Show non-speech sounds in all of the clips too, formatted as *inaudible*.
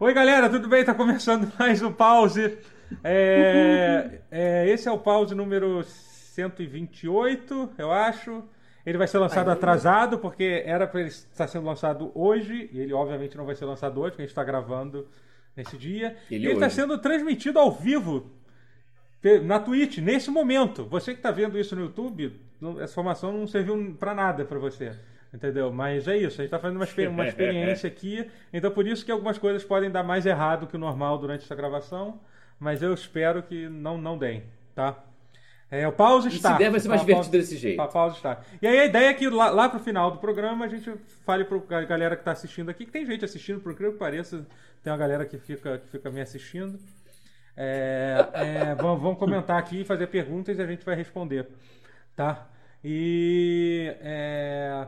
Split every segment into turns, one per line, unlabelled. Oi, galera, tudo bem? Tá começando *laughs* mais um pause. É, é, esse é o pause número 128, eu acho. Ele vai ser lançado atrasado, porque era para ele estar sendo lançado hoje, e ele obviamente não vai ser lançado hoje, porque a gente está gravando nesse dia.
Ele
e ele está
hoje.
sendo transmitido ao vivo pe- na Twitch, nesse momento. Você que está vendo isso no YouTube, não- essa formação não serviu para nada para você. Entendeu? Mas é isso, a gente está fazendo uma, exper- uma experiência
*laughs*
aqui, então por isso que algumas coisas podem dar mais errado que o normal durante essa gravação, mas eu espero que não, não deem, tá? É, o pause
se
está.
der, vai ser mais
Tá,
divertido
pause-
desse jeito.
tá, pause está. E aí a ideia é que lá, lá pro final do programa a gente fale para a galera que está assistindo aqui, que tem gente assistindo, por incrível que pareça, tem uma galera que fica, que fica me assistindo. É, é, vão, vão comentar aqui, fazer perguntas e a gente vai responder. Tá? E. É,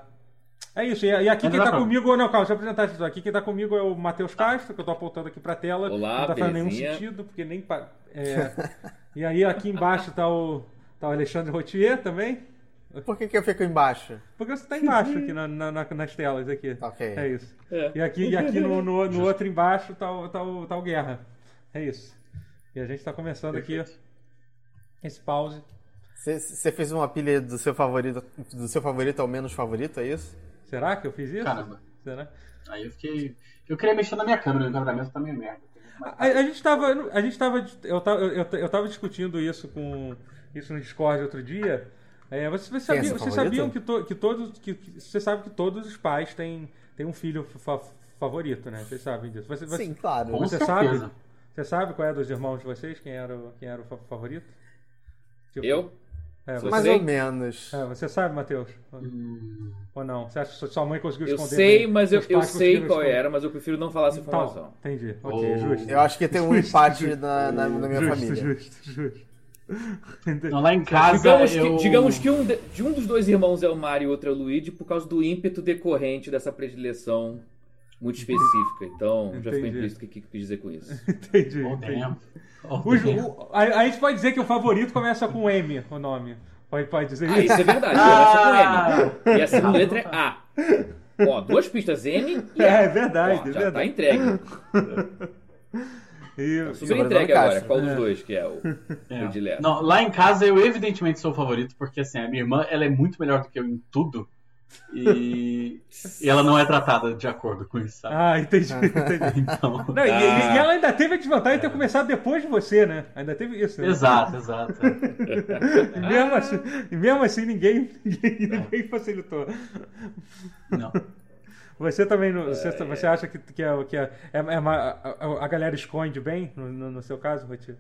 é isso. E, e aqui
Mas
quem
dá
tá
pra-
comigo. Não, calma, deixa eu apresentar isso. Aqui quem tá comigo é o Matheus Castro, que eu tô apontando aqui pra tela.
Olá,
não tá fazendo nenhum
belezinha.
sentido, porque nem. pa- é, e aí aqui embaixo tá o, tá o Alexandre Rotier também.
Por que, que eu fico embaixo?
Porque você tá embaixo aqui na- na- na- nas telas aqui.
Ok.
É isso.
É.
E aqui, e aqui no, no- no outro embaixo tá o, tá o- tá o Guerra. É isso. E a gente tá começando aqui esse pause.
Você fez uma pilha do seu favorito do seu favorito ao menos favorito, é isso?
Será que eu fiz isso?
Caramba.
Será?
Aí eu fiquei. Eu queria mexer na minha câmera, o enquadramento tá meio merda.
A, a gente tava. A gente tava eu, tava eu, eu tava discutindo isso com. Isso no Discord outro dia. É, vocês, vocês
Quem é
sabiam,
seu
vocês
favorito?
sabiam que, to- que todos. Que, que- você sabe que todos os pais têm, têm um filho fa- favorito, né? Vocês sabem disso. Você, você-
Sim, claro.
Com
Você
certeza.
sabe? Você sabe qual é dos irmãos de vocês? Quem era o, quem era o fa- favorito? Tipo,
Eu?
É,
Sou
você,
Mais
sei.
ou menos.
é, você sabe, Matheus?
Hum,
Ou não? Você acha que sua mãe conseguiu
Eu
esconder?
sei,
bem?
mas eu,
Seus
eu
pais
sei
conseguiram
qual é.
esconder?
era, mas eu prefiro não falar essa
Então,
informação.
entendi. Ok,
Oh.
justo.
Eu acho que tem um
Justo,
empate
justo.
na, na- na minha
justo,
família.
Justo, justo, *laughs* Entendi.
Não, lá em casa.
Digamos que,
eu...
digamos que um, de, de um dos dois irmãos é o Mario e o outro é o Luigi por causa do ímpeto decorrente dessa predileção muito específica. Então, já ficou
Entendi.
implícito o que, que quis dizer
*laughs*
com isso.
Entendi.
Ó o
entendi.
tempo. Ó o
O ju-
tempo.
o- a, a gente pode dizer que o favorito começa com M, o nome. Pode, pode dizer
Ah,
isso?
isso é verdade. Começa
Ah!
com M. E a segunda letra é A. Ó, duas pistas M
*laughs*
e
É,
A.
é verdade, é
Ó, já tá
verdade.
entregue.
E-
Super
Sobrenome
entregue
Castro.
agora.
né?
Qual dos dois que é o
É.
predileto?
Não, lá em casa eu evidentemente sou o favorito, porque assim, a minha irmã ela é muito melhor do que eu em tudo.
*laughs*
E, e ela não é tratada de acordo com isso, sabe?
Ah, entendi, *laughs* entendi.
Então,
Não, é e, e- e ela ainda teve a desvantagem de ter começado depois de você, né? Ainda teve isso. Né?
exato, exato.
E mesmo assim, e mesmo assim ninguém, *laughs* ninguém, ninguém facilitou.
Não.
Você também, não- você, você acha que, que, é, que é, é, é uma- a, a galera esconde bem, no, no- no seu caso, Roti?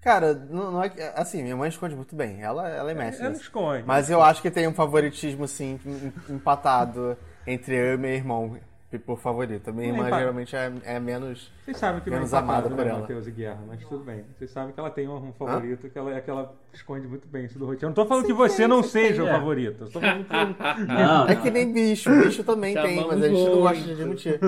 Cara, não, não é que- assim, minha mãe esconde muito bem. Ela, ela é mestre.
Ela não
nisso.
esconde.
Mas eu acho que tem um favoritismo, sim, em- empatado entre eu e meu irmão por favorito. Minha
Não
irmã
empata.
geralmente é, é menos.
Vocês sabem que não é
Menos
empatado,
amada por
né,
ela.
Matheus e Guerra, mas tudo bem. Vocês sabem que ela tem um favorito, que ela, é que ela esconde muito bem isso do Roti. Eu não tô falando que você não seja o
é.
favorito. Eu tô falando
*laughs*
que...
Ah,
Não,
É
não.
que nem bicho, bicho também tem, mas a gente não gosta de admitir.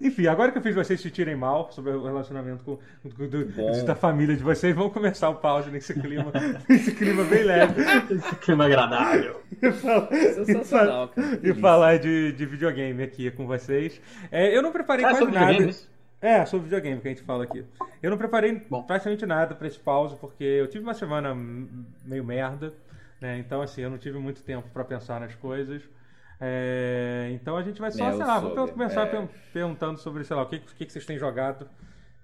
Enfim, agora que eu fiz vocês se tirem mal sobre o relacionamento com, do- do-
Bom.
da família de vocês, vamos começar o pause
*laughs*
nesse clima, nesse clima bem leve.
Esse *laughs* clima agradável.
E falar-
Sensacional,
e fa-
cara, que
E
delícia.
falar de, de videogame aqui com vocês. É, eu não preparei
Ah,
quase
sobre
nada.
videogames?
É, sobre videogame que a gente fala aqui. Eu não preparei
Bom.
praticamente nada pra esse pause, porque eu tive uma semana hum, meio merda, né? Então, assim, eu não tive muito tempo pra pensar nas coisas. É, então a gente vai só,
Meu
sei lá, vou
sobre,
pe- começar
é.
per- perguntando sobre, sei lá, o que, o que que vocês têm jogado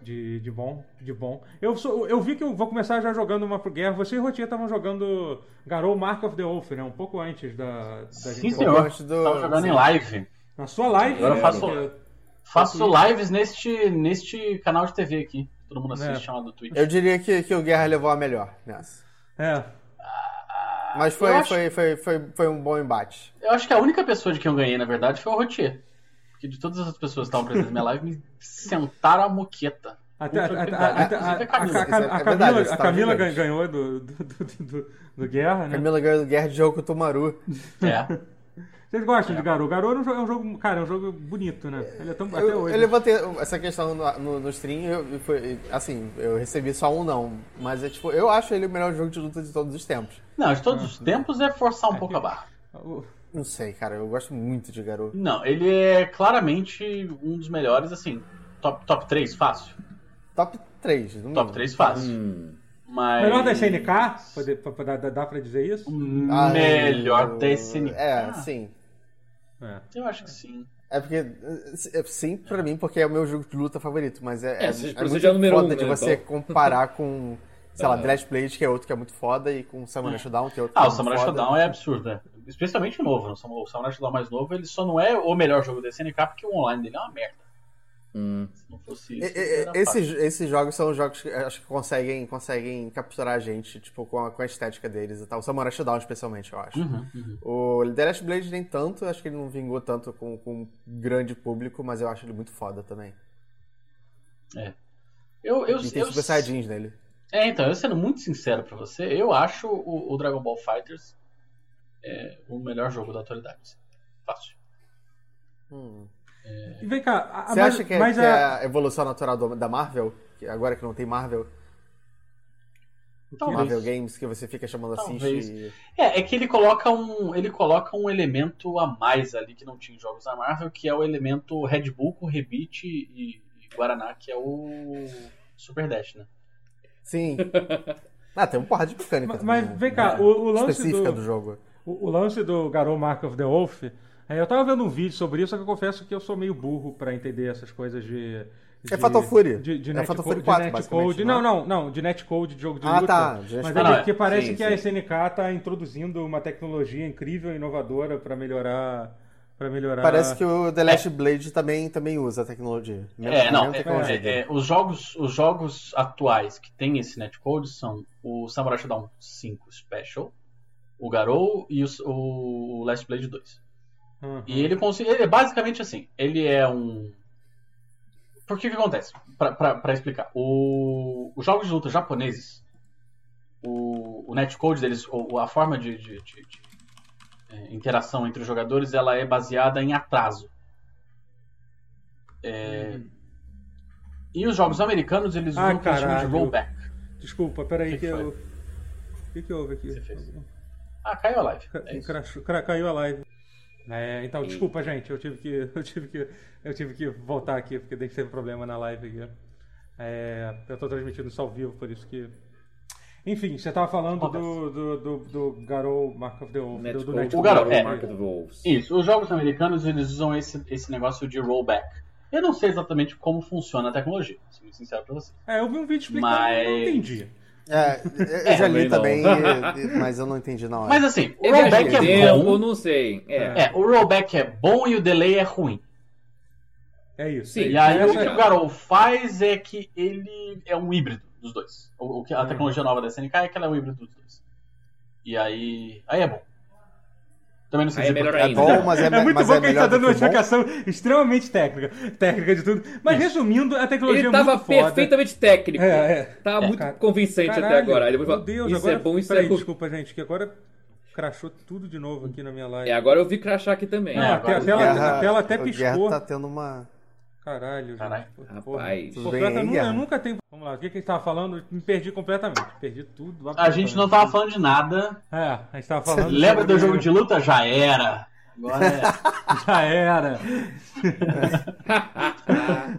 de, de bom, de bom. Eu, sou- eu vi que eu vou começar já jogando uma pro Guerra. Você e Rotier estavam jogando Garou Mark of the Wolf, né? Um pouco antes da, da
Sim,
gente...
senhor.
gosto do-
Tava jogando em live.
Na sua live,
Agora
né?
eu faço-
Porque-
Faço lives neste, neste canal de TV aqui. Todo mundo assiste,
É.
chamado Twitch.
Eu diria que, que o Guerra levou a melhor nessa.
É,
Mas foi,
Eu acho-
foi, foi, foi, foi um bom embate.
Eu acho que a única pessoa de quem eu ganhei, na verdade, foi o Rotier. Porque de todas as pessoas que estavam presentes na minha live, me sentaram a moqueta.
Até,
Com
até- até-
tranquilidade.
até- a,
Inclusive,
a-
a Camila.
a- a- a
É verdade,
Camila,
você
a
tá
Camila
de dois.
ganhou do, do, do, do- do Guerra, né?
Camila ganhou guerra de jogo com o Tomaru.
É.
Vocês gostam de Garou? Garou é um jo- é um jogo, cara, é um jogo bonito, né? Ele é tão, até
Eu,
hoje.
eu levantei essa questão no, no, no stream eu- e foi, assim, eu recebi só um não. Mas é tipo, eu acho ele o melhor jogo de luta de todos os tempos. É
Não, de todos os tempos é forçar um pouco a barra.
O-
Não sei, cara. Eu gosto muito de Garou.
Não, ele é claramente um dos melhores, assim, top, top 3, fácil.
Top 3. Não
Top 3 fácil.
Hum.
Mas...
Melhor da SNK? Pode- pode- dá- dá- Dá pra dizer isso?
né, Ah,
Melhor Ah.
eu-
da SNK.
É, sim.
É.
Eu acho que sim.
É porque. É, sim, pra mim, porque é o meu jogo de luta favorito, mas é,
É,
é,
você-
é
pra você
muito
já é o número
foda
um, né,
de você
então.
comparar com, sei lá,
É.
Drash Blade, que é outro que é muito foda, e com Samurai Shodown, que é outro que é
Ah, o
muito
Samurai
foda.
Shodown é absurdo, né? Especialmente o novo. né? O Samurai Shodown mais novo, ele só não é o melhor jogo da SNK porque o online dele é uma merda.
Hum.
Se não fosse
E-
isso.
e-
era fácil.
Esses, esses jogos são os jogos que eh, acho que conseguem, conseguem capturar a gente, tipo, com a, com a estética deles e tal. O Samurai Shodown, especialmente, eu acho.
Uhum, uhum.
O The Last Blade nem tanto, acho que ele não vingou tanto com, com um grande público, mas eu acho ele muito foda também.
Eu, eu,
E tem
eu,
Super Saiyajins nele.
É, então, eu sendo muito sincero pra você, eu acho o, o Dragon Ball Fighters é, o melhor jogo da atualidade. assim. Fácil.
Hum.
E vem cá, a, a-
Você
Ah, mas,
acha que é,
mas
que
a-
é a evolução natural do- da Marvel? Que agora que não tem Marvel,
Talvez.
Marvel Games, que você fica chamando assim
Talvez.
e...
É, é que ele coloca um, ele coloca um elemento a mais ali que não tinha em jogos da Marvel, que é o elemento Red Bull com Rebite e, e Guaraná, que é o Super Dash, né?
Sim. ah, tem um porra de mecânica
Mas-
também,
mas
né?
vem cá, o- o lance
Específica
do-
do... jogo.
O, o lance do Garou Mark of the Wolf, é, eu tava vendo um vídeo sobre isso, só que eu confesso que eu sou meio burro pra entender essas coisas de. de
É Fatal Fury.
De, de
É
netco-
Fatal Fury
de
4,
netcode.
basicamente,
Não,
não é?
não, não, de netcode de jogo de
Ah,
luta.
tá, de
Mas
netcode.
é
Ah, não,
porque
é.
parece
Sim,
que a
sim.
SNK tá introduzindo uma tecnologia incrível e inovadora pra melhorar. Pra melhorar.
Parece que o The Last Blade também, também usa a tecnologia. Mesmo-
É, não,
mesma
é,
tecnologia
é,
dele.
é, os, jogos, os jogos atuais que tem esse netcode são o Samurai Shodown 5 Special, o Garou e o, o Last Blade 2.
Uhum.
E ele consegue. Ele é basicamente assim. Ele é um. Por que que acontece? Pra- Pra pra explicar. O, os jogos de luta japoneses, o, o netcode deles, ou ou a forma de, de- de- de, é, interação entre os jogadores, ela é baseada em atraso. É, E os jogos americanos, eles
Uhum. Ah,
usam o que eles chamam de
caralho.
rollback.
Desculpa, peraí
Que
que,
que foi?
eu. O que, que houve aqui?
Você fez? Ah, caiu a live.
Ca-
É isso.
crachou- cra- caiu a live. É, então, desculpa, gente. Eu tive que. *laughs* Eu tive que. Eu tive que voltar aqui, porque daí teve problema na live aqui. É, eu tô transmitindo só ao vivo, por isso que. Enfim, você tava falando do, do, do, do Garou Mark of the Wolf, do, do
Netcode
Netcode.
O Garou, é.
Market Wolves.
Isso, os jogos americanos eles usam esse, esse negócio de rollback. Eu não sei exatamente como funciona a tecnologia, vou ser muito sincero pra você.
É, eu vi um vídeo explicando
Mas-
e não entendi.
É, eu já
também
li
não.
*laughs*
também, e- e- mas eu não entendi na hora.
Mas assim, o
É viagem
rollback
de
é
tempo,
bom.
não sei. É.
É, o rollback é bom e o delay é ruim.
É isso.
Sim,
E aí
mas
o
essa-
que o Garou faz é que ele é um híbrido dos dois. O, o que a
Hum.
tecnologia nova da SNK é que ela é um híbrido dos dois. E aí. Aí é bom. Também assim, não sei
Aí é
dizer
melhor
por quê.
É
ainda.
bom, mas é,
É muito
mas
bom
é
que a gente tá
melhor do
dando uma
que bom.
explicação extremamente técnica, técnica de tudo. Mas resumindo, a tecnologia
Ele
é muito
tava
foda.
perfeitamente técnico.
É, é.
Tava muito
Cara-
convincente
Caralho,
até agora. Aí depois
meu
fala,
Deus,
isso
agora...
é bom, isso
peraí,
é ruim.
desculpa, gente, que agora crachou tudo de novo aqui na minha live.
É, agora eu vi crachar aqui também.
Não,
É,
*laughs*
até-
agora
a, tela,
Guerra-
a tela até
o Guerra
piscou.
tá tendo uma...
Caralho, gente.
Caralho.
Porra,
Rapaz.
porra, eu,
Vem,
nunca, eu
Guerra.
nunca tenho... Vamos lá, o que, que a gente tava falando? Me perdi completamente. Perdi tudo.
A gente não tava falando de nada.
É, a gente tava falando...
Lembra
sobre-
do jogo de luta? Já era. Agora
*laughs*
é.
Já era.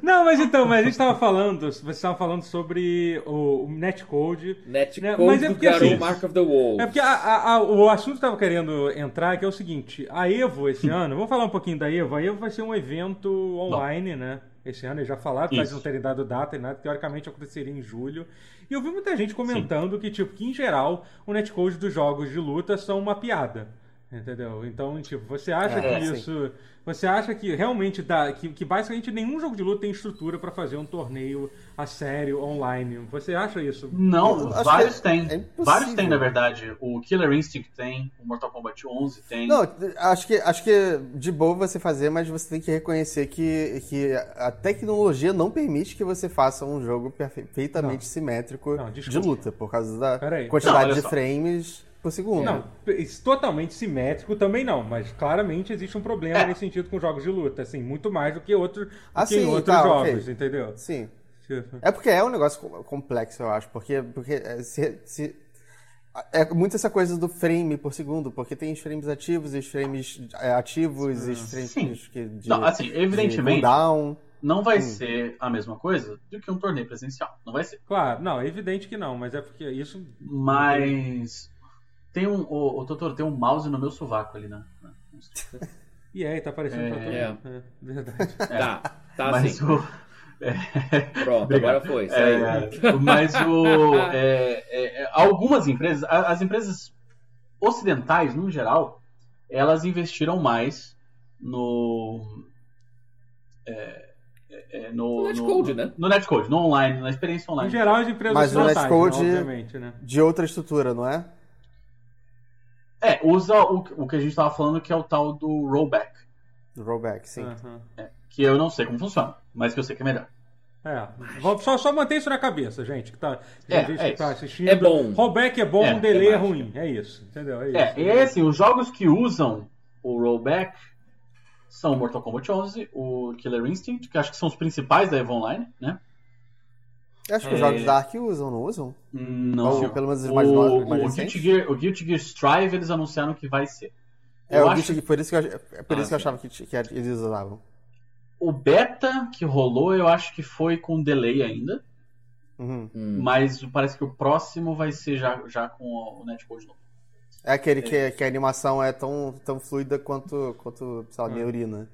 Não, mas então, mas a gente tava falando... Vocês estavam falando sobre o, o netcode...
Netcode
Não, mas é
do
porque, assim,
Garou Mark of the Wolves.
É porque a- a- a- o assunto que eu tava querendo entrar que é o seguinte, a Evo
Hum.
esse ano, vamos falar um pouquinho da Evo, a Evo vai ser um evento online, né? Esse ano, eles já falaram, mas
Isso.
não terem dado data e nada, teoricamente aconteceria em julho. E eu vi muita gente comentando que, tipo, que em geral, o netcode dos jogos de luta são uma piada. Entendeu? Então, tipo, você acha
É,
que
sim.
isso. Você acha que realmente dá. Que, que basicamente nenhum jogo de luta tem estrutura pra fazer um torneio a sério online. Você acha isso?
Não,
Eu acho
vários
que é-
tem.
é impossível.
vários tem, na verdade. O Killer Instinct tem, o Mortal Kombat 11 tem.
Não, acho que, acho que de boa você fazer, mas você tem que reconhecer que, que a tecnologia não permite que você faça um jogo perfeitamente simétrico
Não,
de
desculpa.
luta, por causa da
Peraí.
Não,
quantidade
olha
de
só.
frames por segundo.
Não, isso totalmente simétrico também não, mas claramente existe um problema
É.
nesse sentido com jogos de luta, assim, muito mais do que, outro, do
Ah,
que em
sim,
outros
tá, ok.
jogos, entendeu?
Sim.
Tipo,
É porque é um negócio co- complexo, eu acho, porque, porque é, se, se- É muito essa coisa do frame por segundo, porque tem os frames ativos, os frames é, ativos, os frames
Ah, Sim.
que- de,
Não, assim,
de
evidentemente,
cooldown.
não vai
Sim.
ser a mesma coisa do que um torneio presencial. Não vai ser.
Claro, não, é evidente que não, mas é porque isso.
Mas. Tem um. Ô, ô Totoro, tem um mouse no meu sovaco ali, né?
E aí, tá aparecendo pra todo
É.
mundo. É, verdade.
Tá, tá
Mas
assim.
o.
Pronto,
Obrigado.
agora foi. Saiu.
É, mas o. é, é, é, algumas empresas, a- as empresas ocidentais, no geral, elas investiram mais no. É, é, no,
No Netcode, né?
No Netcode, no online, na experiência
Em
online.
geral, as empresas
Mas o
ocidentais, né,
Netcode-
obviamente, né?
De outra estrutura, não é?
É, usa o, o que a gente tava falando, que é o tal do rollback,
Do rollback,
É.
sim.
Aham.
que eu não sei como funciona, mas que eu sei que é melhor.
É, vamos- só, só manter isso na cabeça, gente, que tá, tem
É,
gente
é
que tá
isso.
assistindo.
É bom.
Rollback é bom,
É,
um delay
é
é ruim. É isso, entendeu? É isso.
É, e aí assim, os jogos que usam o rollback são o Mortal Kombat 11, o Killer Instinct, que acho que são os principais da EVE Online, né?
Acho que os
É.
jogos da Ark usam, não usam?
Não,
Ou
sei.
pelo menos os
o,
mais novos, mais
o,
recentes?
Guilty Gear, o Guilty Gear Strive eles anunciaram que vai ser.
É,
eu
o
acho
Guilty Gear, por isso que eu, ach- é por isso que
Ah,
eu
sim.
achava que, t- que eles usavam.
O beta que rolou, eu acho que foi com delay ainda,
Uhum.
Hum.
mas parece que o próximo vai ser já, já com o Netcode novo.
É aquele que, que a animação é tão, tão fluida quanto, quanto sei
Ah.
lá, minha urina.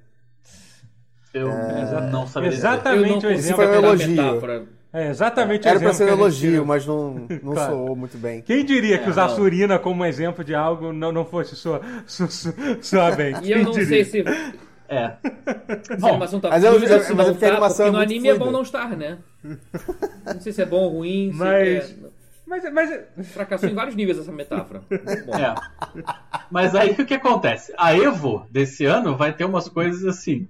Eu
É,
não sabia dizer.
Eu não
Exatamente o
consigo
foi
exemplo.
um
pegar a
elogio.
metáfora.
É exatamente o
Era pra
exemplo
ser um
que a gente
elogio,
tirou.
mas
*laughs*
não, não
Claro.
soou muito bem.
Quem diria que
É,
usar
não.
surina como exemplo de algo não, não fosse sua, sua, sua, sua bem?
E eu
Quem
não
diria?
sei se, se
É.
a
Bom,
animação tá
mas eu-
fluida,
eu-
se
mas é
não
porque a
tá,
animação
porque no
é muito
anime é
fluida.
bom não estar, né? Não sei se é bom ou ruim, se
Mas-
é-
Mas, mas
Fracassou em vários níveis essa
*laughs*
metáfora. Muito bom.
É. Mas aí o que acontece? A Evo desse ano vai ter umas coisas assim.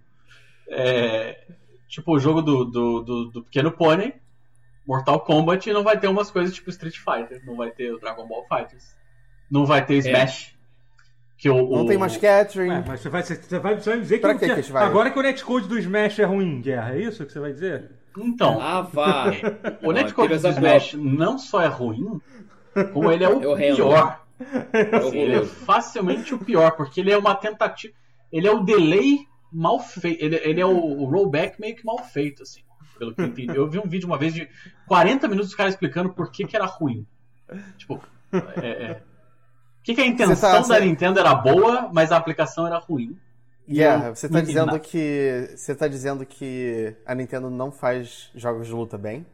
é, tipo o jogo do, do, do, do Pequeno Pony, Mortal Kombat, e não vai ter umas coisas tipo Street Fighter, não vai ter o Dragon Ball Fighters, não vai
É.
ter Smash. Que o,
Não
o- É.
tem mais catering.
Ué, mas você vai, você vai, você vai me dizer
Pra
que, que
que que a gente vai?
agora que o netcode do Smash é ruim, Guerra, é isso que você vai dizer?
Então,
Ah, é vá.
o
teve
Netcode do
essa
Smash não só é ruim, como ele é
É
o
horrendo.
pior.
É
Assim, ele é
horroroso.
facilmente o pior, porque ele é uma tentativa. Ele é o delay mal feito. Ele, ele é o, o rollback meio que mal feito, assim. Pelo que eu entendi. Eu vi um vídeo uma vez de 40 minutos dos caras explicando por que, que era ruim. Tipo, é. é. O que, que a intenção
tá-
da
você-
Nintendo era boa, mas a aplicação era ruim.
Yeah, você tá
Não entendi
dizendo
nada.
que. Você tá dizendo que a Nintendo não faz jogos de luta bem?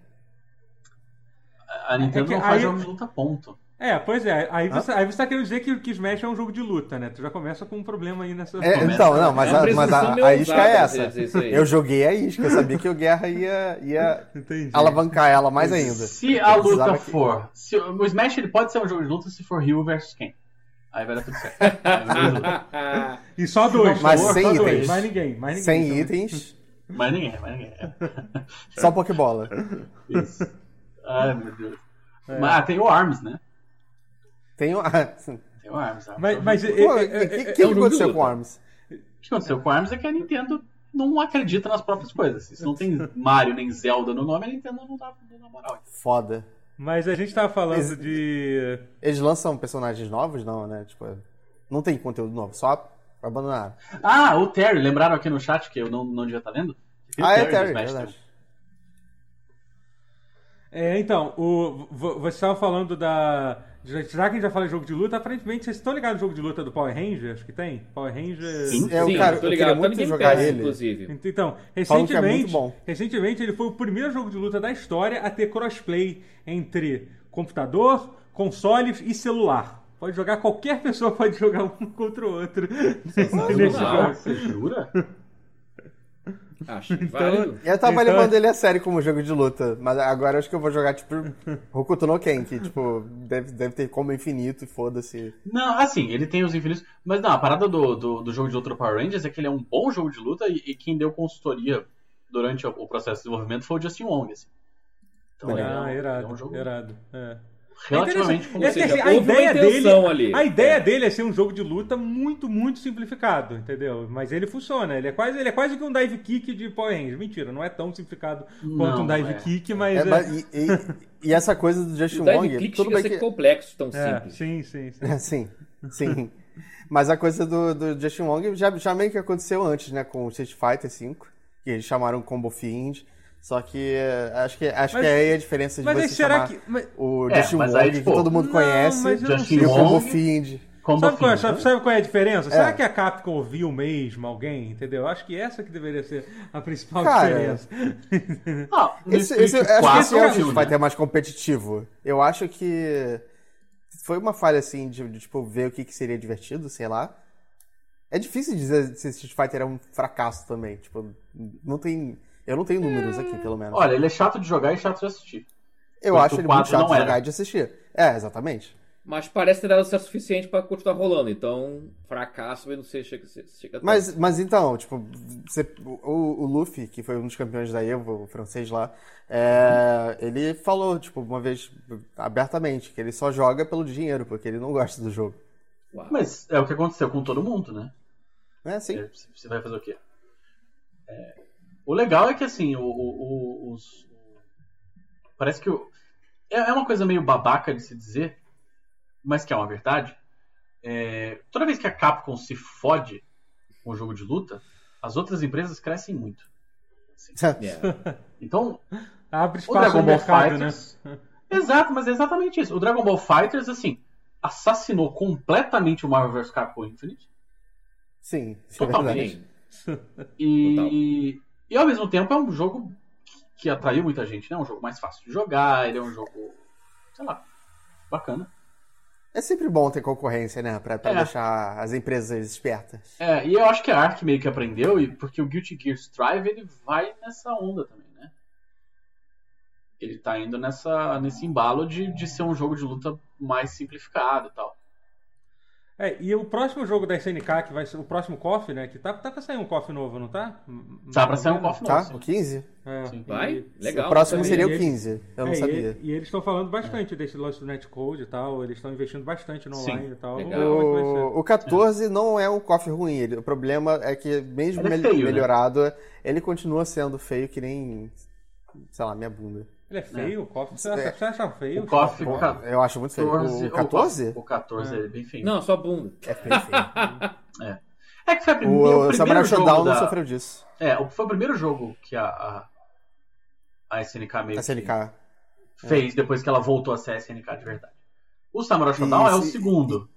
A Nintendo
É que
não faz
aí-
jogos de luta, ponto.
É, pois é, aí você, aí você tá querendo dizer que, que Smash é um jogo de luta, né? Tu já começa com um problema aí nessa...
É,
Começa-
então, não, mas,
É uma
a, mas
presunção
a,
meio
a isca
ousada
é
dizer-
essa.
dizer isso aí. *laughs*
Eu joguei a isca, eu sabia que o Guerra ia, ia
*laughs* Entendi.
alavancar ela mais ainda.
Se a
Eu precisava
luta
que-
for. Se, o Smash ele pode ser um jogo de luta se for Ryu versus Ken. Aí vai dar
*laughs*
tudo certo. Aí vai dar tudo certo.
E só dois,
Mas
só
sem
dois,
itens.
mais ninguém, mais ninguém.
Sem
Então,
itens,
mas ninguém, mas ninguém. É.
só Pokébola.
Isso. Ai, meu Deus.
É.
Mas, ah, tem o Arms, né?
Tem o. *laughs* Ah, sim.
Tem o Arms. Arms é
Mas,
um
mas
jogo.
é-
Pô,
é-
o que,
é-
que,
é-
que
é um jogo de
aconteceu
luta.
com o Arms?
O que aconteceu com o Arms é que a Nintendo não acredita nas próprias coisas. Se não tem Mario nem Zelda no nome, a Nintendo não dá, não dá moral.
Foda.
mas a gente tava falando
Esse-
de...
Eles lançam personagens novos, não, né? Tipo, não tem conteúdo novo, só abandonaram.
Ah, o Terry, lembraram aqui no chat que eu não, não devia tá estar lendo? Tem o
Ah, é
do
Terry,
Smash,
verdade.
É, então, o, vo- você estava falando da. Já já que a gente já fala de jogo de luta, aparentemente vocês estão ligados no jogo de luta do Power Rangers que tem? Power Rangers.
Sim.
É, o
Sim,
cara, eu
tô
queria
ligado. Tá no
muito
Game
jogar
Pass,
ele.
inclusive.
Ent- Então,
Falam que é muito
recentemente,
bom.
recentemente ele foi o primeiro jogo de luta da história a ter crossplay entre computador, consoles e celular. Pode jogar, qualquer pessoa pode *laughs* jogar um contra o outro nesse
Sensacional.
jogo.
Não, Ah, você jura?
Acho válido.
Eu tava
Então-
levando ele a sério como jogo de luta, mas agora eu acho que eu vou jogar, tipo, Hokuto no Ken, que, tipo, deve, deve ter como infinito e foda-se.
Não, assim, ele tem os infinitos. Mas não, a parada do, do, do jogo de luta do Power Rangers é que ele é um bom jogo de luta e, e quem deu consultoria durante o, o processo de desenvolvimento foi o Justin Wong. assim. Então ele é, um,
Ah,
ele é
irado,
um jogo
irado. É. interessante.
relativamente com
É
você.
que, assim, a
houve uma
ideia dele,
intenção ali.
a ideia
É.
dele é ser um jogo de luta muito, muito simplificado, entendeu? Mas ele funciona. Ele é quase, ele é quase que um dive kick de Power Rangers. Mentira, não é tão simplificado quanto
Não,
um dive
é.
kick, mas
É,
é-
mas- e, e- e essa coisa do Justin
O dive
um Wong,
click
tudo
chega a
bem
ser
que.
complexo, tão
é,
simples.
sim, sim, sim.
*laughs* Sim, sim. Mas a coisa do, do Justin Wong já, já meio que aconteceu antes, né? Com o Street Fighter V, que eles chamaram Combo Fiend. Só que eh, acho que, acho
Mas-
que aí a diferença de
Mas
você
aí será
chamar
que. mas-
o
É,
Justin
mas
Wong,
aí, tipo,
que todo mundo
não,
conhece,
mas eu não
Justin
e o
sei.
Combo
Wong.
Fiend.
Combo
Sabe qual, é,
Fiend,
sabe,
né?
sabe qual é a diferença? Será
É.
que a Capcom ouviu mesmo alguém, entendeu? Acho que essa que deveria ser a principal
Cara,
diferença.
Ah, no
Esse,
Street
esse, acho que esse
4
é o
viu,
Street
né?
Fighter mais competitivo. Eu acho que foi uma falha, assim, de, de, tipo, ver o que, que seria divertido, sei lá. É difícil dizer se Street Fighter é um fracasso também. Tipo, não tem... Eu não tenho números aqui, pelo menos.
Olha, ele é chato de jogar e chato de assistir.
eu
mas
acho
o
ele muito
quatro
chato
não
de
era.
jogar e de assistir. É, exatamente.
Mas parece ter dado sucesso suficiente pra continuar rolando. Então, fracasso, eu não sei, chega, chega tanto.
Mas, mas então, tipo, você- o, o Luffy, que foi um dos campeões da Evo, o francês lá, é, ele falou, tipo, uma vez abertamente, que ele só joga pelo dinheiro, porque ele não gosta do jogo.
Uau.
Mas é o que aconteceu com todo mundo, né?
É, sim.
É, Você você vai fazer o quê? É, O legal é que assim, o, o- o- os. Parece que. o- É é uma coisa meio babaca de se dizer, mas que é uma verdade. É, Toda vez que a Capcom se fode com o jogo de luta, as outras empresas crescem muito.
*laughs*
É.
Então,
Abre
o
espaço
Dragon
no
Ball
mercado, né?
Fighters. *laughs* Exato, mas é exatamente isso. O Dragon Ball Fighters, assim, assassinou completamente o Marvel vs Capcom Infinite.
Sim, isso é
Totalmente.
verdade.
Sim.
né? *laughs*
E, e ao mesmo tempo é um jogo que atraiu muita gente, né? É um jogo mais fácil de jogar, ele é um jogo, sei lá, bacana.
É sempre bom ter concorrência, né? Pra, pra
É.
deixar as empresas espertas.
É, e eu acho que a Ark meio que aprendeu, e porque o Guilty Gear Strive ele vai nessa onda também, né? Ele tá indo nessa, nesse embalo de, de ser um jogo de luta mais simplificado e tal.
É, e o próximo jogo da SNK, que vai ser o próximo KOF, né? Que tá, tá pra sair um KOF novo, não tá?
Tá pra sair um KOF
Tá?
novo.
O 15?
É,
Sim.
Vai?
e-
Legal.
o próximo
também.
seria
E
o
ele-
15. Eu não
é, e-
sabia.
E, eles estão falando bastante desse lance do netcode e tal. Eles estão investindo bastante no
É. Sim.
online e tal.
Legal.
Vamos ver como é que vai ser.
O, o 14 não é um cofre ruim. ele- o problema é que, mesmo
Ele é
mel-
feio, né?
melhorado, ele continua sendo feio que nem, sei lá, minha bunda.
Ele é feio, o KOF? Você
É.
acha- você acha feio?
O KOF
Bom,
ca-
eu acho muito feio. O 14?
O 14 é bem feio.
Não, só bunda.
É feio, feio.
*laughs* É que foi a prime- o
O,
primeiro
Samurai
jogo
Shodown
da-
não sofreu disso.
É, o- foi o primeiro jogo que a, a, a SNK meio
A SNK. é.
que fez depois que ela voltou a ser a SNK de verdade. O Samurai Shodown é o
Isso, e-
segundo.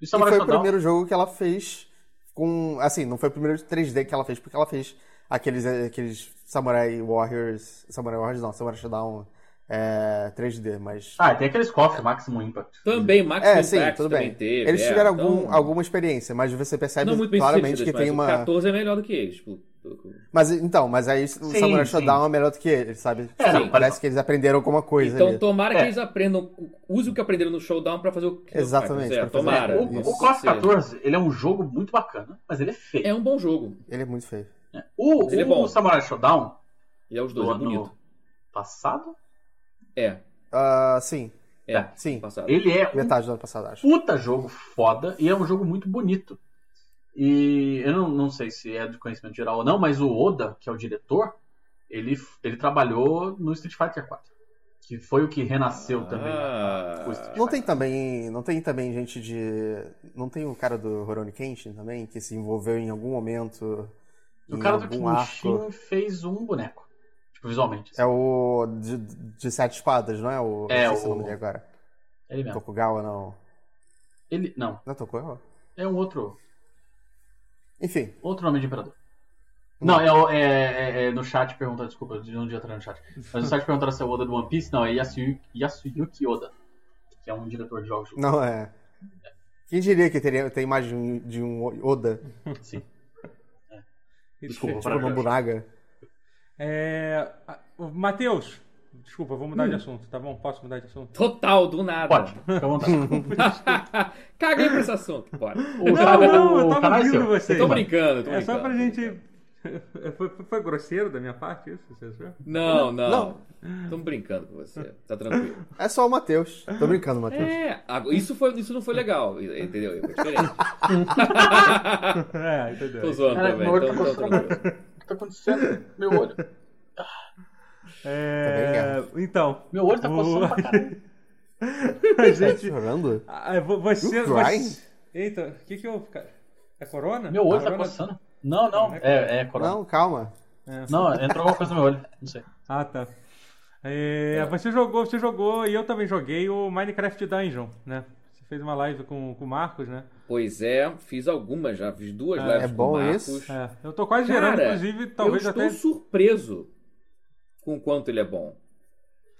E o
E
Samurai
foi o
Shodown
primeiro jogo que ela fez com. Assim, não foi o primeiro 3D que ela fez, porque ela fez aqueles, eh, aqueles Samurai Warriors. Samurai Warriors não, Samurai Shodown é, 3D, mas.
Ah, tem aqueles cofres Maximum Impact.
Também, Max
É,
Impact
sim, tudo
também
bem.
teve.
Eles
é,
tiveram
então,
algum, alguma experiência, mas você percebe
não muito bem
claramente que
sucedidas,
tem
mas
uma.
O 14 é melhor do que eles. Tipo,
Mas então, mas aí o
Sim,
Samurai
sim.
Shodown é melhor do que ele, sabe?
É,
Tipo,
não,
parece que eles aprenderam alguma coisa
então,
ali.
tomara que
É.
eles aprendam, usem o que aprenderam no showdown pra fazer o que
Exatamente,
É,
pra fazer-
tomara.
Né, o
isso.
o KOF
Seja.
14, ele é um jogo muito bacana, mas ele é feio.
É um bom jogo.
Ele é muito feio.
O,
Ele é
o
bom.
Samurai Shodown
Ele é os dois,
do
é bonito.
ano passado,
É,
Ah, sim,
é.
sim.
Passado.
ele é um
Metade do ano passado, acho.
puta jogo foda e é um jogo muito bonito. E eu não, não sei se é do conhecimento geral ou não, mas o Oda, que é o diretor, ele, ele trabalhou no Street Fighter 4. Que foi o que renasceu também.
Ah.
o Street
Não tem
Fighter.
também, não tem também gente de, não tem o cara do Horoni Kenshin também que se envolveu em algum momento
O
em
cara do
algum arco?
Kenshin fez um boneco. Tipo, visualmente. assim.
É o de, de sete espadas, não é o?
É,
não sei se
o- É.
o nome dele agora.
Ele mesmo.
Tokugawa não?
Ele, não,
Não é Tokugawa?
é um outro,
Enfim,
outro nome de imperador.
Hum.
Não, é, o- é, é- é no chat pergunta, desculpa, de onde eu entrei no chat. Mas no chat perguntaram se é o Oda do One Piece. Não, é Yasuyuki, Yasuyuki Oda, que é um diretor de jogos de
não é. Quem diria que teria tem mais de um, de um Oda,
Sim.
tipo
Desculpa, para
Nobunaga?
É, a- o Matheus, desculpa, vou mudar de
Hum.
assunto, tá bom? Posso mudar de
*laughs*
assunto?
Total, do nada.
Pode, fica à vontade.
*laughs* Caguei pra esse assunto. Bora.
O
*laughs* Não, não, eu
o
tava
canal é
ouvindo
seu.
vocês.
Eu tô brincando, eu tô
É
brincando.
só pra gente *laughs* É, Foi, foi- foi grosseiro da minha parte isso? Você achou?
*laughs*
Não, não. Estamos brincando com você. Tá tranquilo.
*laughs* É só o Matheus. Tô brincando, Matheus.
*laughs*
É, agora- isso, foi, isso não foi legal, entendeu? Foi diferente.
É, entendeu?
Tô zoando
Cara,
também.
meu olho
Então,
tá
então,
coçando.
tranquilo.
O que tá acontecendo? Meu olho.
É, então,
Meu olho tá
O-
coçando pra caralho.
a
Tá
gente.
chorando?
*laughs* Ah, vo- Você.
You
você... Eita, o que que eu. cara? É corona?
Meu olho tá
corona...
coçando. Não, não. É, é corona.
Não, calma.
Não, entrou alguma coisa no meu olho. Não sei.
Ah, tá. É, Você jogou, você jogou e eu também joguei o Minecraft Dungeon, né? Você fez uma live com, com o Marcos, né?
Pois é, fiz algumas já, fiz duas
É,
lives
é
com o
bom
Marcos.
isso?
É, eu tô quase
Cara,
gerando, inclusive, talvez
eu estou
até.
surpreso com o quanto ele é bom.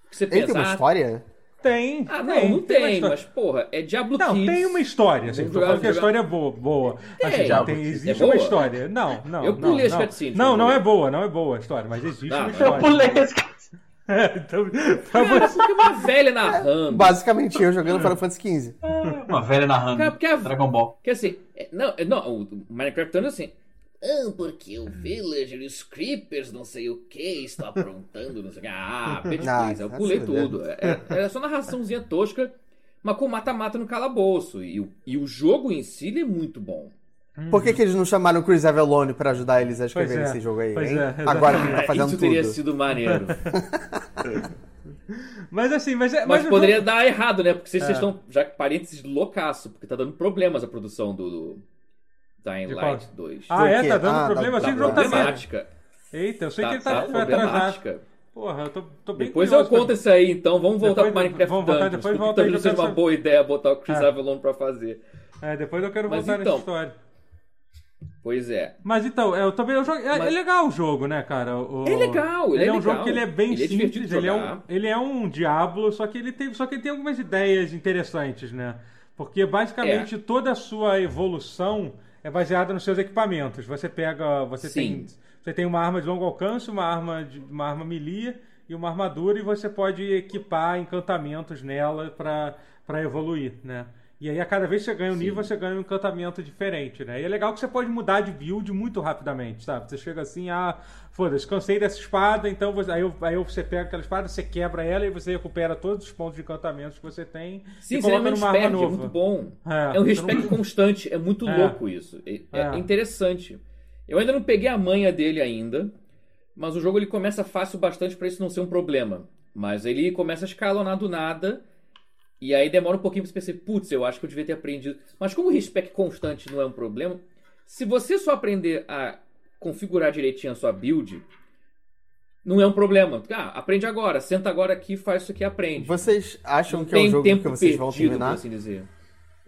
Porque você
Ele
pensa,
tem uma
ah,
história?
Tem.
ah, não, não
uma
tem,
história.
mas porra, é Diablo
Não,
Kids.
tem uma história, assim, tô
Vamos jogar-
falando que a
jogar-
história é boa, boa.
Tem.
Assim,
Já,
tem,
é
existe
boa?
uma história. Não, não.
Eu pulei
não,
as
não.
cutscenes,
Não,
eu
não
pulei.
é boa, não é boa a história, mas existe
Não,
uma
mas-
história.
Eu pulei esse cara.
É, *laughs* então, pra
Cara,
você.
porque uma velha
*laughs*
narrando.
Basicamente, eu jogando Final Fantasy XV.
Uma velha narrando.
Cara, porque a-
Dragon Ball.
Que assim, é- não, é- não, o Minecraft é assim. Ah, porque
Hum.
o Villager e os Creepers, não sei o que, estão aprontando, não sei o que.
*laughs*
Ah, pede
Ah,
coisa, eu
tá
pulei
se
tudo. É- Era só narraçãozinha tosca, mas com mata-mata no calabouço. E, o- e o jogo em si ele é muito bom.
Por que, que eles não chamaram o Chris Avellone pra ajudar eles a escrever
Pois é,
esse jogo aí,
pois
hein?
é, exatamente.
Agora que ele tá
Cara,
fazendo
Isso teria
tudo.
sido
*laughs*
maneiro.
Mas assim, mas é.
Mas
o
poderia
jogo-
dar errado, né? Porque vocês
É.
vocês estão, já que parênteses, loucaço, porque tá dando problemas a produção do, do Dying
De qual?
Light 2.
Ah, é?
quê?
Tá dando
Ah,
problema? Eu
dá-
sei que o jogo
dá
tá
problema.
vendo.
problemática.
Eita, eu sei que
Tá,
ele tá,
tá
foi atrasado.
problemática.
Porra, eu tô, tô bem
Depois eu
curioso pra-
conto isso aí, então. Vamos voltar
Depois-
pro Minecraft
vamos voltar,
Dungeons,
depois
porque
volta aí,
talvez
eu
não seja
quero
uma
saber.
boa ideia botar o Chris
É.
Avalon pra fazer.
É, depois eu quero
Mas
voltar
então-
nessa história.
Pois é.
Mas então, eu também eu joguei. É,
Mas-
é legal o jogo, né, cara? O-
É legal, ele
é
é
um
legal.
jogo que ele é bem
Ele é divertido
simples,
de
ele é, um,
jogar.
ele é um Diablo, só que ele tem, só que ele tem algumas ideias interessantes, né? Porque basicamente
É.
toda a sua evolução é baseada nos seus equipamentos. Você pega, você
Sim.
tem, você tem uma arma de longo alcance, uma arma de uma arma melee e uma armadura e você pode equipar encantamentos nela pra para evoluir, né? E aí a cada vez que você ganha um nível, você ganha um encantamento diferente, né? E é legal que você pode mudar de build muito rapidamente, sabe? Você chega assim, ah, foda-se, cansei dessa espada, então você- aí, eu- aí eu- você pega aquela espada, você quebra ela e você recupera todos os pontos de encantamento que você tem
Sim,
e
seria um
coloca numa arma
respect, é
nova.
muito bom.
É,
É um
você não-
respect constante, é muito
É.
louco isso. É, é
É.
interessante. Eu ainda não peguei a manha dele ainda, mas o jogo ele começa fácil bastante pra isso não ser um problema. Mas ele começa a escalonar do nada, e aí demora um pouquinho pra você perceber, putz, eu acho que eu devia ter aprendido. Mas como o respect constante não é um problema, se você só aprender a configurar direitinho a sua build, não é um problema. Ah, aprende agora, senta agora aqui, faz isso aqui, aprende.
Vocês acham
Não
que é um
tem
jogo
tempo
que vocês
perdido,
vão
por
terminar?
assim dizer.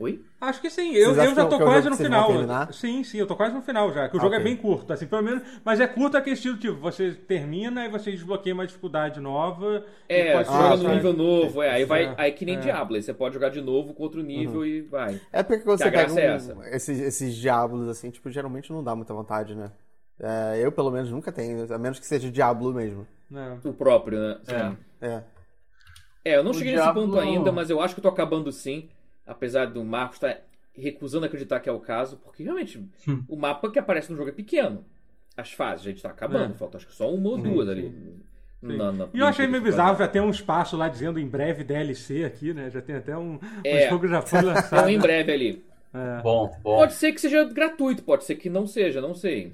Oi?
Acho que sim, eu,
Vocês acham
eu já
que é
tô
um jogo
quase
que
no
vocês vão
final.
terminar?
Sim, sim, eu tô quase no final já. Que o
Ah,
jogo é
ok.
bem curto, assim, pelo menos. Mas é curto aquele estilo tipo, você termina e você desbloqueia uma dificuldade nova. e
É,
pode
você
Ah,
joga
passar-
no nível novo, é, aí
É,
vai, aí que nem
é.
Diablo, aí você pode jogar de novo com outro nível e vai.
É porque quando
Que
você
a
pega
graça é
um-
essa.
esses, esses diablos, assim, tipo, geralmente não dá muita vontade, né? É, eu, pelo menos, nunca tenho, a menos que seja diablo mesmo.
Não.
O próprio, né?
É.
É.
É, eu não
O
cheguei
Diablo-
nesse ponto ainda, mas eu acho que eu tô acabando sim, apesar do Marcos estar recusando acreditar que é o caso, porque realmente
Hum.
o mapa que aparece no jogo é pequeno. As fases, a gente tá acabando,
É.
falta acho que só uma ou duas ali. Na- na-
E eu achei meio
pra-
bizarro, já tem um espaço lá dizendo em breve DLC aqui, né? Já tem até um.
É.
O jogo já foi
É *laughs* um
lançado.
em breve ali.
É,
Bom, bom.
Pode ser que seja gratuito, pode ser que não seja, não sei.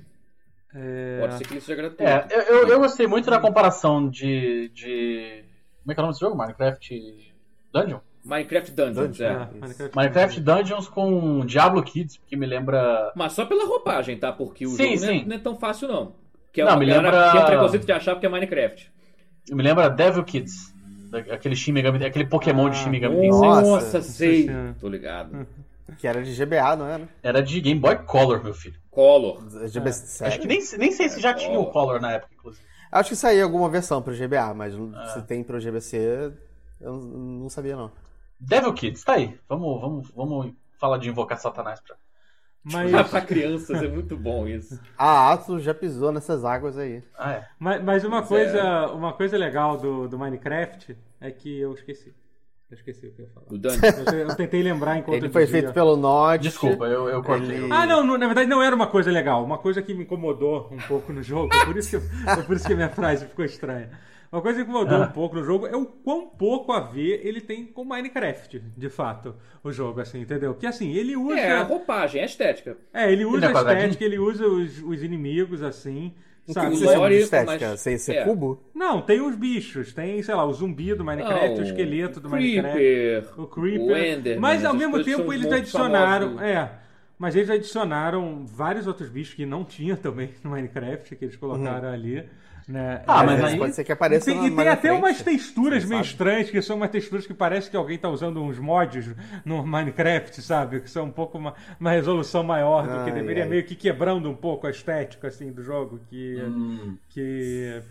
é,
Pode ser que ele seja gratuito.
É, eu, eu, eu gostei muito da comparação de, de. Como é que é o nome desse jogo? Minecraft Dungeon?
Minecraft Dungeons,
Dungeon.
é.
é, Minecraft-
Minecraft Dungeons com Diablo Kids, porque me lembra.
Mas só pela roupagem, tá? Porque o
Sim,
jogo não é- Não,
sim.
é, tão fácil, não. Que é
Não,
uma
me
galera
lembra-
que tem preconceito de achar porque é Minecraft.
Me lembra Devil Kids. da- Aquele Shin Megami, aquele Pokémon de Shin Megami Tensei.
Nossa.
sei.
Nossa.
Tô ligado.
Que era de GBA, não era?
Era de Game Boy Color, meu filho.
Color.
É.
GB7.
Acho É, que nem, nem sei se já tinha o Color na época, inclusive.
Acho que saiu alguma versão pro GBA, mas
É.
se tem pro GBC, eu não- não sabia, não.
Devil Kids, tá aí. Vamos, vamos, vamos falar de invocar Satanás pra.
Ah,
Mas,
pra crianças é muito bom isso.
A Atos Ah, já pisou nessas águas aí.
Ah, é.
mas, mas uma,
Pois é.
coisa, uma coisa legal do, do Minecraft é que eu esqueci. Eu esqueci o que eu ia falar.
O É, Dante.
Eu, eu tentei lembrar enquanto
Ele
eu
foi
dizia.
feito pelo Notch.
Desculpa, eu, eu cortei.
Ele-
Ah, não, não, na verdade não era uma coisa legal. Uma coisa que me incomodou um pouco no jogo. Por isso que, é por isso que a minha frase ficou estranha. Uma coisa que me incomodou um pouco no jogo é o quão pouco a ver ele tem com Minecraft, de fato, o jogo, assim, entendeu? Porque assim, ele usa.
É, a roupagem, é estética.
É, ele usa
Ele é
a
quadradinho?
estética, ele usa os, os inimigos, assim. Sabe?
Não
o
precisa
Lore,
é tipo de estética,
é mas-
sem ser
é.
cubo.
Não, tem os bichos, tem, sei lá, o zumbi do Minecraft,
Não,
o esqueleto do
Ah, o
Minecraft.
Creeper,
O Creeper.
o Enderman,
mas ao
essas
mesmo
coisas são
tempo
os
eles
monstros
adicionaram.
famosos. né?
É. Mas eles adicionaram vários outros bichos que não tinha também no Minecraft, que eles colocaram
Uhum.
ali. Né?
Ah,
É,
mas
às vezes
aí-
Pode ser
e
que apareça
tem,
na-
e
mais
tem
na
até
frente.
umas texturas
Você
meio
sabe.
estranhas, que são umas texturas que parece que alguém tá usando uns mods no Minecraft, sabe? Que são um pouco uma, uma resolução maior do que
Ai,
deveria,
ai.
meio que quebrando um pouco a estética assim, do jogo, que. que.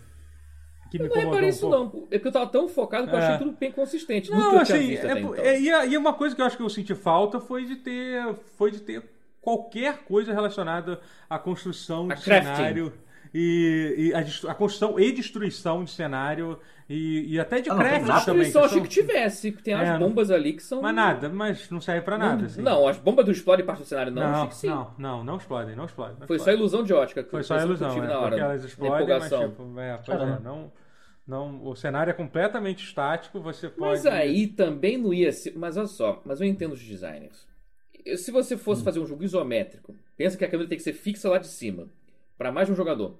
que me
Não
incomodou
reparei
um
Hum. É, isso,
pouco.
não. É porque eu tava tão focado que eu achei
É.
tudo bem consistente.
Não,
Não, que eu tinha
assim,
visto
é
até
po-
então.
é- e, a- e uma coisa que eu acho que eu senti falta foi de ter, foi de ter qualquer coisa relacionada à construção
A
de
crafting.
cenário e, e a, destru- a construção e destruição de cenário e, e até de
Ah, não, tem
crafting
nada.
Mas
também.
eu só
que
achei
são-
que tivesse, que tem
É,
as
não-
bombas ali que são.
Mas nada, mas não serve pra nada. assim.
Não, as bombas do explode parte do cenário não, achei
não,
que sim.
não, não, não explodem, não explodem. não
Foi só
explodem.
ilusão de ótica. Que
Foi
eu
só
pensei que eu
ilusão,
tive
é,
na hora,
porque elas
na
explodem, mas
empolgação.
tipo, é, pois é,
Caramba.
não, não, o cenário é completamente estático, você pode...
Mas aí também não ia ser. Mas olha só, mas eu entendo os designers. Eu- Se você fosse
Hum.
fazer um jogo isométrico, pensa que a câmera tem que ser fixa lá de cima, Pra mais de um jogador.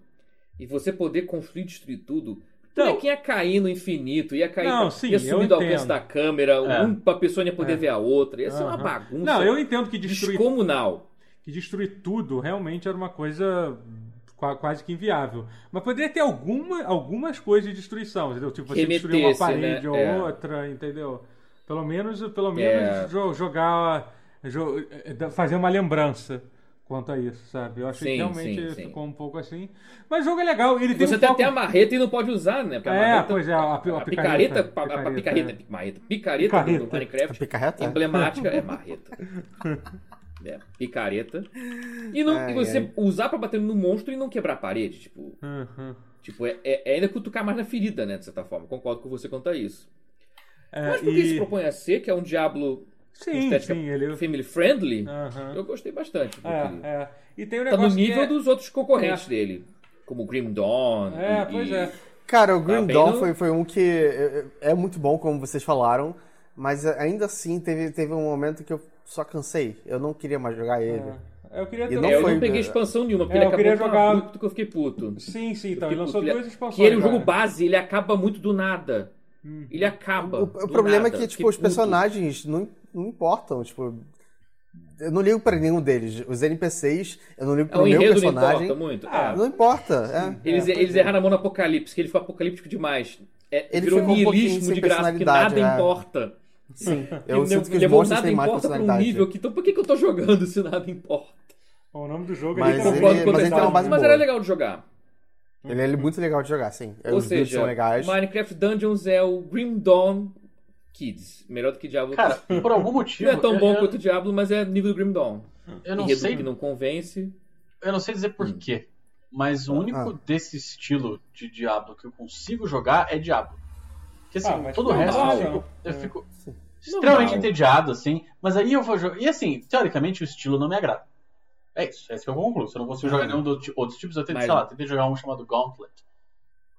E você poder construir e destruir tudo.
Não.
Então, que ia cair no infinito, ia cair,
Não, sim,
ia
eu
sumir do alcance
entendo.
da câmera,
É.
um pra pessoa não ia poder
É.
ver a outra, ia ser uma
Aham.
bagunça
Não, eu entendo que destruir
descomunal.
que destruir tudo realmente era uma coisa qua- quase que inviável. Mas poderia ter alguma, algumas coisas de destruição, entendeu? Tipo, você destruir uma
Remetesse,
parede
né?
ou
É.
outra, entendeu? Pelo menos, pelo menos jo- jogar, jo- eh, da- fazer uma lembrança quanto a isso, sabe? Eu achei que
Sim,
realmente
sim, sim.
ficou um pouco assim. Mas o jogo é legal, ele tem
Você
um
tem
foco...
até a marreta e não pode usar, né? Porque a
É,
marreta-
pois é, a- a- a picareta, né?
picareta, pa- a- a
picareta,
picareta,
é.
pi- marreta, picareta, do- do
Picareta.
A
Minecraft
picarreta?
emblemática é marreta. *laughs* É, picareta. E, não,
Ai,
e você
ai.
usar pra bater no monstro e não quebrar a parede. Tipo,
Uhum.
tipo é, é- é ainda cutucar mais na ferida, né? De certa forma. Concordo com você quanto a isso.
É,
Mas porque
e-
se propõe a ser, que é um Diablo
Sim,
estética
sim, ele...
family friendly,
Aham.
eu gostei bastante. do que-
Ah. É, é. E tem um
Tá no
negócio
nível
que é...
dos outros concorrentes dele. Como Grim Dawn.
É,
e-
pois
e-
é.
Cara, o Green
Tá bem
Dawn
no-
foi, foi um que é, é é muito bom, como vocês falaram, mas ainda assim teve, teve um momento que eu só cansei. Eu não queria mais jogar
Ah,
ele.
É. Eu queria ter
E
É,
não
eu
foi-
não peguei expansão nenhuma, porque
É,
ele
eu
acabou
queria
tão
jogar-
abrupto que eu fiquei puto.
Sim, sim, então
Porque
ele lançou
ele-
duas expansões.
Que ele, o jogo
agora.
base, ele acaba muito do nada.
Hum.
Ele acaba.
O, o
do
problema
nada.
é que,
Fiquei
tipo, os
puto.
personagens não, não importam, tipo... Eu não ligo pra nenhum deles. Os NPCs, eu não ligo
É
pro
o
meu
enredo não importa
personagem.
muito.
Ah,
é.
Não importa, é.
Eles,
é,
eles erraram a mão no apocalipse, que ele foi apocalíptico demais. É,
Ele
virou
ficou um pouquinho
niilismo
sem
de graça, que
personalidade,
nada
é.
importa. *laughs*
Sim, eu
Que
sinto que os
levou
monstros
nada
têm mais
importa pra um
personalidade.
nível que. Então por que, que eu tô jogando se nada importa?
Bom, o nome do jogo
Mas
é Então,
ele-
Concordo com o
mas ele é tem uma
Daniel,
base
mas
boa.
era legal de jogar.
Ele é muito legal de jogar, sim.
Ou
os builds
seja,
são legais.
Minecraft Dungeons é o Grim Dawn Kids. Melhor do que Diablo.
Cara, por algum motivo.
não é tão
eu-
bom
eu,
quanto o Diablo, mas é nível do Grim Dawn.
eu não
Enredo
sei,
que não convence.
eu não sei dizer porquê. Mas o único desse estilo de Diablo que eu consigo jogar é Diablo. Porque
Ah,
assim,
mas
todo o resto
normal,
eu fico, eu
É.
né?
fico extremamente
Normal.
entediado, assim. Mas aí eu vou jogar. E assim, teoricamente o estilo não me agrada. É isso, é isso que eu concluo. Se eu não consigo jogar nenhum dos ti- outros tipos, eu tentei,
Mas-
sei lá, tentei jogar um chamado Gauntlet.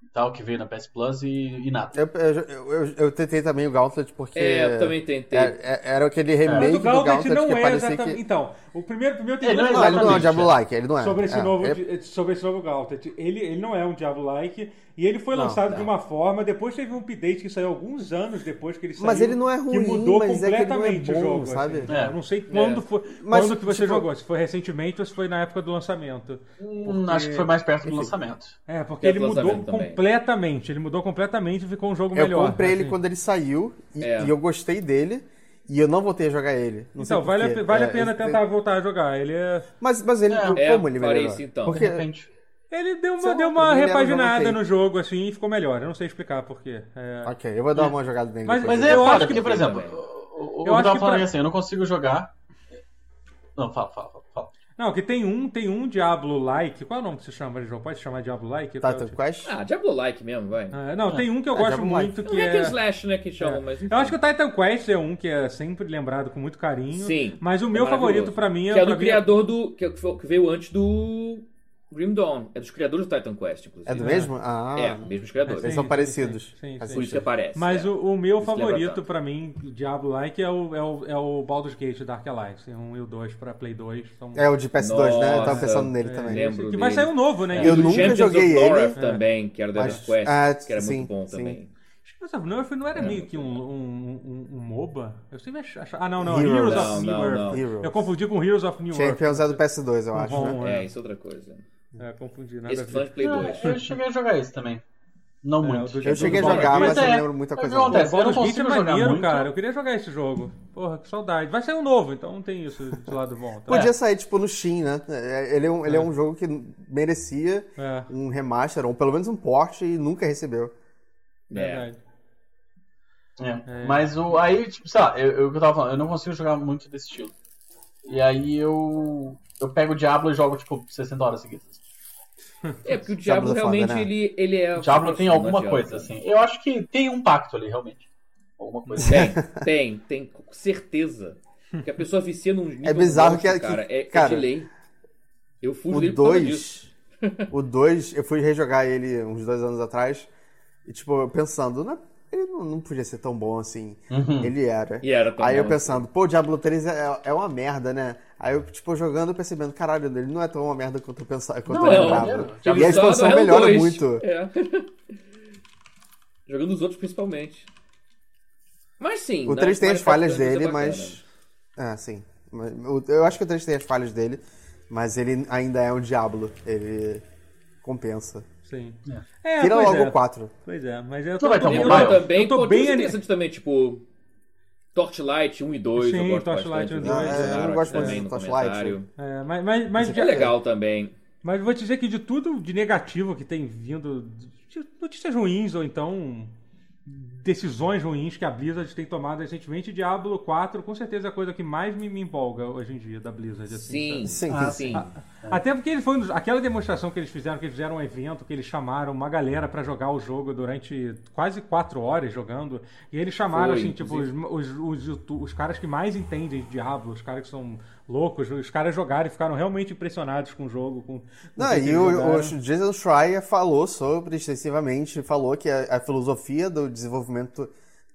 e Tal, que veio na PS Plus e, e nada.
Eu, eu- eu- eu- eu tentei também o Gauntlet porque...
É, eu também tentei.
Era, era aquele remake
Mas
do
o Gauntlet
Gauntlet
não
que
é
parecia
exatamente.
que...
Então, o primeiro, primeiro tem
Ele
duas
não é
Não, ele não é um
Exatamente,
Diablo-like, ele não é.
sobre esse
É,
novo tipo
ele-
de- sobre esse novo Gauntlet. Ele, ele não é um Diablo-like e ele foi
Não,
lançado
não.
de uma forma, depois teve um update que saiu alguns anos depois que ele saiu.
Mas ele não é ruim,
que mudou
mas é que ele não é
completamente
bom,
o jogo,
sabe?
assim.
É.
Eu não sei quando foi,
Mas,
quando que você
tipo-
jogou, se foi recentemente ou se foi na época do lançamento.
Hum, Acho que foi mais perto do lançamento.
É, porque
É
ele
do
mudou
lançamento também.
completamente, ele mudou completamente e ficou um jogo
Eu
melhor.
comprei ele
assim.
quando ele saiu e,
É.
e eu gostei dele. E eu não voltei a jogar ele. Não sei
Então, vale, a
por
pe-
quê.
vale a
É,
pena
eu-
tentar voltar a jogar. Ele é-
Mas, mas ele.
É,
como ele
farei
melhorou?
isso então.
De
Porque
repente.
Ele deu uma,
Sei lá,
deu uma
pra mim ele era um jogo
repaginada
ok.
no jogo, assim, e ficou melhor. Eu não sei explicar porquê. É...
Ok, eu vou dar uma jogada nele.
Mas-
depois.
Mas é
Eu
foda,
acho que-
porque, por exemplo,
também.
o- o-
Eu
o
acho
que eu
que
falando
pra-
assim, eu não consigo jogar. Não, fala, fala, fala, fala.
Não, que tem um, tem um Diablo-like. Qual é o nome que se chama de jogo? Pode se chamar Diablo-like? Qual é o
Titan
tipo?
Quest?
Ah, Diablo-like mesmo, vai.
Ah, não, tem um que eu
Ah,
gosto
Diablo-like.
muito
É um
que
hack and
é...
slash, né, que chamam, mas...
Eu acho que o Titan Quest é um que é sempre lembrado com muito carinho.
Sim,
Mas o
é
meu
maravilhoso.
favorito pra mim é
Que é
pra
do
mim,
criador do... Que, é o que foi- que veio antes do Grim Dawn. É dos criadores do Titan Quest, inclusive.
É do mesmo? Ah.
É, mesmos
É,
criadores.
sim,
são
sim,
parecidos.
sim, sim,
Assim,
sim.
Por isso que aparece.
Mas
é.
o, o meu
Eles
favorito
levantaram.
pra mim, Diablo-like, é o, é, o, é o Baldur's Gate Dark Alliance. Um e o 2 pra Play 2. São...
É o de PS2, né? Eu tava
Nossa,
pensando nele
é,
também.
lembro
que vai
dele.
sair um novo, né?
É. Eu
E do
não
nunca
Champions
joguei
of
É.
Dwarf
ele.
também, que era do
Acho-
EverQuest,
Ah,
que era
sim,
muito bom
sim.
também.
Não, não era
Não.
meio que um, um, um, um MOBA? Eu sempre achava... Ah, não, não.
Heroes.
Heroes
Não,
of New
não, não.
Earth.
Heroes.
Eu confundi com Heroes of New Earth.
Champions é do PS2, eu acho. né?
Bom,
É,
é.
isso é outra coisa.
É, confundi. Nada
Esse
a ver.
fã de Play 2.
Eu cheguei a jogar esse também. Não
É, o
muito.
do
Eu
Jeff
cheguei a
Goldblum.
jogar, mas
Mas
eu
é.
lembro muita
Mas
coisa.
não
boa.
acontece.
Pô,
Eu não
Baldur's Gate é
consigo jogar
maneiro,
muito.
cara. Eu queria jogar esse jogo. Porra, que saudade. Vai sair um novo, então tem isso do lado bom. Tá?
Podia sair, tipo, no Steam, né? É, Ele é um, ele é um jogo que merecia
É,
um remaster, ou pelo menos um port, e nunca recebeu.
É.
verdade.
É. Mas o, aí, tipo, sei lá, eu, eu, eu tava falando, eu não consigo jogar muito desse estilo. E aí eu. Eu pego o Diablo e jogo, tipo, 60 horas seguidas.
É, porque o
Diablo
Diablo
é foda,
realmente
né?
ele, ele é.
O Diablo
frouxo,
tem
não
alguma
adianta.
coisa, assim. Eu acho que tem um pacto ali, realmente.
*laughs*
Alguma coisa.
é.
Tem, tem, tem com certeza. Que a pessoa vicia num nível
bizarro
monstro,
que é- que-
cara. É,
cara,
é de lei. Eu fujo
O
dele por causa
2. *laughs* O 2, eu fui rejogar ele uns dois anos atrás. E, tipo, eu pensando, né? Ele não não podia ser tão bom assim.
Uhum.
Ele era.
E era né? tão
Aí eu
bom.
pensando, pô, Diablo 3 é, é uma merda, né? Aí eu, tipo, jogando, percebendo, caralho, ele não é tão uma merda quanto eu pensava, quanto
Não,
eu
é
lembrava.
maneiro.
e a
Ele um só
expansão
não é um
melhora
dois.
muito.
É. *laughs* Jogando os outros principalmente. Mas sim.
O
né,
3 tem
mas
as falhas
Capcom é
dele,
bacana.
mas. Ah, sim. Mas o- Eu acho que o 3 tem as falhas dele, mas ele ainda é um Diablo. Ele compensa.
Sim. É,
Tira
pois
logo
é.
o 4.
Pois é, mas eu
vai ter um
Eu
eu
mobile?
tô-
também,
eu tô
pô, tem
bem
uns
ani-
interessantes também, tipo Torchlight 1 e 2, eu
Sim,
gosto
Torchlight 1
bastante.
e 2,
do
é, eu
Art
gosto muito
também
do
no
Torchlight.
comentário.
É, mas, mas, mas,
É legal também.
mas vou te dizer que de tudo de negativo que tem vindo, de notícias ruins ou então decisões ruins que a Blizzard tem tomado recentemente, Diablo 4 com certeza é a coisa que mais me, me empolga hoje em dia da Blizzard. Assim, sabe?
Sim,
Sim,
sim,
Ah,
sim.
Até porque ele foi um dos- aquela demonstração que eles fizeram, que eles fizeram um evento, que eles chamaram uma galera pra jogar o jogo durante quase quatro horas jogando. E eles chamaram,
Foi,
assim, tipo, os, os, os, youtu- os caras que mais entendem de Diablo, os caras que são loucos, os caras jogaram e ficaram realmente impressionados com o jogo. Com, com o
Não,
que eles
e o,
jogaram.
o Jason Schreier falou sobre, extensivamente, falou que a, a filosofia do desenvolvimento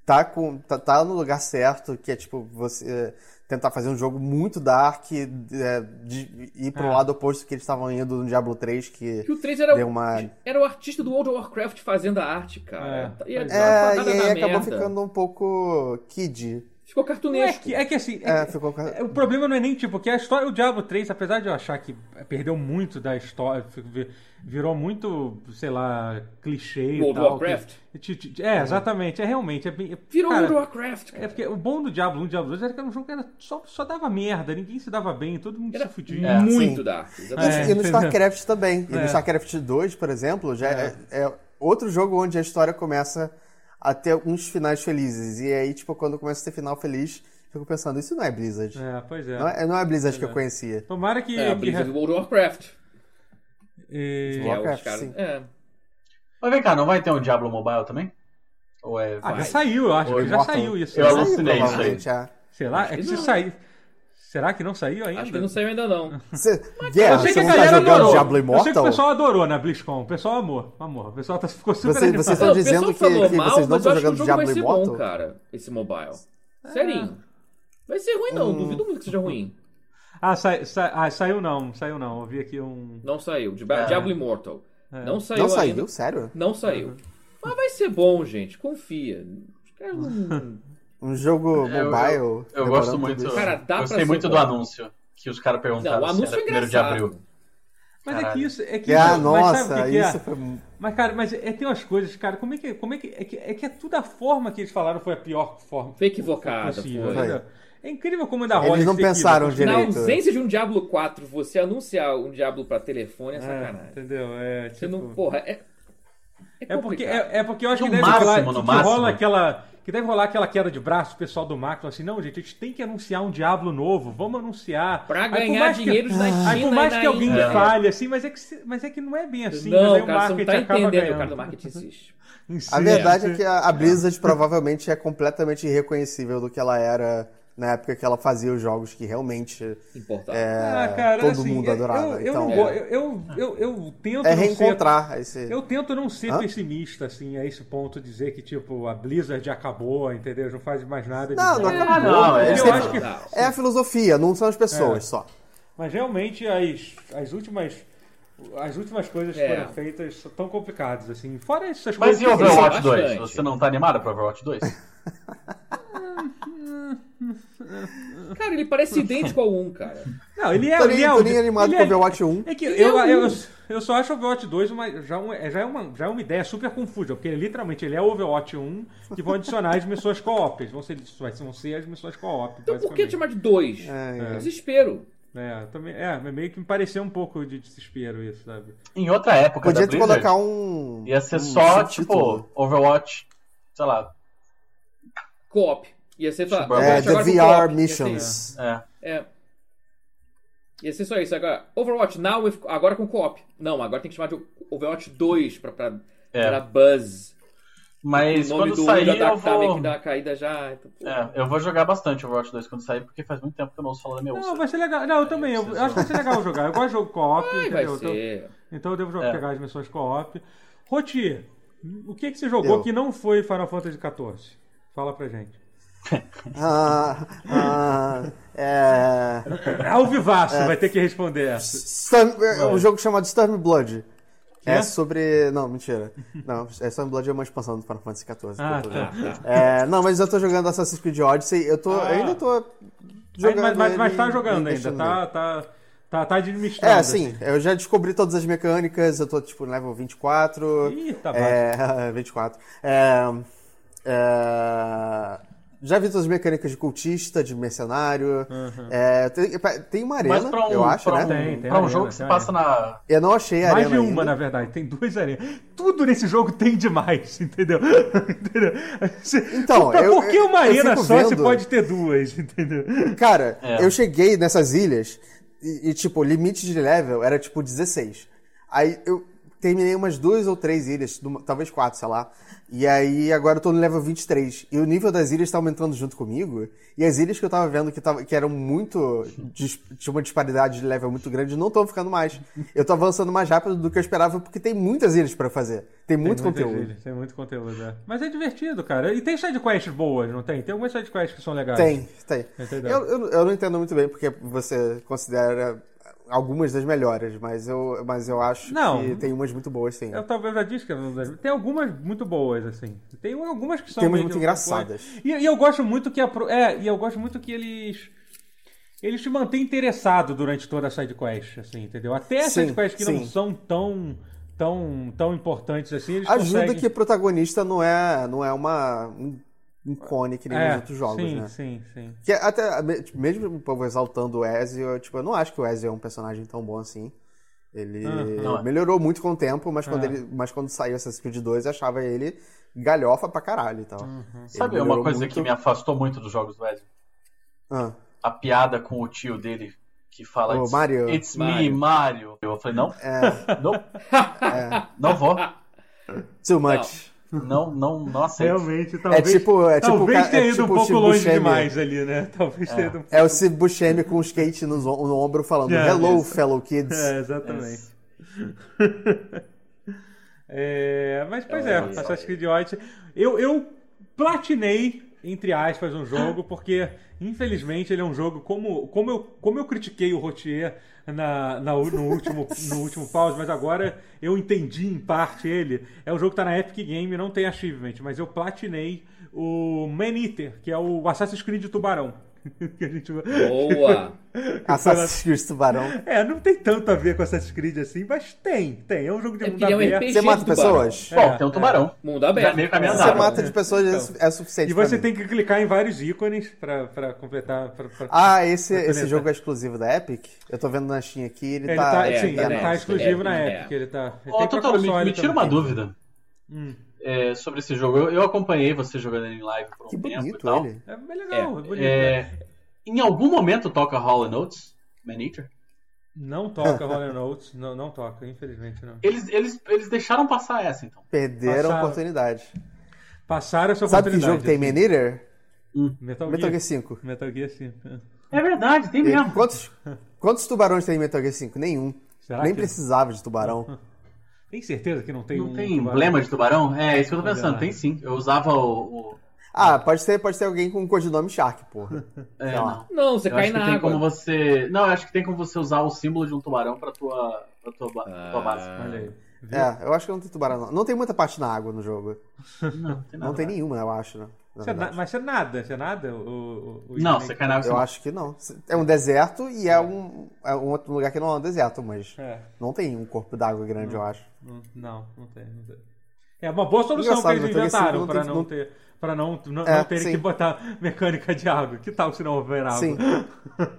tá, com, tá, tá no lugar certo, que é tipo você tentar fazer um jogo muito dark, é, de, ir pro
É.
lado oposto que eles estavam indo no Diablo 3, que
Que o 3 era,
deu
o-
uma-
era o artista do World of Warcraft fazendo a arte, cara.
É.
E a-
É,
É,
a
e
parada
aí
da
acabou
merda.
ficando um pouco kid.
Ficou
Não, é,
cartunesco.
que, é que assim.
É,
é-
ficou com-
é, o problema não é nem tipo que a história. O Diablo 3, apesar de eu achar que perdeu muito da história, fi- vi- virou muito, sei lá, clichê e
World
tal.
of Warcraft.
que- ti- ti- é, exatamente. É realmente. É, bem- é-
Virou um
cara,
World of Warcraft, cara.
É porque o bom do Diablo 1 e Diablo 2 era que era um jogo que era só, só dava merda, ninguém se dava bem, todo mundo
Era
se fudia.
É,
muito
sim.
dark.
É,
e no
entendeu?
StarCraft também. E no
É.
StarCraft 2, por exemplo, já é. é outro jogo onde a história começa a ter uns finais felizes. E aí, tipo, quando começa a ter final feliz, fico pensando, isso não é Blizzard.
É, pois é.
Não, é, não é a Blizzard que eu conhecia.
Tomara que.
É, a
que-
brisa do World of Warcraft.
e-
que é os
Warcraft,
caras-
sim.
é.
Mas vem cá, não vai ter um Diablo Mobile também? Ou é.
Ah, já
vai.
saiu, eu acho
Oi,
que já
Mortal.
saiu isso.
Eu
né?
alucinei. isso aí.
provavelmente, é.
Será?
que
É que se
não.
sair. Será que não saiu ainda?
Acho que não saiu ainda não.
Você, Guerra,
Eu sei que
você
a
não tá
galera
jogando
adorou.
Diablo
Eu sei que o
Immortal?
pessoal adorou na BlizzCon. O pessoal amou. Amor. O pessoal tá, ficou super
Vocês- vocês
animado.
tão
Não, o
dizendo
pessoal
que-
falou
que
mal,
vocês não
mas
tão
eu acho que o
jogando
jogo
Diablo
vai ser
Immortal?
bom, cara. Esse mobile. Serinho. Vai ser ruim
Hum.
não, duvido muito que seja ruim.
Ah, sai- sai- ah, saiu não. Saiu não. Eu vi aqui um...
Não saiu. Di- Diablo Immortal.
É.
Não saiu
Não saiu,
ainda.
sério?
Não saiu.
Uhum.
Mas vai ser bom, gente. Confia. Os caras
*laughs*
não...
Um jogo
É, eu-
mobile?
eu- Eu
demorando
gosto
tudo
muito.
isso?
Cara, dá
gostei
pra ser
muito do
bom.
anúncio. Que os caras perguntaram
Não, o
se
anúncio
era
é
1 de abril.
engraçado.
Mas é que
Caralho.
isso... É que
Ah,
isso- mas sabe o
nossa,
que que é?
isso foi...
Mas, cara, mas é, tem umas coisas, cara, como é que. Como é, que, é, que, é que é tudo a forma que eles falaram foi a pior forma.
Foi equivocada,
possível,
foi.
entendeu? É incrível como ainda rola
Eles não
esse equívoco.
pensaram
Na
direito.
ausência de um Diablo 4, você anunciar um Diablo pra telefone é
É,
sacanagem.
entendeu? É,
Você
tipo,
não, porra, é.
é porque
complicado. um
é, é porque eu acho
No
que deve
máximo,
rolar,
no
que
máximo.
rola aquela que deve rolar aquela queda de braço, o pessoal do Macro assim, não, gente, a gente tem que anunciar um Diablo novo, vamos anunciar.
Pra
Aí, por
ganhar
mais que-
dinheiro na China
Aí por
e
mais
na
que alguém
Índia.
fale, assim, mas é, que, se- mas é que não é bem assim. mas aí
não,
o
cara, você não
marketing
tá
acaba
entendendo.
ganhando.
O cara do marketing existe.
A
Sim.
verdade é que a, a Blizzard provavelmente é completamente irreconhecível do que ela era na época que ela fazia os jogos que realmente
Importar.
Ah,
é,
cara,
todo
assim,
mundo
eu-
adorava.
Eu, eu,
então,
não go- eu, eu, eu, eu tento
é
não ser-
reencontrar esse.
Eu tento não ser
Hã?
pessimista, assim, a esse ponto, dizer que, tipo, a Blizzard acabou, entendeu? Não faz mais nada. de
Não,
bom.
não acabou.
não,
eles
Ah, eu
têm-
acho que-
É a filosofia, não são as
É.
pessoas só.
Mas realmente as, as últimas. As últimas coisas que
É.
foram feitas são tão complicadas, assim. Fora essas
Mas
coisas.
e
que-
Bastante.
Overwatch 2? Você não tá animado pra Overwatch 2?
Cara, ele parece idêntico ao 1,
*laughs*
cara.
Não, ele é.
Tô
ele
nem,
é
tô nem animado
ele
com
é-
Overwatch 1.
É que
Ele é
eu,
um.
eu, eu só acho Overwatch 2 uma, já, um- é- já, é uma, já é uma ideia super confusa, porque literalmente ele é Overwatch 1 que vão adicionar as missões co-op. Vão ser, vão ser as missões co-op.
Então por que
basicamente.
chamar de 2?
É,
Desespero.
É, também, é, meio que me pareceu um pouco de desespero isso, sabe?
Em outra época
Podia
da
te
Blizzard,
colocar um.
ia ser
um
só,
subtítulo.
tipo, Overwatch, sei lá,
Co-op. Ia ser só.
Tipo,
"Ah,
É,
Overwatch
The
agora com co-op".
VR
Ia ser-
Missions.
é.
É. Ia ser só isso. Agora, Overwatch Now, with- agora com co-op. Não, agora tem que chamar de Overwatch 2 pra, pra
É.
dar buzz.
Mas
o nome
quando
do
sair,
ainda tá,
eu
tá meio
vou...
que dá uma caída já. Então, pô.
É, eu vou jogar bastante Overwatch 2 quando sair, porque faz muito tempo que eu não ouço falar da minha
Não,
úlcera.
vai ser legal. Não, eu também. Eu, eu acho que vai ser legal jogar. Eu gosto de jogo co-op,
Ai, vai
entendeu? Então,
ser.
então eu devo jogar,
É.
pegar as missões co-op. Rotier, o que, que você jogou
Eu.
que não foi Final Fantasy XIV? Fala pra gente.
Ah, ah, é.
Ao vivaço, vai ter que responder essa.
Storm, é um jogo chamado Stormblood.
Quê?
É sobre. Não, mentira. Não, é Stormblood é uma expansão do Final Fantasy XIV. que
Ah,
eu tô
tá.
jogando. É, não, mas eu tô jogando Assassin's Creed Odyssey. Eu, tô, eu ainda tô
Mas,
jogando.
mas, mas, mas
ele
tá
e
jogando ainda,
entendendo
tá, tá, tá, tá administrando.
É, sim, eu já descobri todas as mecânicas, eu tô tipo no level 24.
Ih, tá
*laughs* é, 24. É, é, já vi todas as mecânicas de cultista, de mercenário. É, tem, tem uma arena,
Mas pra um,
eu acho,
pra um,
né?
Tem, tem
pra um
arena,
jogo que se
tem
passa na...
Eu não achei a
Mais de
arena.
uma,
ainda.
na verdade. Tem duas arenas. Tudo nesse jogo tem demais, *laughs* entendeu? entendeu? Se-
Então,
pra-
eu-
por que
eu-
uma
eu
arena
fico
só se
vendo-
pode ter duas, entendeu?
Cara,
É.
eu cheguei nessas ilhas e, e, tipo, o limite de level era, tipo, 16. Aí eu terminei umas duas ou três ilhas, numa- talvez quatro, sei lá. E aí agora eu tô no level 23. E o nível das ilhas tá aumentando junto comigo. E as ilhas que eu tava vendo que, tava, que eram muito... dis- Tinha uma disparidade de level muito grande não estão ficando mais. Eu tô avançando mais rápido do que eu esperava porque tem muitas ilhas pra fazer. Tem muito
muitas
conteúdo.
ilhas, Tem muito conteúdo, é. Mas é divertido, cara. E tem sidequests boas, não tem? Tem algumas sidequests que são legais.
Tem, tem.
Entendeu?
Eu, eu, eu não entendo muito bem porque você considera algumas das melhores, mas eu, mas eu acho
Não.
que tem umas muito boas, sim.
Eu talvez já disse que eu não- tem algumas muito boas assim. Tem algumas que são
Tem umas
meio
muito
que-
engraçadas.
E, e eu gosto muito que a pro- é, e eu gosto muito que eles eles te mantêm interessado durante toda a side quest, assim, entendeu? Até as
Sim,
side quests que não
sim.
são tão tão tão importantes assim, eles
Ajuda
conseguem...
que é o protagonista não é, não é uma, um, um cone que nem
é,
nos outros jogos,
sim,
né?
sim, sim.
Que até, me- tipo, mesmo o povo exaltando o Ezio, eu, tipo, eu não acho que o Ezio é um personagem tão bom assim. Ele
Não é.
melhorou muito com o tempo, mas quando,
Ah, É.
ele, mas quando saiu Assassin's Creed 2, eu achava ele galhofa pra caralho e tal.
Hum.
Hum. Ele
Sabe uma
melhorou
coisa
muito.
que me afastou muito dos jogos do Ezio?
Ah.
A piada com o tio dele, que fala...
Ô,
"It's-
Mario."
It's me,
Mario.
Mario. Eu falei, não,
É,
não,
é.
não vou.
Too much.
Não, não, não aceito.
Realmente, talvez
é tipo. É tipo
talvez
o ca-
tenha
é
ido
tipo
um
o
pouco
Steve
longe
Buscemi.
demais ali, né? Talvez tenha ido um pouco.
É o Steve Buscemi com o skate no, zo- no ombro falando
É,
Hello,
isso.
fellow kids.
É, exatamente. *laughs* É, mas, pois é,
É, isso
Assassin's Creed Odyssey. Eu, eu platinei, entre aspas, um jogo, porque, infelizmente, ele é um jogo, como, como, eu, como eu critiquei o Rotier na, na u- no, último,
*laughs*
no último pause, mas agora eu entendi em parte ele. É um jogo que tá na Epic Game, não tem achievement, mas eu platinei o Man Eater, que é o Assassin's Creed Tubarão. *laughs* que a gente...
Boa.
Assassin's Creed Tubarão.
É, não tem tanto a ver com Assassin's Creed assim, mas tem, tem. É um jogo de
É
mundo
porque ele é um
aberto.
RPG
Você mata
do tubarão.
pessoas?
é,
Bom, tem um tubarão.
Mundo aberto.
Já meio caminho
Você
andado.
mata de pessoas é
Então.
su- é suficiente.
E você
pra
tem
mim.
que clicar em vários ícones pra, pra completar. Pra, pra-
Ah, esse, esse
Beleza.
jogo é exclusivo da Epic? Eu tô vendo na Steam aqui, ele,
tá? Ele
tá.
tá,
é,
sim,
tá
ele
na
tá
Epic,
exclusivo
é,
na
é.
Epic, ele tá. Ele
Ô,
tem Hum. pra
Totoro, me,
console
me tira
também.
uma dúvida. é, sobre esse jogo. Eu, eu acompanhei você jogando ele em live por um
Que
tempo e
bonito
tal.
ele.
É bem legal, é, bonito. né?
É, em algum momento toca Hollow Notes, Man Eater.
Não toca Roller
*laughs*
Notes, não, não toca, infelizmente não.
Eles, eles, eles deixaram passar essa, então.
Perderam a
Passaram.
oportunidade.
Passaram essa
Sabe que
oportunidade. assim.
jogo tem Man Eater?
Metal,
Metal Gear
Gear.
5.
Metal Gear 5. é.
É verdade, tem
E
mesmo.
Quantos, quantos tubarões tem em Metal Gear 5? Nenhum.
Será
Nem
que-
precisava
*laughs*
de tubarão.
Tem certeza que não tem
Não
um
tem
tubarão?
emblema de tubarão? É, isso que eu tô
Olha
pensando,
lá.
tem sim. Eu usava o. o-
Ah, pode ser, pode ser alguém com um codinome Shark, porra.
é,
Sei lá.
não.
Não, você
Eu
cai
acho que
na
tem
água.
como você. Não, eu acho que tem como você usar o símbolo de um tubarão pra tua, pra tua, ba-
Ah.
tua base.
Olha aí. Viu?
É, eu acho que não tem tubarão, não. Não tem muita parte na água no jogo.
Não, tem nada.
Não tem nenhuma, eu acho, né? Na
Isso é na-
verdade.
mas isso é nada, isso é nada? O, o- o
Não,
remake-
você cai na água.
Eu acho que não. É um deserto e é um, é um outro lugar que não é um deserto, mas
É,
não tem um corpo d'água grande, eu acho.
não, não, não tem, não tem. É uma boa solução que
Engraçado,
eles
Metal Gear
inventaram
5
para
não tem-
não ter. Pra não, não,
É,
não terem
sim.
que botar mecânica de água. Que tal se não houver água?
Sim.
*laughs*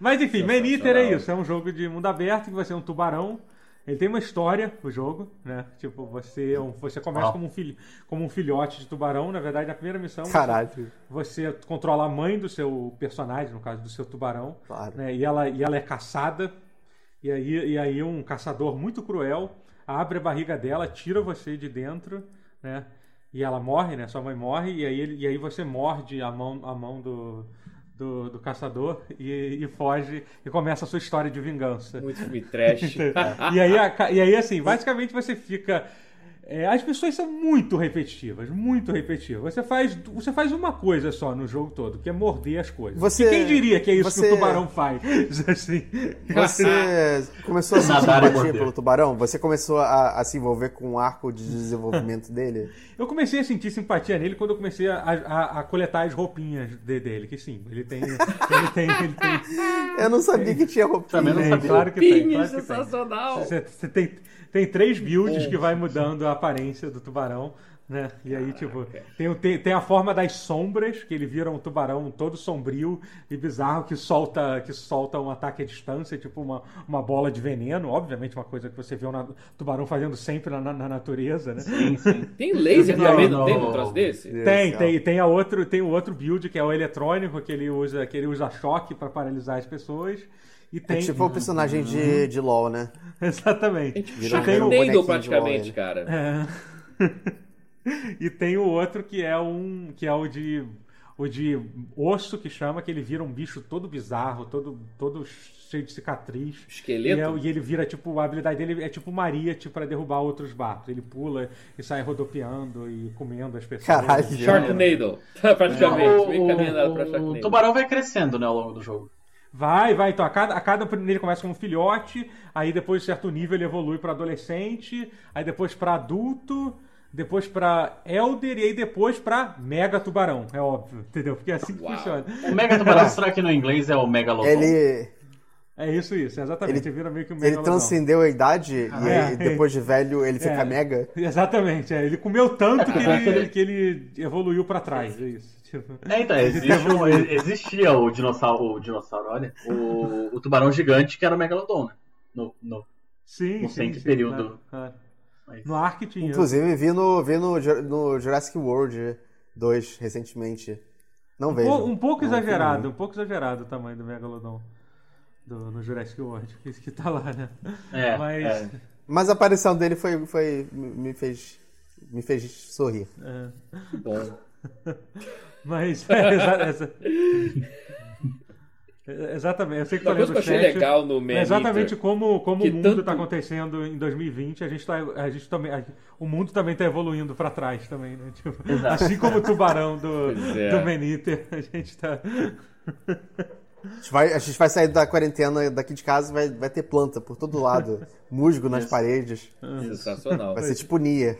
Mas enfim, Man Eater é
Sensacional.
isso. É um jogo de mundo aberto que você é um tubarão. Ele tem uma história, o jogo, né? Tipo, você, é um- você começa
Uau.
como, um filho, como um filhote de tubarão. Na verdade, na primeira missão, você-
Caralho.
você controla a mãe do seu personagem, no caso do seu tubarão,
Claro.
né? E ela, e ela é caçada. E aí, e aí um caçador muito cruel abre a barriga dela, tira você de dentro, né? E ela morre, né? Sua mãe morre, e aí, ele- e aí você morde a mão, a mão do, do, do caçador e, e foge e começa a sua história de vingança.
Muito filme
*laughs* é
trash.
*laughs*
*laughs*
E aí, a ca- e aí, assim, basicamente você fica. é, as missões são muito repetitivas, muito repetitivas. Você faz, você faz uma coisa só no jogo todo, que é morder as coisas.
Você-
E quem diria que é isso
você-
que o tubarão faz? *laughs* Assim.
Você começou a sentir
Nadar e
é
simpatia
morder.
pelo tubarão? Você começou a, a se envolver com o arco de desenvolvimento dele?
Eu comecei a sentir simpatia nele quando eu comecei a, a- a coletar as roupinhas de- dele, que sim, ele tem. Ele tem. Ele tem,
Eu não sabia que tinha roupinha.
Também Eu não
tem,
sabia.
claro que tem.
Filme
Claro que tem.
sensacional.
Você, você tem, tem três builds que vai mudando a aparência do tubarão, né? E aí, tipo, tem, o- tem, tem a forma das sombras, que ele vira um tubarão todo sombrio e bizarro, que solta, que solta um ataque à distância, tipo uma, uma bola de veneno. Obviamente, uma coisa que você vê um na- tubarão fazendo sempre na, na- na natureza, né?
Sim, sim.
Tem laser
Não,
também, não
não.
tem um troço desse?
Meu Deus
Tem,
do
tem, tem a outro, tem o outro build que é o eletrônico que ele usa, que ele usa choque para paralisar as pessoas e
céu.
tem Uhum.
É
*laughs*
tipo o personagem de, de LOL, né?
exatamente.
É tipo
Virou um
Sharknado
bonequinho
praticamente,
de
cara.
É. *laughs* e tem o outro que é um que é o de o de osso que chama que ele vira um bicho todo bizarro, todo todo cheio de cicatriz. E, é-
Esqueleto?
e ele vira tipo a habilidade dele é tipo mariachi para derrubar outros barcos. Ele pula e sai rodopiando e comendo as pessoas.
Caralho.
Sharknado, *laughs* praticamente. Bem caminhado pra
O, o, o
Sharknado.
tubarão vai crescendo né, ao longo do jogo.
Vai, vai. Então, a cada, a cada ele começa como filhote, aí depois de certo nível ele evolui pra adolescente, aí depois pra adulto, depois pra elder e aí depois pra mega tubarão. É óbvio, entendeu? Porque é assim que
Uau.
funciona.
O mega tubarão, será que no inglês é o
Uhum.
megalodon?
Ele,
É isso, isso. Exatamente. Ele, vira meio que um
ele
megalodon.
transcendeu a idade e
é.
aí, depois de velho ele fica
É.
mega.
*laughs* Exatamente. é. Ele comeu tanto que
*laughs*
ele, que ele evoluiu pra trás. É isso. Tipo,
É, então, existe um- existia o dinossauro, o dinossauro, olha, o, o tubarão gigante que era o megalodon, né? No, no-
sim,
Não
sim,
sei em que
sim,
período.
claro, claro.
mas-
No ar que tinha.
Inclusive, vi no, vi no, Ju- no Jurassic World 2 recentemente. Não
Um
vejo.
pou- um pouco
Não,
exagerado, um pouco exagerado o tamanho do Megalodon do, no Jurassic World, que, que tá lá, né?
é,
Mas.
é.
Mas a aparição dele foi, foi me me fez me fez sorrir.
é,
Bom.
mas. *laughs* é, exa- exa- É, exatamente. Eu sei que tô
Uma coisa
lendo
que eu
o
achei
chat.
legal no
é
Man
exatamente
Eater.
como, como
que
o mundo
tanto-
tá acontecendo em 2020, a gente tá. A gente também, a- o mundo também tá evoluindo pra trás também, né? Tipo, assim como o tubarão do,
*laughs* Pois é.
do Man Eater, a gente tá.
A gente vai, a gente vai sair da quarentena daqui de casa e vai, vai ter planta por
*laughs*
todo lado. Musgo nas paredes.
Sensacional.
Vai ser tipo Nia.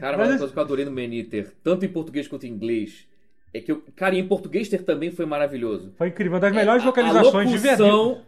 Cara,
Mas-
mas uma coisa que eu adorei no Meniter, tanto em português quanto em inglês, é que eu. Cara, em português ter também foi maravilhoso.
Foi incrível. Uma das melhores
É, A- a
localizações de verdade.
locução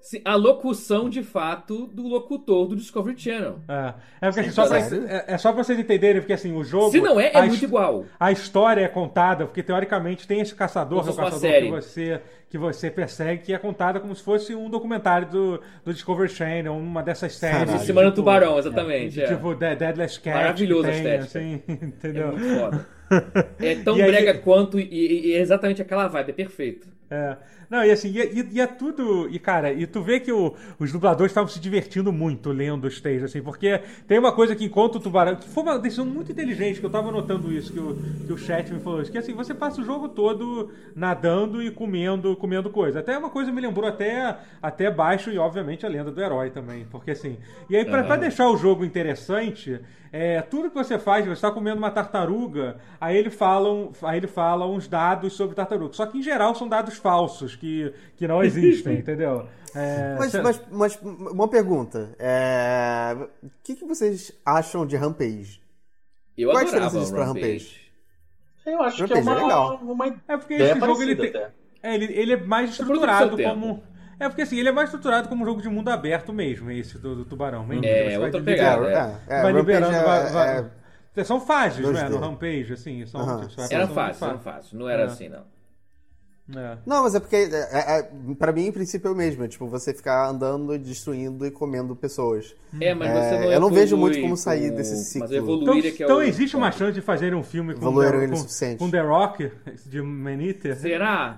se- a locução de fato do locutor do Discovery Channel.
É, é, porque, assim,
Sim,
só pra,
sério?
é, é só pra vocês entenderem, porque assim, o jogo.
Se não é,
a
é muito
his-
igual.
A história é contada, porque teoricamente tem esse caçador,
Como
que é o
se fosse uma
caçador que
série.
você, que você persegue, que é contada como se fosse um documentário do, do Discovery Channel, uma dessas séries.
Caralho.
Semana do
tipo-
Tubarão, exatamente. é.
Tipo The Deadless Cat.
Maravilhoso
que
a
tem,
estética.
assim, *laughs*
É
entendeu?
muito foda.
*laughs*
É tão
E aí-
brega quanto e, e- e é exatamente aquela vibe, é perfeito.
É. Não, e assim, e, e- e é tudo. E cara, e tu vê que o- os dubladores estavam se divertindo muito lendo os textos, assim, porque tem uma coisa que enquanto o tubarão. que foi uma decisão muito inteligente, que eu tava notando isso, que o, que o chat me falou isso, que assim, você passa o jogo todo nadando e comendo, comendo coisa. Até uma coisa me lembrou até, até baixo e, obviamente, a lenda do herói também. Porque assim. E aí, pra, pra
Aham.
deixar o jogo interessante, é, tudo que você faz, você está comendo uma tartaruga, aí ele fala, um- aí ele fala uns dados sobre tartaruga. Só que em geral são dados falsos, que, que não
*laughs*
existem, entendeu? É,
Mas,
cê-
mas, mas uma pergunta. É, O que, que vocês acham de Rampage?
Eu
Qual a
adorava
diferença disso pra
Rampage.
Eu acho que é
Rampage é
uma,
legal.
uma
É porque
ideia
esse jogo ele
parecida
tem,
até.
é, ele, ele é mais
produto do
estruturado
seu
como. É porque assim, ele é mais estruturado como um jogo de mundo aberto mesmo, esse do, do tubarão. né?
É,
Você vai
outra
de-
É,
pegada. Cara,
é, é,
vai
Rampage
liberando.
é-
vai- vai-
é-
São fases, não é?
2D.
No Rampage, assim. São,
Aham.
tipo, você vai
Era
passando de
fácil, era
fase.
fácil. Não era
É.
assim, não.
É.
Não, mas é porque, é, é, é, pra mim, em princípio, é o mesmo. É, tipo, você ficar andando, destruindo e comendo pessoas.
É, mas
É,
você não
eu não vejo
evolui
muito como sair
com-
desse
Mas
ciclo.
evoluir
Então,
é que é
então
o-
existe uma chance de fazer um filme com,
Valor é
The,
era
com,
insuficiente.
com The Rock, de Man Eater?
Será?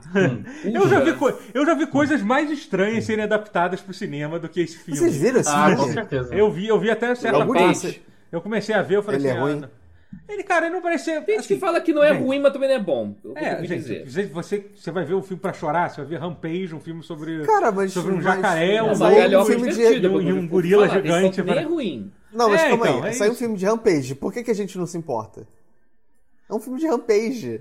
Eu já,
um
vi co- eu já vi
Hum.
coisas mais estranhas serem adaptadas pro cinema do que esse filme.
Vocês viram esse
Ah, com
filme?
certeza.
*laughs* Eu vi, eu vi até certa
Logo
parte.
desse.
Eu comecei a ver, eu falei
Ele é
assim, ah,
ruim?
não. ele, cara, ele não parece ser.
Tem gente que
assim,
fala que não é
gente.
ruim, mas também não é bom. Eu
É,
ouvi
gente,
dizer.
você- você, você vai ver um filme pra chorar, você vai ver Rampage, um filme sobre,
Cara, mas-
sobre um
mas-
jacaré,
Não,
um
mas
lobo,
ele é um
um-
filme de-
divertida,
e um- e
eu
um
vou
gorila
falar, tem
gigante
som que Nem é
pra-
ruim.
Não, mas
É,
calma
então,
aí.
é
Saiu um
isso.
filme de Rampage. Por que, que a gente não se importa? É um filme de Rampage.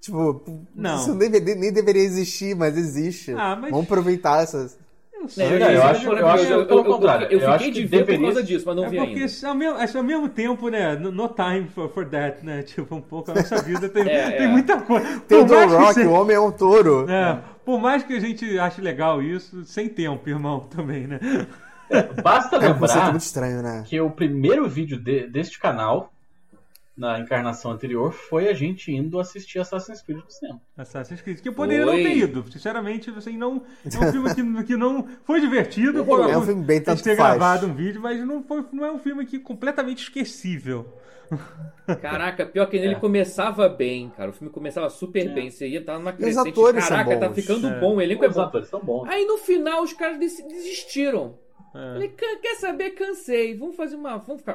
Tipo,
Não.
isso nem, deve- nem deveria existir, mas existe.
Ah, mas-
Vamos aproveitar essas.
É, Eu sei.
Né,
Cara, eu
já-
acho- eu acho
eu-
pelo
eu- eu-
contrário,
Eu
eu acho
fiquei
que
de ver por
deveria-
causa disso, mas não vi
é porque
ainda.
ao mesmo, assim, ao mesmo tempo, né? No, no time for, for that, né? *laughs* Tipo, um pouco a nossa vida tem,
*laughs* É,
tem
é.
muita coisa.
Tem o
Por
The
mais que
Rock,
seja-
o homem é um touro.
*laughs* É, por mais que a gente ache legal isso, sem tempo, irmão, *laughs* também, né?
Basta
É um conceito
lembrar
muito estranho, né?
que o primeiro vídeo de- deste canal, na encarnação anterior, foi a gente indo assistir Assassin's Creed no cinema.
Assassin's Creed, que eu poderia não
Foi.
ter ido. Sinceramente, assim, não, é um filme que, *laughs* que não foi divertido. foi
É um filme bem
a gente
tanto
ter
faz.
gravado um vídeo, mas não, foi, não é um filme que completamente esquecível.
Caraca, pior que ele
É.
começava bem, cara. O filme começava super
É.
bem. Você ia estar numa
E os
crescente.
atores são
Caraca, tá
bons.
ficando
É.
bom, o elenco é
Os
bom.
atores são bons.
Aí no final os caras des- desistiram.
É.
Falei, "Ca- quer saber? Cansei. Vamos fazer uma. Vamos ficar.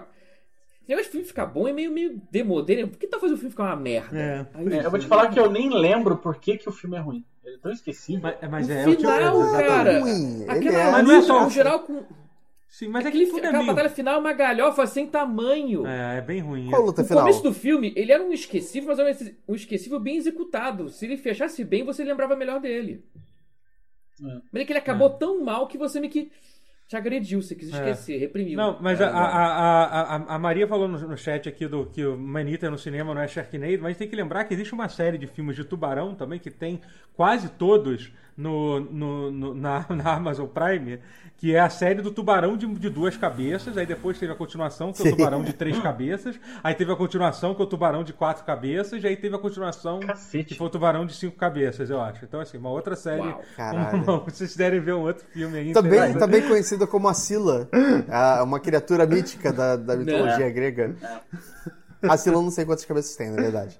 Esse negócio de filme ficar bom é meio, meio demodê. né? Por que tá fazendo o filme ficar uma merda?
É.
Aí,
É, eu vou te falar que eu nem lembro por que, que o filme é ruim. Ele é tão esquecido.
Mas, mas
O
é, é o tipo-
final,
exatamente.
cara.
ruim. Ele
Aquela
é...
Mas não é só o
luta, no geral, com
Sim, mas é que
aquele,
tudo é
aquela
meio-
batalha final é uma galhofa sem tamanho.
É, é bem ruim.
Qual a
é.
luta
o
final?
começo do filme, ele era um esquecível, mas era um esque- um esquecível bem executado. Se ele fechasse bem, você lembrava melhor dele.
É.
Mas é que ele acabou tão mal que você meio que te agrediu, você quis
É.
esquecer, reprimiu.
Não, mas a,
É,
a, a, a- a- a Maria falou no, no chat aqui do que o Manita no cinema não é Sharknado, mas tem que lembrar que existe uma série de filmes de tubarão também, que tem quase todos no, no- no- na, *laughs* na Amazon Prime, que é a série do tubarão de, de duas cabeças, aí depois teve a continuação, que é o
Sim.
tubarão de três cabeças, aí teve a continuação, que é o tubarão de quatro cabeças, e aí teve a continuação,
Cacete.
que foi o tubarão de cinco cabeças, eu acho. Então, assim, uma outra série...
Uau.
Caralho.
*laughs*
Tá
vocês derem ver um outro filme aí.
Também,
interessante.
também conhecida como a Sila, a- uma criatura mítica da, da mitologia grega. A Sila eu não sei quantas cabeças tem, na verdade.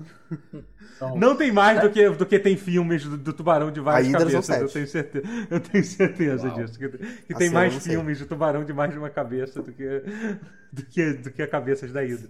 São-
Não tem mais do que, do que tem filmes do, do tubarão de várias
Aí, Hydra são
cabeças, eu
sete.
tenho certeza, eu tenho certeza
Uau.
disso. Que, *laughs* que
Ah,
tem
sim, eu
mais
não sei.
filmes de tubarão de mais de uma cabeça do que, do que, do que a cabeças da Hydra.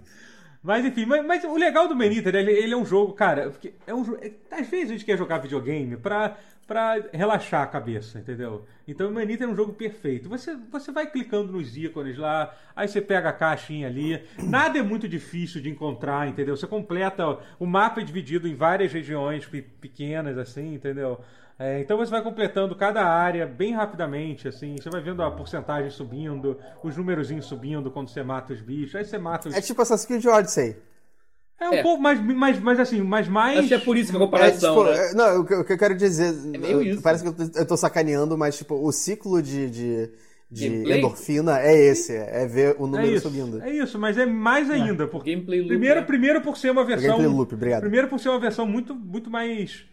Mas enfim, mas, mas o legal do Manita, ele, ele é um jogo, cara, porque é um jo- é- às vezes a gente quer jogar videogame pra, pra relaxar a cabeça, entendeu? Então o Manita é um jogo perfeito. Você, você vai clicando nos ícones lá, aí você pega a caixinha ali. Nada é muito difícil de encontrar, entendeu? Você completa. O mapa é dividido em várias regiões pe- pequenas, assim, entendeu? É, então você vai completando cada área bem rapidamente, assim. Você vai vendo a porcentagem subindo, os numerozinhos subindo quando você mata os bichos. Aí você mata os
É tipo Assassin's Creed Odyssey.
É um
É.
pouco, mas, mas, mas assim, mas mais.
Acho que é por isso que a
É,
comparação,
tipo,
né? É
é, Não, o que, o que eu quero dizer.
meio
eu-
isso.
Parece que eu tô, eu tô sacaneando, mas tipo, o ciclo de, de, de
Gameplay?
endorfina é esse. É ver o
é
número
isso,
subindo.
é isso, mas é mais ainda, porque
Gameplay loop.
primeiro,
né?
primeiro por ser uma versão,
Gameplay loop, obrigado.
um primeiro por ser uma versão muito, muito mais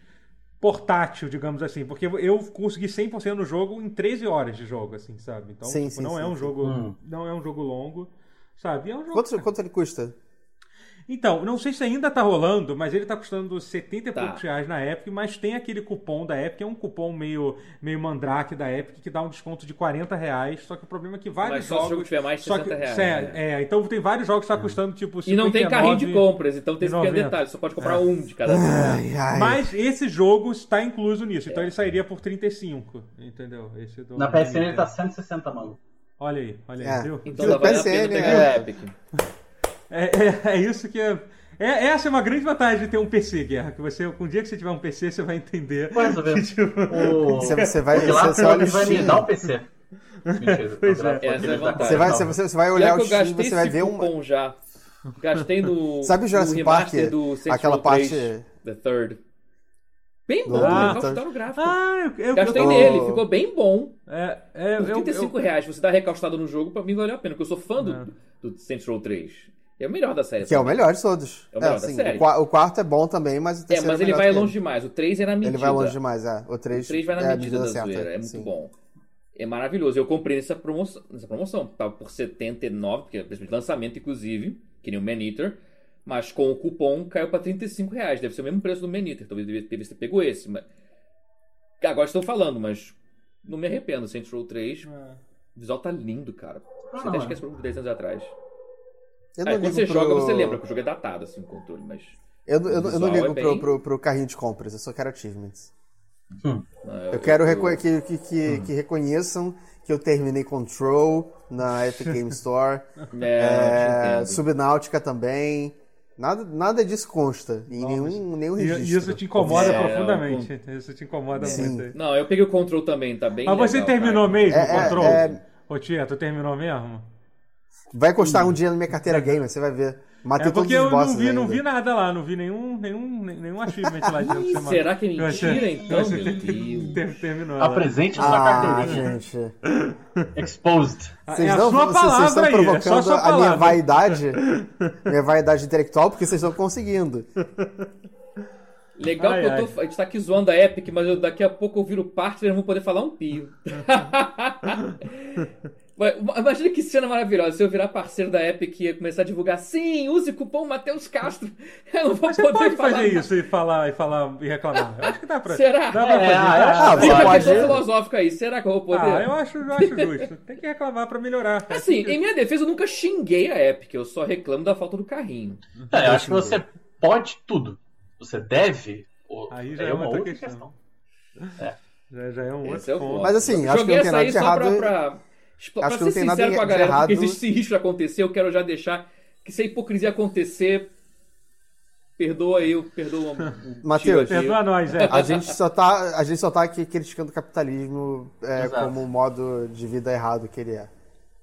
portátil, digamos assim, porque eu consegui 100% no jogo em 13 horas de jogo, assim, sabe? Então,
Sim,
tipo,
sim,
não é
sim,
um
sim.
jogo,
Hum.
não é um jogo longo, sabe? E É um jogo
Quanto, quanto ele custa?
Então, não sei se ainda tá rolando, mas ele tá custando 70 e
Tá.
poucos reais na Epic, mas tem aquele cupom da Epic, é um cupom meio, meio mandrake da Epic, que dá um desconto de 40 reais, só que o problema é que vários
Mas só se o
jogos...
jogo tiver mais de
só que-
60 reais.
sé-
né? Hum.
é, então tem vários jogos que tá custando tipo
E não tem carrinho de
59.
compras, então
e É.
tem esse pequeno
90.
detalhe. Só pode comprar um de cada vez.
Ai, ai.
Mas esse jogo está incluso nisso,
É.
então ele sairia por 35, entendeu? Esse do...
Na PSN ele tá 160, mano.
Olha aí, olha aí,
É.
viu?
Então tá valendo a pena
PSN,
pegar
é.
o Epic.
É, é- é isso que é... é- Essa é uma grande vantagem de ter um PC, Guerra, que você, um dia que você tiver um PC, você vai entender
Mais ou
*laughs* que,
menos.
tipo,
O...
Você- você vai-
porque lá
você-
o
você
Felipe
olha o
vai me
Steam.
dar o PC. Mentira.
Pois
André,
é.
Essa
pode
é a
me dar.
vantagem.
Você vai,
Não.
você, você vai
Pior
olhar
que
o
eu
Steam,
gastei
você vai
esse
ver um.
cupom já. Gastei no.
*laughs* Sabe o Jurassic
no remaster
Park?
Do Saints
Aquela
Row 3,
parte-
The Third. Bem bom,
Ah,
legal
tá.
o gráfico.
Ah, eu, eu,
Gastei
eu-
nele, ficou bem bom.
É, é,
Por
eu,
35
eu-
reais, você dá recalçado no jogo, pra mim valeu a pena, porque eu sou fã
É.
do, do Saints Row 3. É o melhor da série.
Que é o
sabe?
melhor de todos.
É o melhor da
assim,
série.
o qua- o quarto é bom também, mas o
É,
terceiro
mas
é
ele
melhor
vai
que
longe demais. O 3 é na
Ele.
medida.
vai longe demais, é. O 3,
O 3 vai na
é a
medida da zoeira. É muito
sim.
bom. É maravilhoso. Eu comprei nessa promoção. Nessa promoção. Tava por 79, porque é preço de lançamento, inclusive, que nem o Man Eater. Mas com o cupom caiu pra 35 reais. Deve ser o mesmo preço do Man Eater. Talvez devia devia ter pego esse. Mas... Agora estou falando, mas não me arrependo. Saints Row 3, o visual tá lindo, cara. Você
não,
até
é.
esquece o jogo de 10 anos atrás.
Eu não
Aí Ah, quando
ligo
você
pro-
joga, você lembra que o jogo é datado, assim, o controle, mas.
Eu, não- eu não- eu não
visual
ligo
é
pro,
bem-
pro, pro carrinho de compras, eu só quero achievements.
ah,
Eu quero reco- que, que, que, que reconheçam que eu terminei Control na
*laughs*
Epic Game Store,
É, eu
é,
te entendo.
Subnáutica também. Nada, nada disso consta em nenhum, nenhum
E- e
registro.
isso te incomoda
É,
profundamente. Isso te incomoda
Sim.
muito. aí.
Não, eu peguei o control também, tá bem.
Mas você
legal,
terminou
cara.
mesmo
É,
o
é,
control?
é.
Ô tia, tu terminou mesmo?
Vai custar um dia na minha carteira gamer, você vai ver. Matei
É porque
todos
eu
os bosses
não vi, não
ainda.
vi nada lá, não vi nenhum, nenhum, nenhum achievement lá de
Ih, será que é mentira, então,
Você
meu Deus?
terminou. né? lá.
Apresente sua
Ah,
carteirinha.
gente.
Exposed.
Vocês,
é a
não,
sua
vocês,
palavra
estão
aí, é
provocando
só a sua
a minha
palavra. *laughs*
vaidade, minha vaidade intelectual, porque vocês estão conseguindo.
Legal
Ai,
que eu tô, a gente tá aqui zoando a Epic, mas eu- daqui a pouco eu viro parte e eles vão poder falar
*laughs*
um pio. Mas Imagina que cena maravilhosa. Se eu virar parceiro da Epic e ia começar a divulgar, sim, use cupom Matheus Castro. *laughs* Eu não vou
Mas você
poder
pode
falar né?
fazer
nada.
isso e falar e falar e reclamar. Eu acho que dá pra.
Será?
Dá pra
É,
fazer.
ah,
dá.
ah,
Fica
Você
uma
pode-
questão filosófica aí. Será que eu vou poder?
Ah, eu acho, eu acho justo. Tem que reclamar pra melhorar. cara.
Assim, em minha defesa, eu nunca xinguei a Epic. Eu só reclamo da falta do carrinho.
É, eu acho que você pode tudo. Você deve. ou-
Aí já é uma outra questão. Já, já é um
Esse
outro
é o
ponto.
ponto.
Mas assim,
Eu
acho que
joguei
não tem
essa
nada
aí
de
só
errado.
pra, pra, pra
que
ser
não tem nada
sincero
de-
com a
de
galera,
errado.
porque existe esse risco de acontecer, eu quero já deixar que se a hipocrisia acontecer, perdoa eu, perdoa o
*laughs*
tio
Mateus,
aqui.
Perdoa nós, é.
A gente só tá, a gente só tá aqui criticando o capitalismo é,
Exato.
como um modo de vida errado que ele é.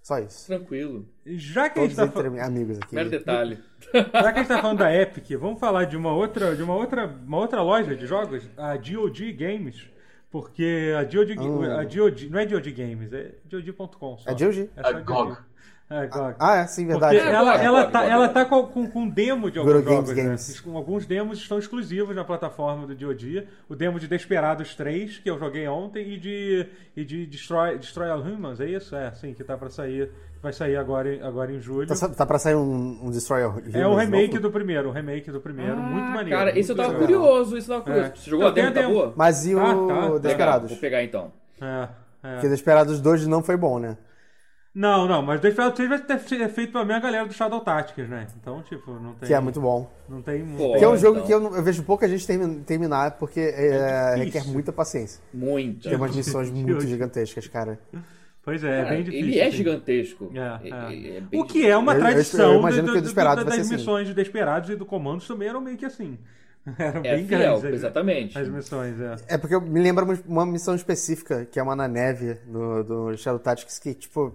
Só isso.
Tranquilo,
Já que a gente
Todos
tá fa-
entre amigos aqui.
mero detalhe.
Já que a gente tá falando da Epic, vamos falar de uma outra, de uma outra, uma outra loja de jogos, a DOD Games. Porque a DOD,
Ah.
a DOD não é DOD Games, é DOD.com. só.
É DOD.
É só
É GOG.
É GOG.
Ah, é, sim,
Porque
verdade.
É
ela,
GOG,
ela
GOG,
tá,
GOG.
ela tá com, com, com demo de alguns
Good Games
jogos, né?
Games.
Com Alguns demos estão exclusivos na plataforma do DOD. O demo de Desperados 3, que eu joguei ontem, e de, e de Destroy, Destroy All Humans, é isso? É, sim, que tá pra sair, vai sair agora, em- agora em julho.
Tá, sa- tá pra sair um, um Destroyer Humans
É o remake
novo?
do primeiro, o remake do primeiro, muito
Ah,
maneiro.
Cara, esse eu
muito
tava
legal.
curioso, esse eu tava curioso.
É.
Você jogou a
Então, tem
demo,
a
tá
demo.
boa?
Mas e o
Tá, tá, tá.
Legal,
Desperados?
vou pegar então.
É, é.
Porque Desperados 2 não foi bom, né?
Não, não, mas Deathbound 3 vai ter fe- é feito pela mesma galera do Shadow Tactics, né? Então, tipo, não tem.
Que é muito bom.
Não tem
Pô.
Que é um
Bom,
jogo
então.
que eu, não- eu vejo pouca gente termi- terminar, porque é,
difícil.
requer muita paciência.
Muito.
Tem umas missões muito
Deus.
gigantescas, cara.
Pois é, é
Cara,
bem difícil.
ele é
assim.
gigantesco.
É, é.
Ele bem
O que é uma
Eu- eu- eu
tradição
imagino
do-
que o
do-
Desperados
do-
vai
das
ser assim.
missões de Desperados e do Comandos também eram meio que assim. *laughs* Eram
É
bem
fiel,
grandes. as-
exatamente.
As missões, é.
É porque eu me lembro uma missão específica, que é uma na neve, no, do Shadow Tactics, que, tipo,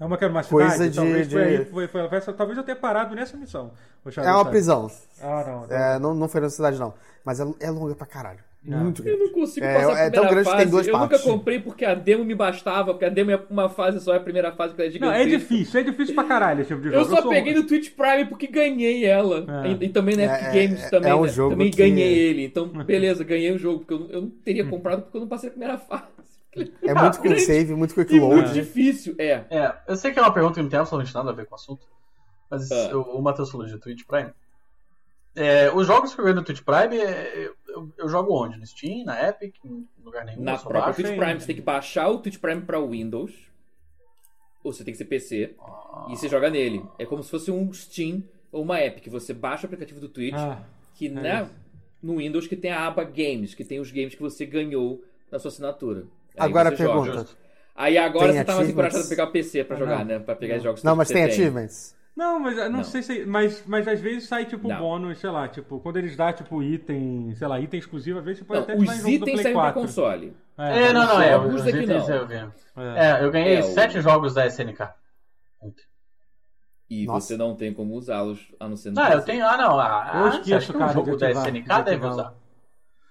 É uma que era uma
Coisa
cidade,
de-
talvez
de-
foi aí, foi, foi, foi- talvez eu tenha parado nessa missão. o Shadow
É uma
sabe.
prisão.
Ah, não. tá.
É, não, não foi na cidade, não. Mas é, é longa pra caralho. Muito
Eu *laughs*
grande.
não consigo
É,
passar a
é
primeira
tão grande que
fase.
tem duas
eu
partes.
nunca comprei porque a demo me bastava, porque a demo é uma fase só, é a primeira fase que ela é
Não, é
gigantesca.
difícil, é difícil pra caralho esse tipo de jogo.
Eu só
sou-
peguei no Twitch Prime porque ganhei ela.
É.
E, e também na Epic
É,
Games
é,
também.
é um
né?
jogo
também
que-
ganhei ele. Então, beleza, ganhei o jogo, porque eu, não- eu não teria
Hum.
comprado porque eu não passei a primeira fase.
É
*laughs*
muito quick
grande.
save, muito quick
E muito
load.
difícil, é.
É, eu sei que é uma pergunta que não tem absolutamente nada a ver com o assunto, mas
Ah.
eu- o Matheus falou de Twitch Prime. É, os jogos que eu ganho no Twitch Prime, é, eu, eu jogo onde? No Steam, na Epic, em lugar nenhum?
Na
eu só
própria
baixo?
Twitch
hein?
Prime, você tem que baixar o Twitch Prime pra Windows. Ou você tem que ser PC.
Ah.
E você joga nele. É como se fosse um Steam ou uma Epic. Você baixa o aplicativo do Twitch,
Ah,
É
que na- no Windows que tem a aba Games, que tem os games que você ganhou na sua assinatura. Aí
Agora a
você joga.
pergunta.
justo.
Aí agora
Tem
você tá mais
achievements?
encorajado pra pegar o PC pra
Ah,
jogar,
não.
né? Pra pegar os jogos
Não,
que
mas
você
tem
tem.
achievements.
Não, mas eu não,
Não.
sei se. Mas, mas às vezes sai tipo
Não.
bônus, sei lá, tipo, quando eles dão tipo item, sei lá, item exclusivo, às vezes você pode
Não,
até tirar em
um
os
jogo do
itens
Play
saem pra
4.
console.
É, não, não, é.
Alguns
os
daqui
itens
não.
eu ganho.
é.
É, eu ganhei
É, o-
sete jogos da SNK.
E
Nossa.
você não tem como usá-los, a não ser no
Não, eu
PC.
tenho. Ah, não. Ah,
Eu
ah,
esqueço,
acho que um
cara,
jogo
de
da
ativar,
SNK
de
deve
ativar.
usar.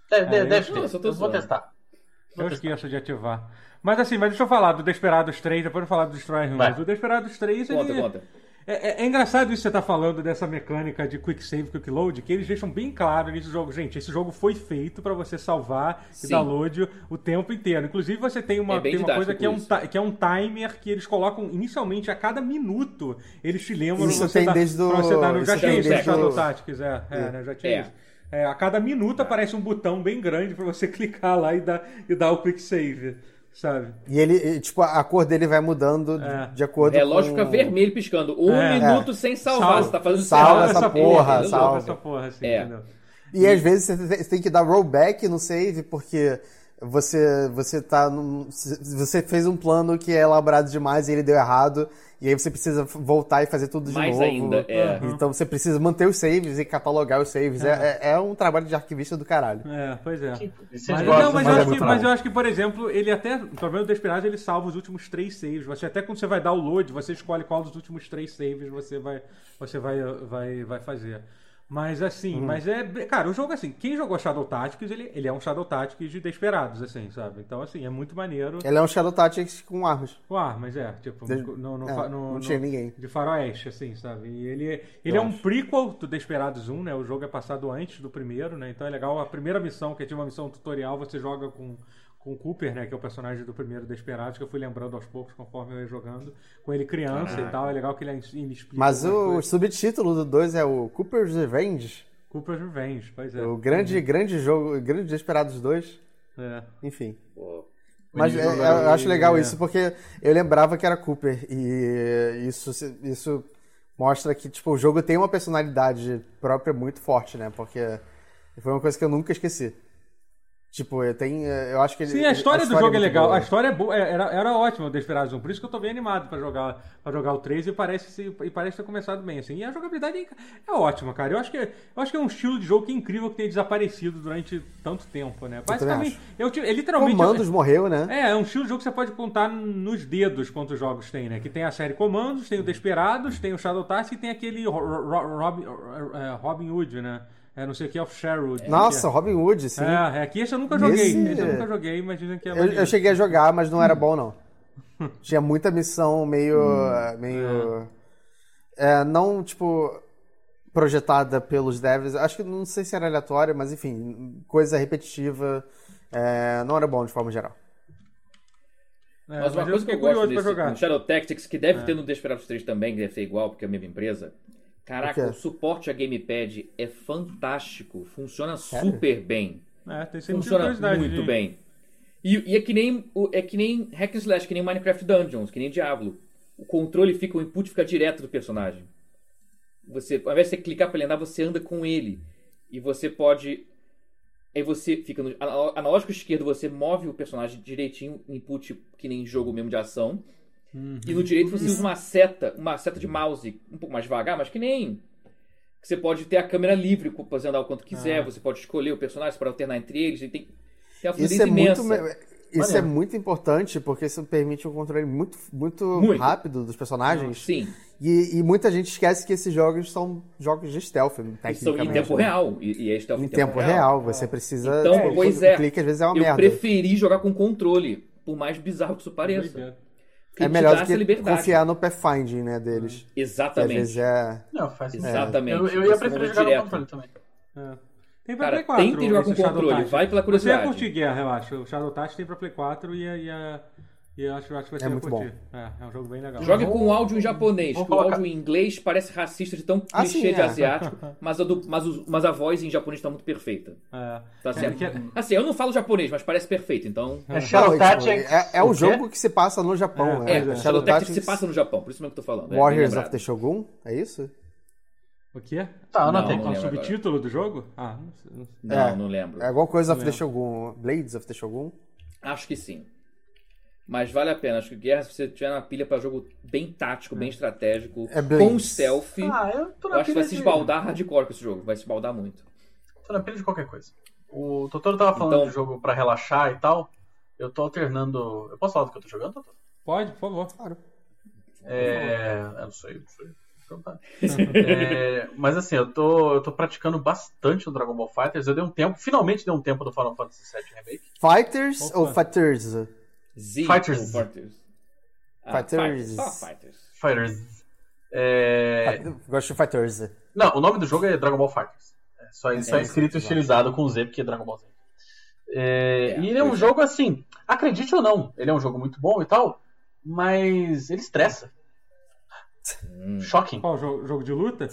Deve,
É,
deve, deve
eu-
ter.
Não, eu só tô
eu vou
zoando.
testar.
Eu esqueço de ativar. Mas assim, mas deixa eu falar do Desperados 3, depois eu vou falar do Destroy
Vai.
Humans. O Desperados 3,
Conta,
ele,
conta.
É, é- é engraçado isso que você tá falando dessa mecânica de quick save, quick load, que eles deixam bem claro nesse jogo. Gente, esse jogo foi feito para você salvar e
Sim.
dar load o tempo inteiro. Inclusive, você tem uma,
É bem
tem uma coisa
didático
que é, um,
isso.
ti- que é um timer que eles colocam inicialmente a cada minuto. Eles te lembram
Isso
você
tem
dar-
desde o-
pra você dar no
isso
já
tem
tinha isso, no
desde o-
Shadow Tactics, é, é, né, já tinha
É.
isso. É, a cada minuto aparece um botão bem grande para você *laughs* clicar lá e dar, e dar o quick save, sabe?
E ele, e, tipo, a a cor dele vai mudando
É.
de
O
acordo com...
relógio fica vermelho piscando. Um
É.
minuto sem salvar.
Salva.
Você tá fazendo
Salva
errado,
essa
você tá
porra,
perdendo.
salva.
essa É, porra, assim,
É.
entendeu?
E às vezes você te- você tem que dar rollback no save, porque você, você tá num, se- você fez um plano que é elaborado demais e ele deu errado, e aí você precisa f- voltar e fazer tudo de
Mais
novo.
ainda, é.
Então você precisa manter os saves e catalogar os saves.
Uhum.
É, é- é um trabalho de arquivista do caralho.
É, pois é.
E
Mas,
vocês gostam,
não, mas,
mas
eu
é
acho que,
muito
mas
bom.
eu acho que, por exemplo, ele até. Pelo menos o Desperados ele salva os últimos três saves. Você até quando você vai dar o load, você escolhe qual dos últimos três saves você vai, você vai, vai, vai fazer. Mas
Uhum.
assim, mas é. Cara, o jogo assim, quem jogou Shadow Tactics, ele, ele é um Shadow Tactics de Desperados, assim, sabe? Então, assim, é muito maneiro.
Ele é um Shadow Tactics com armas.
Ah, mas é, tipo,
De-
no, no,
é,
fa-
não
no,
tinha
no-
ninguém.
de faroeste, assim, sabe? E ele,
Eu
ele é um
acho.
prequel do Desperados 1, né? O jogo é passado antes do primeiro, né? Então é legal. A primeira missão, que tinha uma missão tutorial, você joga com, com o Cooper, né? Que é o personagem do primeiro Desperados, que eu fui lembrando aos poucos conforme eu ia jogando. Com ele criança e tal. É legal que ele, ele explica.
Ah. Mas
algumas
o
coisas.
subtítulo do 2 é o Cooper's Revenge,
Cooper's Revenge, pois é.
o grande, grande jogo, grande Desperados 2,
É.
enfim.
Pô,
Mas
Bonito,
é-
né?
eu acho legal
É.
isso, porque eu lembrava que era Cooper, e isso, se- isso mostra que tipo, o jogo tem uma personalidade própria muito forte, né? Porque foi uma coisa que eu nunca esqueci. Tipo, eu tenho. Eu acho que ele-
Sim, a história, do jogo é
muito
legal.
boa.
A história é boa, é- era, era ótima o Desperados 1. Por isso que eu tô bem animado pra jogar, pra jogar o 3 e parece, se- e parece ter começado bem, assim. E a jogabilidade é, é ótima, cara. Eu acho, que, eu acho que é um estilo de jogo que é incrível que tenha desaparecido durante tanto tempo, né? Basicamente, eu, tive- é literalmente.
Comandos morreu, né?
É, é um estilo de jogo que você pode contar nos dedos quantos jogos tem, né? Que tem a série Comandos, tem o Desperados, tem o Shadow Task e tem aquele Ro- Ro- Robin, eh, Robin Hood, né? É, não sei o que, of Sherwood.
Nossa, Robin Hood, sim.
É, é que esse eu nunca joguei. Esse,
Esse-
eu nunca joguei, mas dizem que é
Eu,
maneiro.
eu cheguei a jogar, mas não era bom, não. *laughs* Tinha muita missão meio.
Hum,
eh, meio. é, não, tipo. projetada pelos devs. Acho que não sei se era aleatória, mas enfim, coisa repetitiva. É, não era bom de forma geral.
É,
mas uma
eu
coisa que
fiquei
eu gosto
curioso pra
desse
jogar. É.
no Shadow Tactics, que deve ter no Desperados 3 também, que deve ser igual, porque é a mesma empresa. Caraca, o,
O quê?
suporte a gamepad é fantástico. Funciona
Sério?
super bem.
É, tem sempre
Funciona
curiosidade,
muito
hein?
bem. E, e é que nem o- é que nem hack and slash, que nem Minecraft Dungeons, que nem Diablo. O controle fica, o input fica direto do personagem. Você, ao invés de você clicar pra ele andar, você anda com ele. E você pode. Aí você fica no ana- analógico esquerdo, você move o personagem direitinho, input que nem jogo mesmo de ação. E no direito você usa uma seta, uma seta de mouse um pouco mais devagar, mas que nem. Que você pode ter a câmera livre, você andar o quanto quiser,
Ah.
você pode escolher o personagem, você pode alternar entre eles. Ele tem, tem uma
Isso
fluidez
é
imensa.
muito. me- Isso é
Maneiro.
muito importante porque isso permite um controle muito, muito,
Muito.
rápido dos personagens.
Sim,
E, e muita gente esquece que esses jogos são jogos de stealth, tecnicamente.
são em tempo
né?
real. E, e é stealth
Em tempo real, você precisa.
Então,
tipo,
pois
o
é.
clique às vezes é uma
Eu
merda.
preferi jogar com controle, por mais bizarro que isso pareça.
Doideira.
Porque
É
te
melhor
dá
do
essa
que
liberdade.
confiar no pathfinding, né, deles. Que às
Exatamente.
vezes é.
Não, faz sentido.
Exatamente.
Eu, eu ia
Esse
preferir
mundo
jogar
direto.
no controle também.
É. Tem pra
Cara,
Play 4.
tente jogar com
esse Shadow
controle,
Tactics.
vai pela
Você ia
curiosidade.
curtir guerra, relaxa. O Shadow Tactics tem pra Play 4 e, a- e, a- e eu acho, eu acho que você
É
ia
muito
curtir. É, é um jogo bem legal.
Joga com o áudio em japonês,
Vou
que o áudio
colocar-
em inglês parece racista de tão
Ah,
clichê
sim,
de
é.
asiático, mas a, do- mas o- mas a voz em japonês tá muito perfeita.
É.
Tá certo?
porque-
Assim, eu não falo japonês, mas parece perfeito, então.
É
Não,
Shadow
é, tipo,
Tactics.
é, é o
quê? Ah,
jogo que se passa no Japão,
É,
É,
né?
é,
Shadow Tactics se passa no Japão, por isso mesmo que eu tô falando. é,
Warriors
bem
of the Shogun, é isso?
O quê?
Tá, eu
Não,
anotei.
Qual o
lembro agora.
subtítulo do jogo? Ah, não sei. não sei.
lembrado.
É.
Não, não lembro.
É alguma coisa of the Shogun, Blades of the Shogun.
Acho que sim. Mas vale a pena. Acho que Guerra, se você tiver na pilha pra jogo bem tático, bem estratégico,
É
com
Blades.
stealth,
Ah, eu tô
eu
na
acho que vai
pilha
se
de...
esbaldar hardcore com esse jogo. Vai se esbaldar muito.
Tô na pilha de qualquer coisa. O Totoro tava falando
Então-
de jogo pra relaxar e tal. Eu tô alternando... Eu posso falar do que eu tô jogando, Totoro?
Pode, por favor.
É. Eu não sei, não sei. Então tá. É, mas assim, eu tô, eu tô praticando bastante no Dragon Ball Fighters. Eu dei um tempo, finalmente dei um tempo do Final Fantasy VII Remake.
Fighters
Opa.
ou Fighters?
Z
Fighters.
ou Fighters.
Fighters.
Só Fighters.
Fighters.
Ah,
É,
Gosto de Fighters.
Não, o nome do jogo é Dragon Ball Fighters. É, só, só é
é,
exato.
escrito estilizado com Z, porque é Dragon Ball Z. É,
É,
e ele é um
pois é.
jogo assim, acredite ou não, ele é um jogo muito bom e tal, mas ele estressa.
Hum.
Shocking.
Qual jogo, jogo de luta?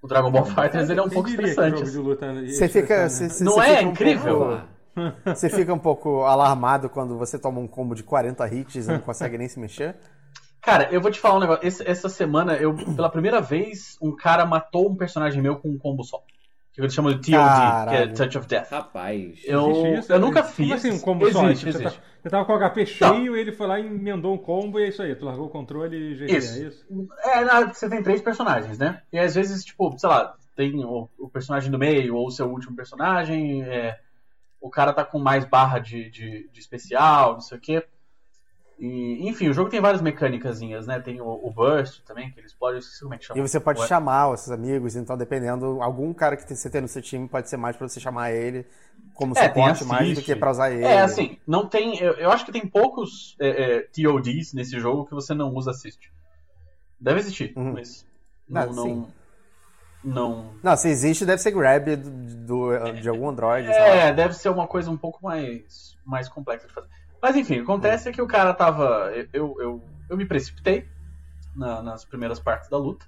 O Dragon Ball Fighters ele é um
Quem
pouco
diria que
estressante.
Jogo de luta.
assim.
ia
Você fica.
estressar,
Você,
né?
você-
Não
você
é
fica um
incrível?
pouco- você fica um pouco alarmado quando você toma um combo de 40 hits e não consegue nem se mexer.
Cara, eu vou te falar um negócio. Esse- essa semana, eu, pela primeira vez, um cara matou um personagem meu com um combo só. Que eles chamam de TOD, que é
Caralho.
Touch of Death.
Rapaz.
Eu,
Existe isso?
Então, eu nunca
Como
fiz.
assim, um combo
existe,
só? Tipo,
existe. Tá.
Você, tá- você tava com o HP cheio, ele foi lá e emendou um combo e é isso aí. Tu largou o controle e GG,
Isso.
é isso?
É, na- você tem três personagens, né? E às vezes, tipo, sei lá, tem o, o personagem do meio ou o seu último personagem, é, o cara tá com mais barra de, de, de especial, não sei o quê. E, enfim, o jogo tem várias mecânicazinhas, né? Tem o, o Burst também, que ele explode, eu esqueci como
Então,
é que chama.
E você pode
Ué.
chamar os seus amigos, então dependendo, algum cara que você tem no seu time pode ser mais pra você chamar ele como
É, tem
suporte
assist.
mais do que pra usar ele.
É, assim, não tem. Eu, eu acho que tem poucos é, é, TODs nesse jogo que você não usa assist. Deve existir,
Uhum.
mas.
Ah,
Não. Não.
sim.
não-
Não, se existe, deve ser grab do, do- de algum Android, sei lá.
É, deve ser uma coisa um pouco mais, mais complexa de fazer. Mas enfim, acontece é que o cara tava. Eu, eu, eu, eu me precipitei na- nas primeiras partes da luta.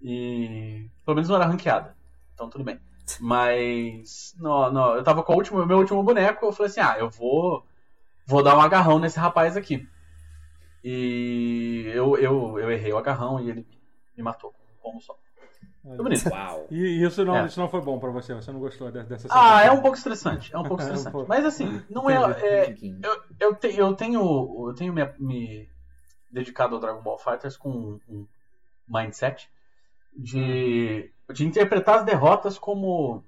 E. Pelo menos não era ranqueada. Então tudo bem. Mas. Não, não, eu tava com o último, meu último boneco, eu falei assim, ah, eu vou. Vou dar um agarrão nesse rapaz aqui. E eu, eu, eu errei o agarrão e ele me matou com um combo só. Foi
*laughs*
bonito.
Uau.
E isso não,
É.
isso não foi bom pra você, você não gostou de- dessa
Ah,
sensação.
é um pouco estressante. É um pouco
É um
estressante.
pouco.
Mas assim, não é. é- eu, te- eu tenho, eu tenho me, me dedicado ao Dragon Ball Fighters com um, um mindset de, de interpretar as derrotas como,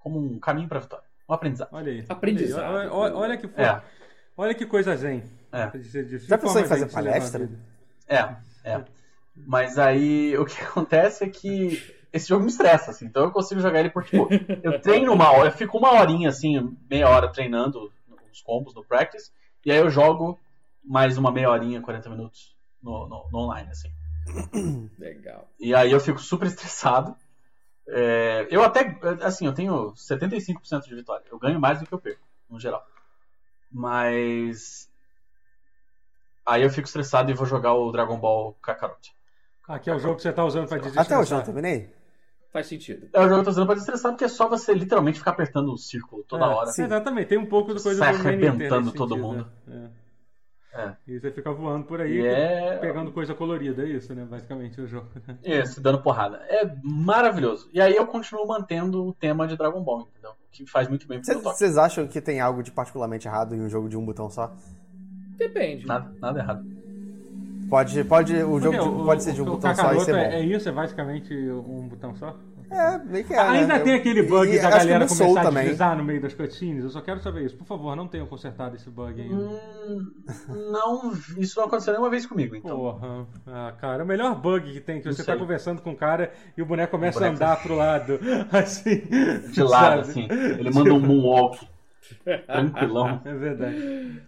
como um caminho pra vitória, um aprendizado.
Olha aí.
Aprendizado.
Olha, olha- olha que foi.
É,
Olha que coisa zen.
É.
De- de- de
Já pensou em
forma
fazer
zen de se
palestra?
levar a vida.
é, é. Mas aí o que *laughs* acontece é que esse jogo me estressa, assim, então eu consigo jogar ele por tipo, eu treino uma hora, eu fico uma horinha assim, meia hora treinando os combos no practice, e aí eu jogo mais uma meia horinha, 40 minutos no- no- no online, assim.
Legal.
E aí eu fico super *laughs* estressado. É, eu até, assim, eu tenho 75% de vitória. Eu ganho mais do que eu perco, no geral. Mas. Aí eu fico estressado e vou jogar o Dragon Ball Kakarot.
Aqui é o jogo que você tá usando pra desistir.
Até hoje né? eu não terminei.
Faz sentido.
É o jogo que eu tô usando pra desestressar, porque é só você literalmente ficar apertando o círculo toda hora.
Sim. É, Exatamente, tem um pouco do coisa
Sai
do Nintendo nesse
arrebentando todo
sentido,
mundo.
né? É.
É.
E você fica voando por aí,
E é.
pegando coisa colorida, é isso, né? Basicamente o jogo.
É, se dando porrada. É maravilhoso. E aí eu continuo mantendo o tema de Dragon Ball, entendeu? Que faz muito bem pro meu toque.
Vocês acham que tem algo de particularmente errado em um jogo de um botão só?
Depende.
Tá.
Nada, nada errado.
Pode, pode, o jogo
Porque
de- pode ser de um
o tá-
botão só e
Kakaroto
ser bom.
É, é isso, é basicamente é um botão só?
É, meio que é.
Ainda
né?
tem
Eu-
aquele bug
e
da
acho que
galera
no Soul
começar a
também.
deslizar no meio das cutscenes. Eu só quero saber isso. Por favor, não tenham consertado esse bug ainda.
Hum, não, isso não aconteceu nenhuma vez comigo, então.
Porra. Ah, cara, o melhor bug que tem é que
Não
você
sei.
tá conversando com o cara e o boneco começa
O boneco-
a andar pro lado. *laughs* Assim.
de lado,
sabe?
assim. Ele manda um moonwalk. Tranquilão.
É verdade.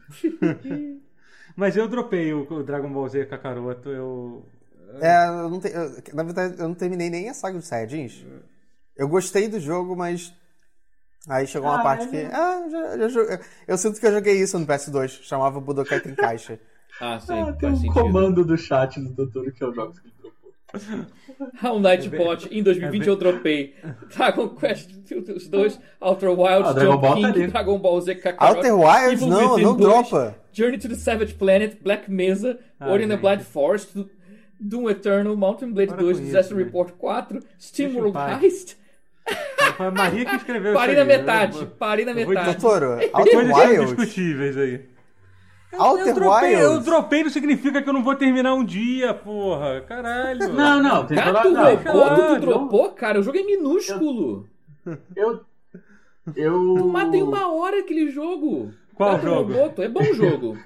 Mas eu dropei o o Dragon Ball Z Kakaroto. Eu.
É, eu não te- eu- na verdade, eu não terminei nem a saga dos Saiyajins.
É.
Eu gostei do jogo, mas. Aí chegou uma
Ah,
parte que.
ele-
Ah, já, já jo- Eu sinto que eu joguei isso no PS2. Chamava
*laughs*
Budokai Tenkaichi.
Ah, sim,
Ah, tem
faz
um
sentido.
comando do chat do doutor que é o jogos que ele trocou.
Round Night Pot, em 2020
*laughs*
eu dropei Dragon Quest 2, Outer Wilds,
Ah, Dragon
Jump
Ball tá
King,
ali.
Dragon Ball Z, Kakarot,
Outer Wilds,
Evil
não,
Within
não
2,
dropa.
Journey to the Savage Planet, Black Mesa,
Ah,
Ori and the
gente.
Blind Forest, Doom Eternal, Mountain Blade
Para com
2,
isso,
Disaster
né?
Report 4, Steam
Deixa em
World
paz.
Heist.
Foi a Maria que escreveu
Parei
isso.
na
aí.
metade,
Eu-
parei na
eu vou
metade.
Totoro,
*laughs*
Outer
Coisas são
Wilds.
discutíveis aí. eu
Outer
dropei, eu
Wilds.
dropei não significa que eu não vou terminar um dia, porra. Caralho.
Não, não, tem
Gato
toda- não,
robô, tu
caralho.
dropou, cara? O jogo é minúsculo.
Eu. Eu.
Mas tem uma hora aquele jogo.
Qual
Gato
jogo?
Roboto, é bom jogo.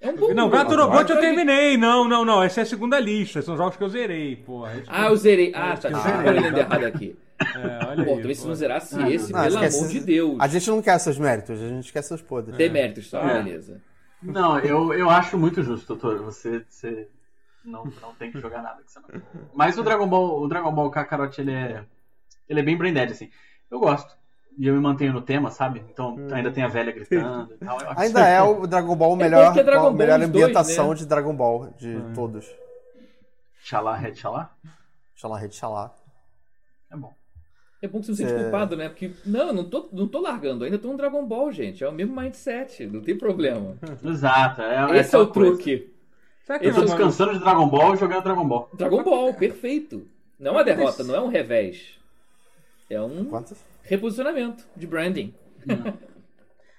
É um bom
Não,
jogo.
Gato Robot
tá
eu
Agora-
terminei. Não, não, não. Essa é a segunda lista. São jogos que eu zerei, porra. Isso-
Ah, eu zerei. Ah, tá.
Eu
Deixa eu
zerei.
olhando errado aqui.
É, olha
Pô,
aí,
também se
pô.
não zerasse
Ah,
esse,
não,
pelo
esquece- Ah,
amor de Deus.
A gente não quer seus méritos, a gente quer seus podres.
Deméritos, tá?
É.
Beleza.
Não, eu, eu acho muito justo, doutor. Você, você não, não tem que jogar nada que você não. Mas o Dragon Ball, o Dragon Ball Kakarot, ele é. Ele é bem braindead, assim. Eu gosto. E eu me mantenho no tema, sabe? Então ainda tem a velha gritando e tal. Eu acho-
Ainda é o Dragon Ball o
É
melhor,
porque é Dragon
a
Ball
melhor
os dois,
ambientação
né? É.
de Dragon Ball de todos.
Xalá, red xalá?
Xalá, rede xalá.
É bom.
É bom que você não se sente
É.
culpado, né? Porque, não, eu não tô, não tô largando, ainda tô no Dragon Ball, gente. É o mesmo mindset, não tem problema.
Exato. É,
Esse é
aquela
o
coisa.
truque.
Será que
Eu tô
não-
descansando de Dragon Ball e jogando Dragon Ball.
Dragon Ball, perfeito. Não é uma derrota, não é um revés. É um
Quantas?
reposicionamento de branding.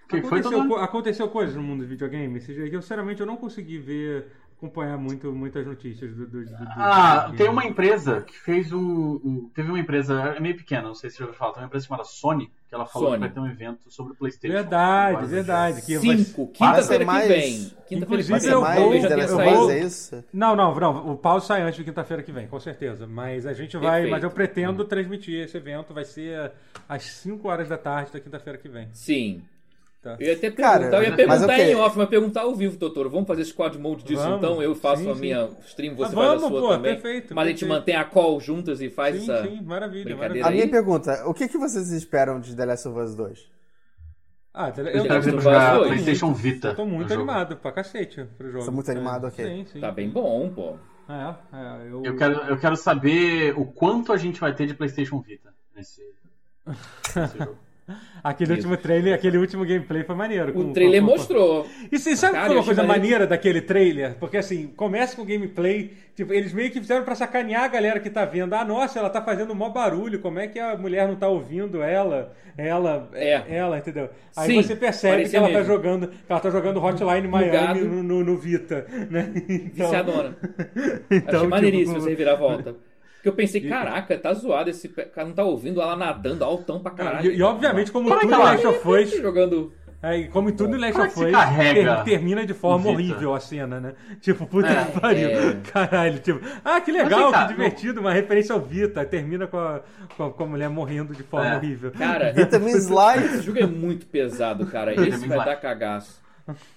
Que foi
aconteceu,
todo
co- aconteceu coisas no mundo do videogame esse dia que eu, sinceramente, eu não consegui ver, acompanhar muito, muitas notícias do. do, do- do-
Ah,
do-
tem uma empresa que fez um, um- Teve uma empresa, é meio pequena, não sei se você já ouviu falar, tem uma empresa chamada Sony, que ela falou
Sony.
que vai ter um evento sobre o PlayStation.
Verdade,
Agora,
verdade. Que vai-
Cinco,
Vai ser
quinta-feira que
mais-
vem. Quinta-feira que
Inclusive,
Vai
vem,
ser
eu
mais
vou-
talvez já
The
tenha
Last
eu
of Us,
vou-
é
saído.
isso?
Não, não, não. O pau sai antes de quinta-feira que vem, com certeza. Mas a gente vai.
Perfeito.
Mas eu pretendo transmitir esse evento. Vai ser eh, às 5 horas da tarde da quinta-feira que vem.
Sim.
Tá.
Eu ia até
Cara,
perguntar, eu ia
mas
perguntar
ok.
em off, mas perguntar ao vivo, doutor. Vamos fazer squad mode disso
Vamos.
então? Eu faço
Sim,
a
sim.
minha stream, você
Ah,
faz a
vamos,
sua
pô,
também.
perfeito,
mas a gente
perfeito.
mantém a call juntas e faz
Sim,
essa.
sim, maravilha.
brincadeira
maravilha.
A
aí?
minha pergunta, o que, que vocês esperam de The Last of Us 2?
Ah, eu,
Eu quero ver
Last of
jogar
Us dois.
PlayStation Vita.
eu tô muito
no jogo.
animado pra cacete pro jogo.
Tá muito animado,
É,
ok.
Sim, sim.
Tá bem bom, pô.
É, é, eu...
Eu quero, eu quero saber o quanto a gente vai ter de PlayStation Vita nesse, nesse jogo.
Aquele
Isso.
último trailer, aquele último gameplay foi maneiro.
O
com-
trailer
com- com-
mostrou.
E você sabe
Cara,
que foi é
eu
uma
achei
coisa
maneiro.
maneira daquele trailer? Porque assim, começa com gameplay, tipo, eles meio que fizeram pra sacanear a galera que tá vendo. Ah, nossa, ela tá fazendo mó barulho, como é que a mulher não tá ouvindo ela? Ela,
É.
ela, entendeu? Aí
Sim,
você percebe que
parecia
ela tá
mesmo.
jogando, que ela tá jogando Hotline Miami
gado.
no, no- no Vita, né? Então, *laughs*
Viciadona.
então,
Achei maneiríssimo
tipo,
essa reviravolta. Porque eu pensei, caraca, tá zoado esse pe- cara, não tá ouvindo ela nadando altão pra caralho. tá
E, e, obviamente, como
Como é que
tudo em
ela-
Last of Us,
Jogando.
é, e como em tudo em Last
Como é
of
que se
Us,
carrega
ter- termina de forma
o Vita?
horrível a cena, né? Tipo, puta
É,
que pariu.
é.
Caralho, tipo, ah, que legal,
vem cá,
que divertido, uma referência ao Vita. Termina com a, com a, com a mulher morrendo de forma
É.
horrível.
Cara,
Vitamin
*laughs*
Slide?
Esse jogo é muito pesado, cara.
Vitamin
Esse vai
Light.
dar cagaço.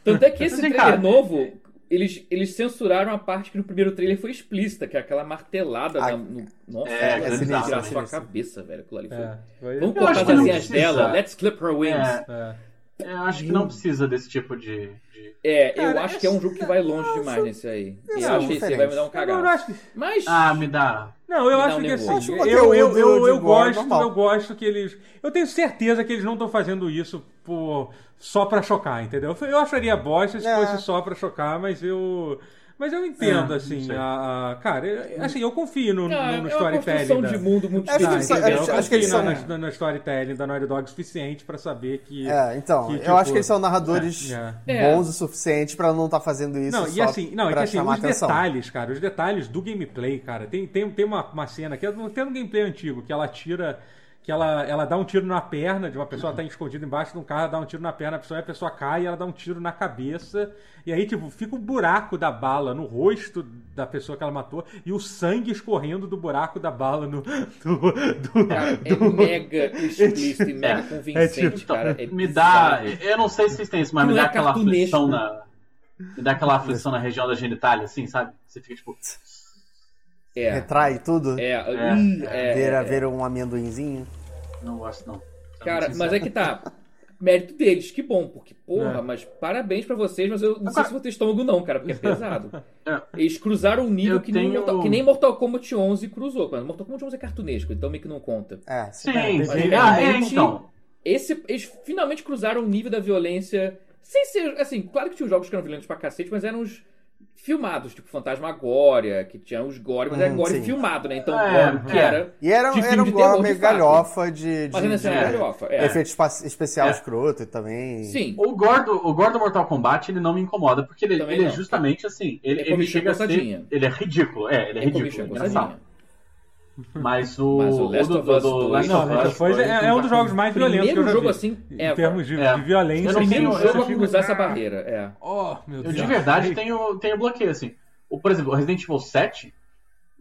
Tanto é que esse
Mas vem
trailer
cá.
novo, eles, eles censuraram a parte que no primeiro trailer foi explícita, que é aquela martelada
Ah,
na, no... Nossa,
é,
cara,
é
deve
sinistro,
tirar sua
é sinistro.
cabeça, velho, aquilo ali. foi-
É, foi-
Vamos
Eu acho
cortar as
que não
asinhas
precisa.
dela. Let's clip her *laughs* wings.
É.
Eu acho que não precisa desse tipo de. de-
É, eu
Cara,
acho que é um jogo que vai longe demais nesse aí. E eu
acho
achei que esse aí
diferente.
vai me dar um
Eu não
cagaço.
acho que-
Mas...
Ah, me dá.
Não, eu
Me dá
acho
um
que
nervoso.
assim,
Acho que
eu, eu,
conteúdo
eu,
de
eu
gore é
gosto,
normal.
eu gosto que eles. Eu tenho certeza que eles não estão fazendo isso por, só pra chocar, entendeu? Eu acharia bosta se
É.
fosse só pra chocar, mas eu. Mas eu entendo,
Ah, não
assim,
sei.
a, a- cara, eu- assim, eu confio no, no,
Ah,
no
é uma construção
storytelling. Da,
de mundo muito
Acho que
Ah,
eles são-
entendeu?
É, acho-
eu
acho que eles
confio
são-
na, na, na storytelling da Naughty Dog o suficiente pra saber que.
É, então,
que,
eu
tipo,
acho que eles são
*laughs*
narradores
é.
É.
bons o suficiente pra não estar fazendo isso
Não,
só
e assim, não, é que
pra
assim,
chamar
os
atenção.
detalhes, cara, os detalhes do gameplay, cara. Tem, tem, tem uma, uma cena que é do- tem um gameplay antigo, que ela tira. Que ela, ela dá um tiro na perna de uma pessoa, tá escondida embaixo de um carro, ela dá um tiro na perna, a pessoa, a pessoa cai e ela dá um tiro na cabeça. E aí, tipo, fica o buraco da bala no rosto da pessoa que ela matou e o sangue escorrendo do buraco da bala no. *laughs* Do, do-
Cara, é mega explícito e mega convincente,
Então,
cara. É
*laughs* me dá.
bizarro.
Eu não sei se vocês têm isso, mas
Não
me dá
é
aquela
cartunesco.
aflição na. Me dá aquela aflição na região da genitália, assim, sabe? Você fica tipo.
É.
Retrai tudo,
É, hum, é,
vira,
é.
vira um amendoinzinho.
Não gosto, não. Sendo
Cara,
sincero.
mas é que tá. Mérito deles, que bom, porque, porra,
É.
mas parabéns pra vocês, mas eu não sei
Agora-
se vou ter estômago, não, cara, porque é pesado.
*laughs* É.
Eles cruzaram um nível
Eu
que, nem
tenho-
Mortal, que nem Mortal Kombat 11 cruzou, cara. Mortal Kombat 11 é cartunesco, então meio que não conta.
É,
Sim,
É, mas
sim. Ah, é,
tá, realmente-
então.
Esse, eles finalmente cruzaram um nível da violência, sem ser, assim, claro que tinha os jogos que eram violentos pra cacete, mas eram os filmados, tipo Fantasmagória, que tinha os gore, mas era
Hum,
gore
sim.
filmado, né? Então,
É,
gore que
é.
era...
E era,
De filme
era um
de
gore
terror, de
meio
fato.
galhofa de, de,
Mas ainda assim,
de-
era galhofa, é.
efeito espa- especial
É.
escroto também. Ah,
Sim,
O Gordo, o Gordo Mortal Kombat, ele não me incomoda, porque ele,
Também
ele é
não.
justamente assim. Ele,
É
ele
comichão
chega a ser.
coçadinha.
Ele é ridículo, é, ele é,
é
ridículo.
comichão,
é engraçado.
coçadinha.
Mas o.
Mas o Last
do-
of Us
do- do
2
Last
Não,
of
Last
Us
of Us
foi-
é, é um dos jogos mais violentos que eu
Primeiro
já
jogo
vi.
assim,
Em
ever.
termos de,
É.
de violência,
Eu não
assim,
Primeiro
sei,
eu
jogo a
fico,
cruzar essa
"Ah,
barreira, é.
Oh, meu
Eu
Deus.
de verdade tenho, tenho bloqueio, assim. O, por exemplo, o Resident Evil 7,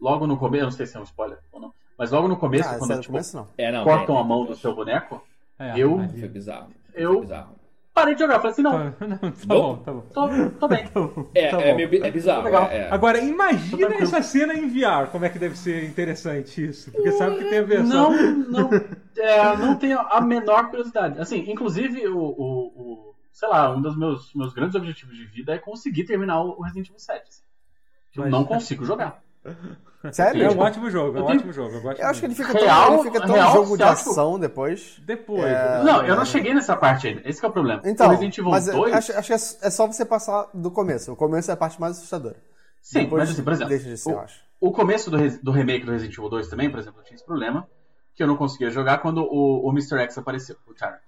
logo no começo, eu não sei se é um spoiler ou não, mas logo no começo,
Ah,
quando
sério,
tipo,
*laughs*
começo não.
É, não.
cortam
é,
a mão do
é,
seu boneco,
É,
Eu-
ali.
Foi bizarro. Foi
eu
bizarro.
parei de jogar. Falei assim, não,
Tá, não, tá bom, tá bom.
tô, tô bem.
É,
Tá
é,
bom.
meio bi- é bizarro.
Legal.
É, é.
Agora,
Tô
Tá
imagina
tranquilo.
essa cena em VR, como é que deve ser interessante isso. Porque sabe que tem a versão.
Não,
*laughs*
não, é, não tenho a menor curiosidade. Assim, inclusive, o, o- o- sei lá, um dos meus, meus grandes objetivos de vida é conseguir terminar o Resident Evil 7. assim. Que eu
Mas-
não
é
consigo jogar.
Sério?
É
Eu,
um ótimo jogo, é um
Eu tenho-
ótimo jogo. Eu, gosto
acho que
muito.
ele fica
Real-
tão, ele fica tão
real,
jogo de
você acha-
ação depois.
Depois. né?
É.
Não, eu não cheguei nessa parte ainda. Esse que é o problema.
Então,
o Resident Evil
mas
2,
acho, acho que é s- é só você passar do começo. O começo é a parte mais assustadora.
sim,
Depois
mas assim, por exemplo,
deixa de ser,
o-
eu acho.
O começo do, res- do remake do Resident Evil 2 também, por exemplo, eu tinha esse problema, que eu não conseguia jogar quando o, o Mr. X apareceu, o Tyrant.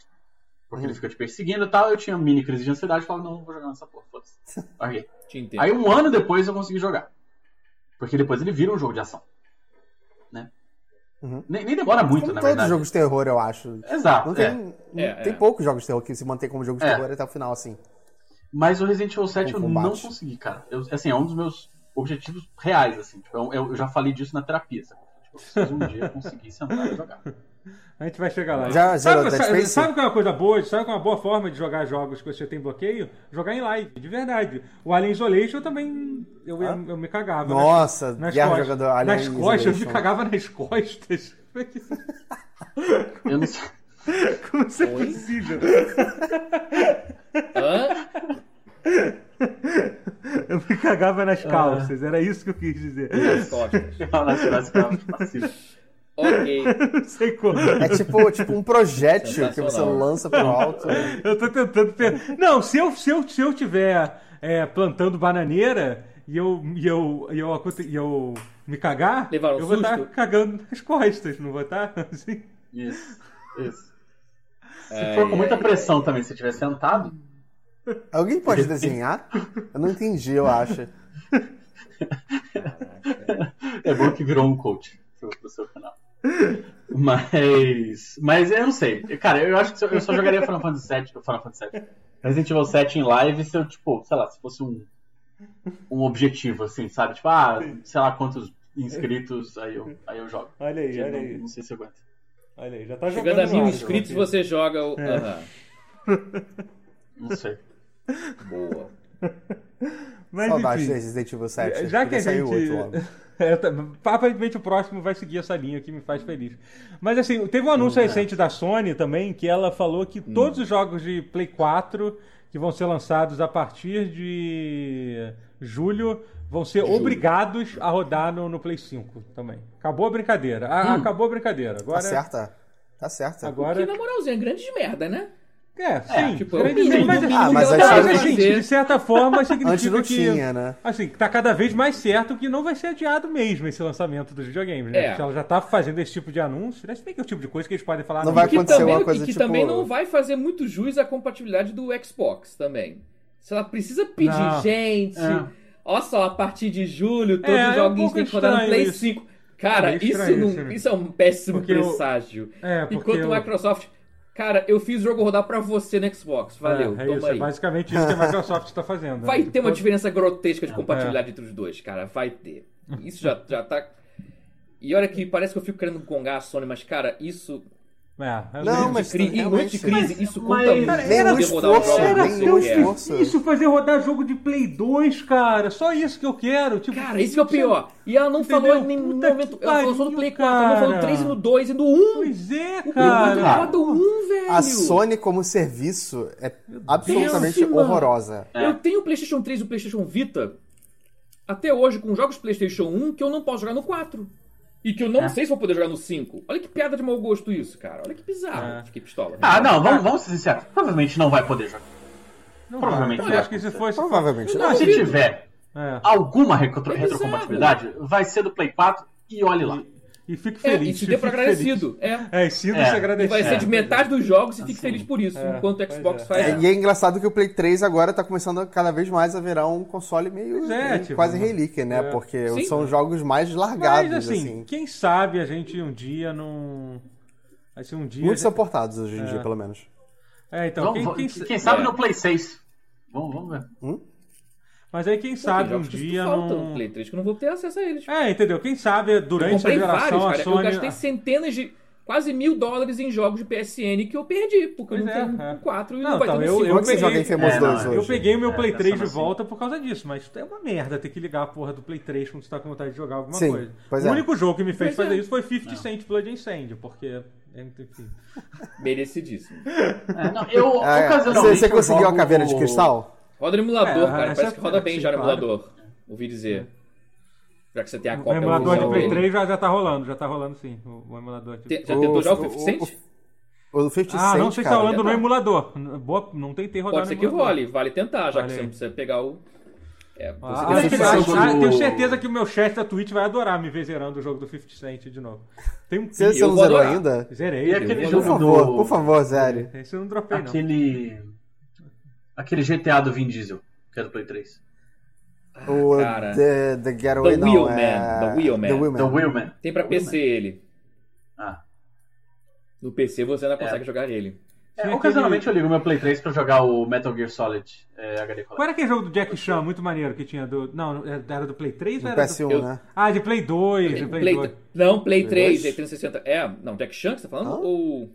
Porque
Hum.
ele fica te perseguindo e tal, eu tinha mini crise de ansiedade e falava, não, não vou jogar nessa porra, foda-se.
*laughs*
Larguei.
Te entendo.
Aí um ano depois eu consegui jogar. Porque depois ele vira um jogo de ação. Né?
Uhum.
Nem, nem demora muito,
Como
na
todos os
verdade.
jogos de terror, eu acho.
Exato.
Não
é.
tem, não
É,
tem
é.
poucos jogos de terror que se mantém como jogo de
É.
terror até o final, assim.
Mas o Resident Evil 7
Com
eu
um combate.
não consegui, cara. Eu- assim, é um dos meus objetivos reais, assim. Tipo, é um- eu, eu já falei disso na terapia, sabe? Tipo, eu preciso um dia conseguir sentar e jogar.
A gente vai chegar lá.
Já- já
sabe,
Dead
sabe,
Space?
sabe qual é uma coisa boa? Sabe qual é uma boa forma de jogar jogos que você tem bloqueio? Jogar em live, de verdade. O Alien Isolation eu também. Eu,
Ah?
eu, eu me cagava. né?
Nossa,
Nas
guerra
costas.
jogador Alien
Nas costas, eu me
Isolation.
cagava nas costas. *laughs* Como é que-
Eu não sei. *laughs*
Como isso é
Oi?
possível?
Hã?
Eu me cagava nas calças, era isso que eu quis dizer. *laughs*
Nas costas.
*laughs* Falar de frase que ela é passiva.
Ok.
Não sei como.
É tipo, tipo um projétil que você
Sensacional.
lança pro alto.
Eu tô tentando. pe- Não, se eu, se eu, se eu tiver é, plantando bananeira e eu, e, eu, e, eu, aconte- e eu me cagar,
Levar um
eu vou estar
susto?
cagando nas costas, não vou *laughs* estar? Assim.
Isso, isso.
Ai,
Se for com muita
ai,
pressão também, se estiver sentado,
Alguém pode desenhar? Eu não entendi, eu acho.
é bom que virou um coach pro, pro seu canal. Mas. Mas eu não sei. Cara, eu acho que se eu, eu só jogaria Final Fantasy VII. Final Fantasy VII. Resident Evil 7 em live se eu, tipo, sei lá, se fosse um, um objetivo, assim, sabe? Tipo, ah, sei lá quantos inscritos, aí eu, aí eu jogo.
Olha aí, olha
Não,
aí.
não sei se eu aguento.
Olha aí, já tá
Chegando a
jogando
mil
lá,
inscritos,
João.
você joga o.
É.
Aham.
Não sei.
Boa.
Mas,
Saudades
enfim.
do Resident Evil 7.
Já
Podia
que a
sair o
gente.
oito logo.
*laughs* É, tá- aparentemente o próximo vai seguir essa linha que me faz feliz. Mas assim, teve um
é.
anúncio recente da Sony também que ela falou que
Hum.
todos os jogos de Play 4 que vão ser lançados a partir de julho vão ser obrigados a rodar no, no Play 5 também. Acabou a brincadeira. A- Acabou a brincadeira.
Hum. Tá
Agora.
certa. Tá certa.
Agora.
Que na moralzinha, grande de é merda, né?
É, sim.
tipo,
eu
é o
acredito,
mínimo
mas,
do
ah,
mínimo
mas,
que eu
assim,
posso
assim,
fazer.
de certa forma,
Antes
significa
não
que.
tinha, né?
Assim, tá cada vez mais certo que não vai ser adiado mesmo esse lançamento dos videogames, né?
É.
Porque Ela já tá fazendo esse tipo de anúncio, né? Se bem que é o tipo de coisa que eles podem falar.
Não
"Ah,
vai
E que,
acontecer
também,
uma coisa
e que
tipo-
também não vai fazer muito jus à compatibilidade do Xbox também. Se ela precisa pedir,
Não.
gente,
É.
olha só, a partir de julho, todos
É,
os
é um
joguinhos
pouco
têm que rodar no
estranho
Play
isso.
5.
É
Cara,
meio
isso,
estranho
não-
isso, né?
isso é um péssimo
Porque eu-
presságio.
É, porque
Enquanto
eu-
o Microsoft... Cara, eu fiz o jogo rodar pra você no Xbox. Valeu,
É, é
toma
isso, é
aí.
basicamente isso que a
*laughs*
Microsoft tá fazendo. né?
Vai
Tipo,
ter uma
todo-
diferença grotesca
É,
de compatibilidade entre os dois, cara. Vai ter. Isso já, já tá. E olha que parece que eu fico querendo gongar a Sony, mas, cara, isso.
É, é
Não,
mesmo.
mas-
Cri... Em
realmente,
momentos de crise,
mas-
isso
mas-
conta muito.
Cara,
Você
era
poder
um
rodar um
esforço,
jogo
Era
Cara,
que você
nem
tão
um
quer.
esforço.
difícil fazer rodar jogo de Play 2, cara. Só isso que eu quero. Tipo,
Cara, isso que é o pior. E ela não
Entendeu?
falou em nenhum
Puta
momento.
que
Ela falou só no
pariu,
Play 4, ela não falou no
cara.
3 e no 2 e no 1.
Pois é,
Cara,
cara.
roda o 1, velho.
A Sony como serviço é absolutamente
Deus, mano.
horrorosa.
Eu tenho o PlayStation 3 e o PlayStation Vita até hoje com jogos PlayStation 1 que eu não posso jogar no 4. E que eu
É.
não sei se vou poder jogar no 5. Olha que piada de mau gosto isso, cara. Olha que bizarro.
É.
Fiquei pistola.
Ah, não, vamos, vamos ser sinceros. Provavelmente não vai poder jogar.
Não,
Provavelmente é.
cara,
não
Eu
vai
acho que se fosse.
Provavelmente não.
Não,
Se
duvido.
tiver
É.
alguma retro-
É
retrocompatibilidade, vai ser do Play 4 e olhe lá.
E fique
É,
feliz.
e se dê pra
fique
agradecido. É.
feliz. É, e sinta
É.
se
E
agradecido.
vai ser de metade dos jogos e fique
Assim,
feliz por isso.
é,
enquanto o
pois
Xbox
é.
faz.
E é engraçado que o Play 3 agora tá começando a cada vez mais a virar um console meio
é,
meio
tipo,
quase relíquia, né?
é.
Porque
Sim.
são jogos mais largados,
Mas assim,
assim.
quem sabe a gente um dia não. Vai ser um dia.
Muito suportados hoje em dia, pelo menos.
É, então,
Vamos-
quem,
Quem,
quem-
sabe
é.
no Play 6. Vamos, vamos ver.
Mas aí quem
Pô, tem
sabe um
jogos que
dia
falta no
não.
Play 3 que eu não vou ter acesso a eles.
É, entendeu? Quem sabe
Eu
durante essa
comprei
geração
vários,
a
cara. Eu
Sony. né?
gastei centenas de. Quase mil dólares em jogos de PSN que eu perdi, porque eu
Pois
não
é,
tenho
é.
um 4 e
Não,
não vai
então,
ter
eu-
um 5.
eu
Como é que você
peguei-
joga Infamous
É, não,
2
é.
Eu
hoje?
peguei o meu
né?
É,
Play 3 de
pensando assim.
volta por causa disso, mas é uma merda ter que ligar a porra do Play 3 quando você tá com vontade de jogar alguma
Sim,
coisa.
pois
o
é.
único jogo que me fez
Pois
fazer
é.
isso foi 50 Cent Blood and Sand, porque. Enfim.
Merecidíssimo.
É, não, eu,
Ah, é.
ocasionalmente.
Você, você
eu
conseguiu
jogo
a caveira de
o-
cristal?
Roda no emulador,
É,
cara.
essa-
Parece que roda bem
sim,
já no
claro. Hum.
emulador. Ouvi dizer. Já que você tem a
O
cópia
emulador de
oficial
Play
dele.
3 já, já tá rolando, já tá rolando sim. O, o emulador de.
Te- Já
O-
tentou já o
o-
50 Cent?
O 50
Ah, não
Cent,
sei se tá
cara. é
rolando no
já tá.
emulador. N- Boa, não tentei rodar
Pode ser
no
que
emulador.
role. Vale tentar, já que
Vale.
você não precisa pegar o... É,
Ah,
você tem
ah,
a
esse
opção
jogo
ah,
do-
tenho certeza que o meu chat da Twitch vai adorar me ver zerando o jogo do 50 Cent de novo. Tem um
Você, você
Eu
não
vou
zerou
adorar.
ainda?
Zerei.
E
eu-
aquele
Eu-
Por
jogo
favor,
do.
por favor, zere.
Esse eu não dropei, não.
Aquele. Aquele GTA do Vin Diesel, que é do Play 3.
O
cara.
The, the Getaway
The
não,
Wheelman,
é...
The Wheelman.
The
The Wheelman.
Tem pra PC ele.
Ah.
No PC você ainda consegue jogar ele.
É,
Tinha
ocasionalmente eu ligo meu Play 3 pra jogar o Metal Gear Solid é, HD
Qual
Collection.
era aquele jogo do Jack Chan muito maneiro que tinha do. Não, era do Play 3 ou
Do
era
PS1,
do.
eu-
né?
Ah, de Play 2, de Play, 2.
Não, um Play
Play
3,
dois?
é 360. É, não, Jack Chan que você tá falando?
Hã?
Ou...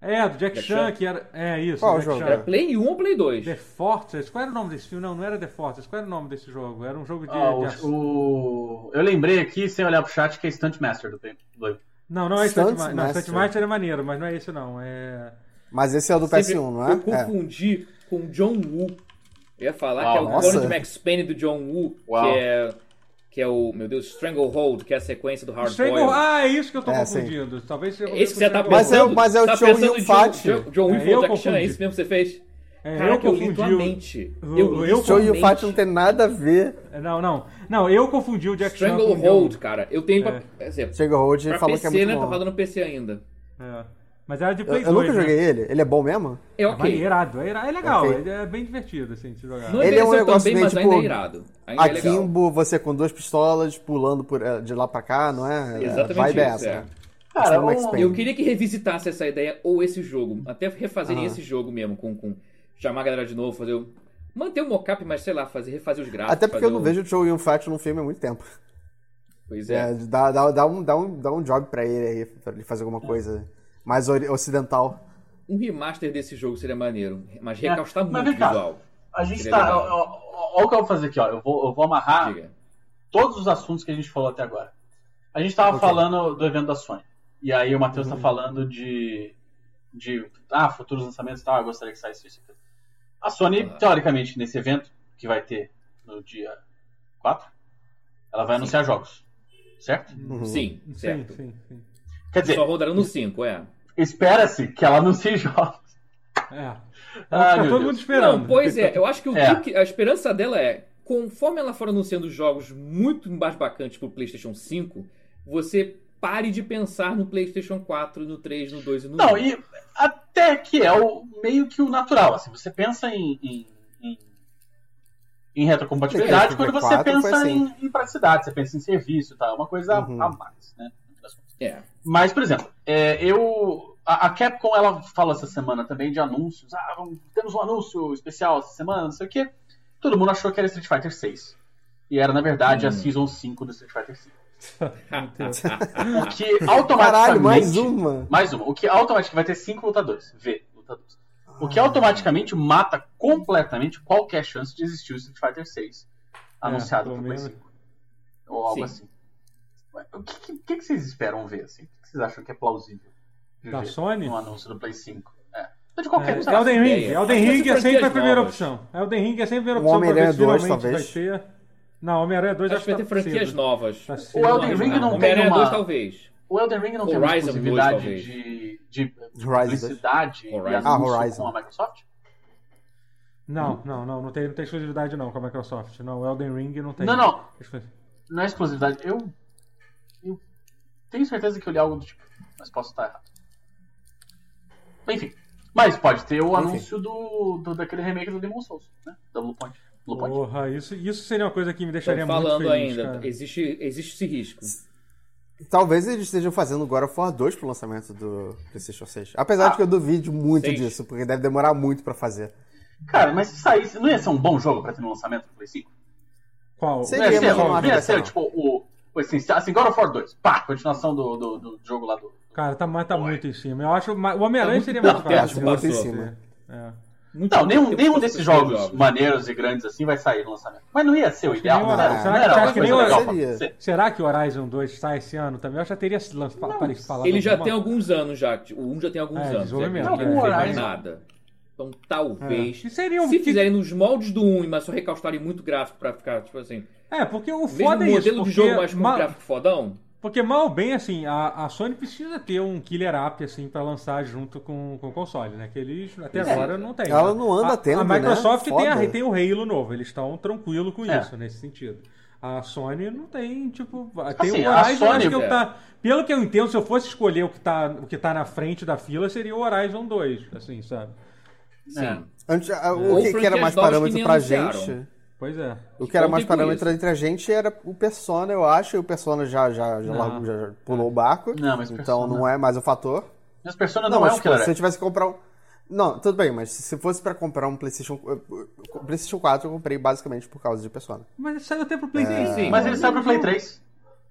É, do Jack,
Jack
Chan,
Chan.
que era. É isso,
Qual
Jack
jogo?
Chan.
Era Play 1 ou Play 2?
um
The Fortress? Qual era o nome desse filme? Não, não era The Fortress. Qual era o nome desse jogo? Era um jogo de.
Ah,
de
o-
ação.
o- Eu lembrei aqui, sem olhar pro chat, que é Stunt Master do Play. do-
Não, não é Stunt
Stunt
Ma- Não, Stunt
Master.
Master é maneiro, mas não é esse não. É.
Mas esse é o do
Sempre-
PS1, não
Eu
é? é?
confundi com John Woo. Eu ia falar
Uau,
que é o
nossa.
clone de Max Payne do John Woo,
Uau.
que é que é o, meu Deus, Stranglehold, que é a sequência do Hard
Strangle-
Boiled.
Ah, é isso que eu tô
É, sim.
confundindo. Talvez seja.
Esse você já tá
Mas é o-
pensando.
mas é o
tá
John Woo
pensando
e o
em
Fati.
John, John Woo
É,
e
eu
o Jack Chan, é
confundi.
isso mesmo que você fez?
É,
Cara,
eu
eu, li
confundi
tua
o-
mente.
o-
Eu li
eu
tua
É. Show e o
mente.
Fat não tem nada a ver.
é, Não, não. Não, eu confundi o Jack Chan com o John.
Stranglehold, cara. Eu tenho pra, quer dizer,
Chega Road
pra
e falou que
PC,
é muito
né? Tá
bom.
rodando no PC ainda.
É. Mas era de
Eu,
Play 2.
eu nunca
né?
joguei ele. Ele é bom mesmo?
É
É
ok.
maneirado, é, ira- é legal,
Ok.
é, é bem divertido assim de se jogar.
Não
Ele é
envelheceu
um
tão
negócio
bem,
meio,
mas
tipo,
ainda é irado. Ainda é legal.
Akimbo, você com duas pistolas, pulando por- eh, de lá pra cá, não é?
Exatamente
é, vibe é
isso,
essa.
é.
né?
Cara,
Tipo Max
o-
Payne.
Eu queria que revisitasse essa ideia ou esse jogo. Até refazerem
Aham.
esse jogo mesmo, com, com chamar a galera de novo, fazer o. Manter o mocap, mas sei lá, fazer, refazer os gráficos.
Até porque
fazer
eu não
o-
vejo o Joe e o Fat num filme há muito tempo.
Pois é.
É, dá, dá, dá, um, dá, um, dá um job pra ele aí, pra ele fazer
É.
alguma coisa mais ori- ocidental.
Um remaster desse jogo seria maneiro. É, Mas recaustar
mas
muito o
vem cá.
visual.
a gente
Ele é
tá.
legal.
ó- ó- Olha o que eu vou fazer aqui, ó. Eu vou, eu vou amarrar
Diga.
todos os assuntos que a gente falou até agora. A gente tava
Ok.
falando do evento da Sony. E aí o Matheus tá falando de. de. Ah, futuros lançamentos e tal, eu gostaria que saísse isso e aquilo. A Sony,
Ah.
teoricamente, nesse evento, que vai ter no dia 4, ela vai anunciar jogos. Certo?
Uhum.
Sim, certo.
Sim, sim, sim.
Quer dizer,
Só rodaram no 5, é.
espera-se que ela anuncie *laughs* jogos.
É. Tá
Ah, meu
*laughs* todo
Deus.
mundo esperando.
Não, pois é, eu acho que, o
É.
que- a esperança dela é, conforme ela for anunciando jogos muito embarbacantes pro PlayStation 5, você pare de pensar no PlayStation 4, no 3, no 2 e no 1.
Não, e até que é o meio que o natural, assim, você pensa em, em, em, em retrocompatibilidade
PlayStation
quando você
4 foi
pensa
assim.
em, em praticidade, você pensa em serviço e tal, é uma coisa
Uhum.
a mais, né?
É.
Mas, por exemplo, é, eu. A, a Capcom ela fala essa semana também de anúncios. Ah, vamos- temos um anúncio especial essa semana, não sei o quê. Todo mundo achou que era Street Fighter 6. E era, na verdade, a
Hum.
Season 5 do Street Fighter 5. O
*laughs* Meu
que automaticamente.
Caralho, mais um, uma.
Mais uma. O que automaticamente vai ter cinco lutadores. V, lutadores. O que automaticamente mata completamente qualquer chance de existir o Street Fighter 6 anunciado
É, pelo
pro Play
menos.
5. Ou algo
Sim.
assim. Ué, O que, que- que que vocês esperam ver, assim? O que que vocês acham que é plausível de
Da
ver
Sony?
num anúncio do Play 5? É. Ou De qualquer
É,
é,
Elden Ring,
ideia.
Elden
Mas
Ring é sempre
essas
a
franquias
primeira
novas.
opção. Elden Ring é sempre a primeira
Um
opção
Homem-Aranha
pra ver se
2
finalmente vai
talvez.
ter. Não, Homem-Aranha 2
Acho que vai ter franquias
tá cedo.
novas.
Tá
O
cedo.
Elden
Não,
Ring
não.
não tem
Homem-Aranha
uma-
2 talvez.
O Elden Ring não tem uma
Horizon dois,
exclusividade
talvez.
de, de
Horizon dois.
publicidade e
Horizon.
anúncio
Ah, Horizon.
com a Microsoft?
Não, não, não, não tem, não tem exclusividade não com a Microsoft. Não, o Elden Ring não tem.
Não, não.
Exclusividade.
Não é exclusividade. Eu, eu tenho certeza que eu li algo do tipo, mas posso estar errado. Enfim. Mas pode ter o
Enfim.
anúncio do, do- daquele remake do Demon Souls, né? Da Blue Point. Blue Point.
Porra, isso, isso seria uma coisa que me deixaria
Estou
muito
falando
feliz,
ainda.
cara.
Existe, existe esse risco.
Talvez eles estejam fazendo God of War 2 pro lançamento do PlayStation 6. Apesar de que eu duvido muito
Ah, Seis.
disso, porque deve demorar muito pra fazer.
Cara, mas se saísse, não ia ser um bom jogo pra ter no lançamento do Play 5?
Qual? é
Não
Seria,
ia
mas
ser,
eu não
ó,
acho
não
que
ia
vai ser,
ser
não.
tipo o, o essencial, assim, God of War 2, pá, continuação do, do, do jogo lá do...
Cara, tá, mas tá muito em cima. Eu acho ma- o Homem-Aranha
Tá
seria mais
muito perto,
fácil.
Ah, muito em
É.
cima.
É.
Muito
Não,
bom
nenhum,
ter
nenhum
todos
desses
esses
jogos,
jogos.
maneiros e grandes assim vai sair no lançamento. Mas não ia ser o
Acho que
ideal,
nem
não
o-
era,
será
não
que-
era
acho
uma
que
coisa
nem o-
legal pra
seria.
acontecer.
Será que o Horizon 2 sai esse ano também? Eu já teria se lan- fa- pare- falado
Ele já
alguma
tem alguns anos já. O 1 já tem alguns
É,
anos. Não,
desenvolvimento,
não
né?
fez mais
Horizon.
nada. Então
É.
talvez.
Que seria um
Se
que-
fizerem nos moldes do 1, mas só recalcarem muito gráfico pra ficar, tipo assim.
É, porque o
Mesmo
foda
modelo
é isso. Porque,
de jogo mais com
ma-
gráfico fodão.
porque mal ou bem, assim, a, a Sony precisa ter um killer app, assim, pra lançar junto com, com o console, né? Que eles até agora não tem.
é. Ela
né?
não anda
a,
tendo,
A
né?
Microsoft tem, a,
Foda.
tem o Halo novo, eles estão tranquilo com
É.
isso, nesse sentido. A Sony não tem, tipo. Tem
Assim,
o
a
Horizon, acho
Sony-
que eu
É.
tá. Pelo que eu entendo, se eu fosse escolher o que tá, o que tá na frente da fila, seria o Horizon 2, assim, sabe?
Sim.
É.
Antes, a-
Ou
o que, que era
franquias
mais
novas
parâmetro
que nem
pra
anunciaram.
gente.
Pois é.
O que era
Ou
mais
tipo
parâmetro
isso.
entre a gente era o Persona, eu acho, e o Persona já, já, já,
Não.
largou- já- já pulou o barco.
Não, mas
então
Persona-
não é mais o fator.
Mas Persona
Não,
não, é
mas
um
tipo,
killer
se eu
app.
tivesse que comprar um. Não, tudo bem, mas se fosse pra comprar um PlayStation. O PlayStation 4 eu comprei basicamente por causa de Persona.
Mas saiu até pro Play
É.
3.
Sim.
Mas ele saiu pro Play 3.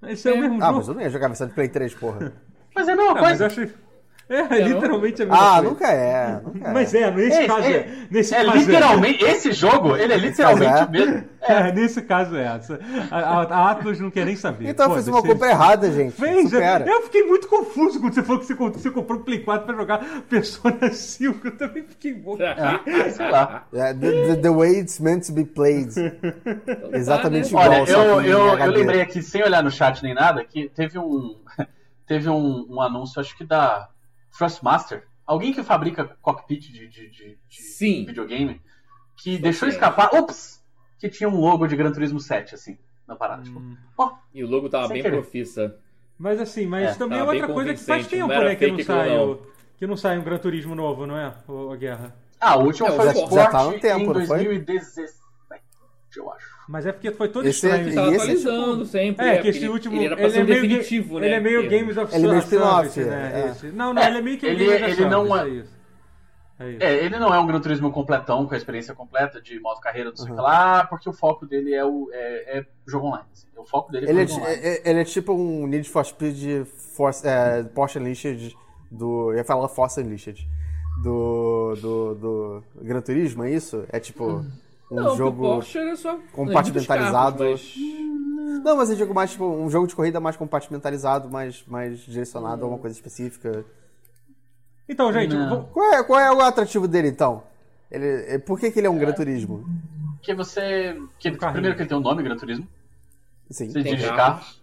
Esse é o mesmo
Ah,
jogo.
mas eu não ia jogar versão de Play 3, porra.
Mas é a mesma
Ah, mas
coisa.
eu achei... *laughs*
um-
É, literalmente a mesma
ah,
coisa.
nunca é, nunca é.
Mas é, nesse
É,
caso é.
é-
Nesse
É
caso
literalmente. Esse jogo, ele é literalmente o mesmo.
É. *laughs* É, nesse caso é. essa. A, a, a Atlas não quer nem saber.
Então eu fiz
Foda-se,
uma compra errada, gente.
Fez,
Supera.
é. eu fiquei muito confuso quando você falou que você comprou, você comprou o Play 4 pra jogar Persona 5. Eu também fiquei bom.
*laughs*
Ah, sei lá.
É, the, the- the way it's meant to be played.
Então tá,
Exatamente
né?
igual.
Olha,
só
eu,
que em
eu, eu
HD.
lembrei aqui, sem olhar no chat nem nada, que teve um. *laughs* Teve um, um anúncio, acho que da Thrustmaster. Alguém que fabrica cockpit de, de, de- de
Sim.
videogame, que
Só sei.
deixou escapar. Ops! Que tinha um logo de Gran Turismo 7, assim, na parada. Tipo,
E o logo tava
Sem
bem
querer.
profissa.
Mas assim, mas
É,
também é
tava bem
outra coisa que faz
convincente,
tempo,
não era
né? Que não,
fake aquilo,
sai o,
não.
que não sai um Gran Turismo novo, não é, ô, ô Guerra?
ah, o último
É,
foi o
já- já
Sport
tá no tempo,
em
não foi?
2017, eu acho.
Mas é porque foi todo
Esse
estranho.
E
Tava
esse é
atualizando sempre.
É, que
porque
esse
ele-
último.
Ele era pra ser um
meio ga-
definitivo, né?
Ele é meio
Termo.
Games of
Ele é meio
Service,
spin-off,
né?
é.
Esse. Não, não,
É,
ele é meio que
ele-
Games of
ele não
Service, é isso. É isso.
É, ele não é um Gran Turismo completão, com a experiência completa de modo carreira, não sei o que
Uhum.
lá, porque o foco dele é o é, é jogo online. assim. O foco dele é
Ele é,
jogo
ti-
online.
é- ele é tipo um Need for Speed Force, é, Porsche Unleashed do. Eu ia falar Force Unleashed. Do, do, do Gran Turismo, é isso? É tipo um
Não,
jogo.
o Porsche era só né,
compartimentalizado.
Mas...
Não, mas eu digo mais tipo um jogo de corrida mais compartimentalizado, mais, mais direcionado a uma coisa específica.
Então, gente,
Não.
vou-
Qual é, qual é o atrativo dele então? Ele, é- por que, que ele é um Gran Turismo?
Porque você. que-
carrinho.
primeiro que ele tem um nome, Gran Turismo.
Sim.
Você
Tem
dirige
carro.
carros.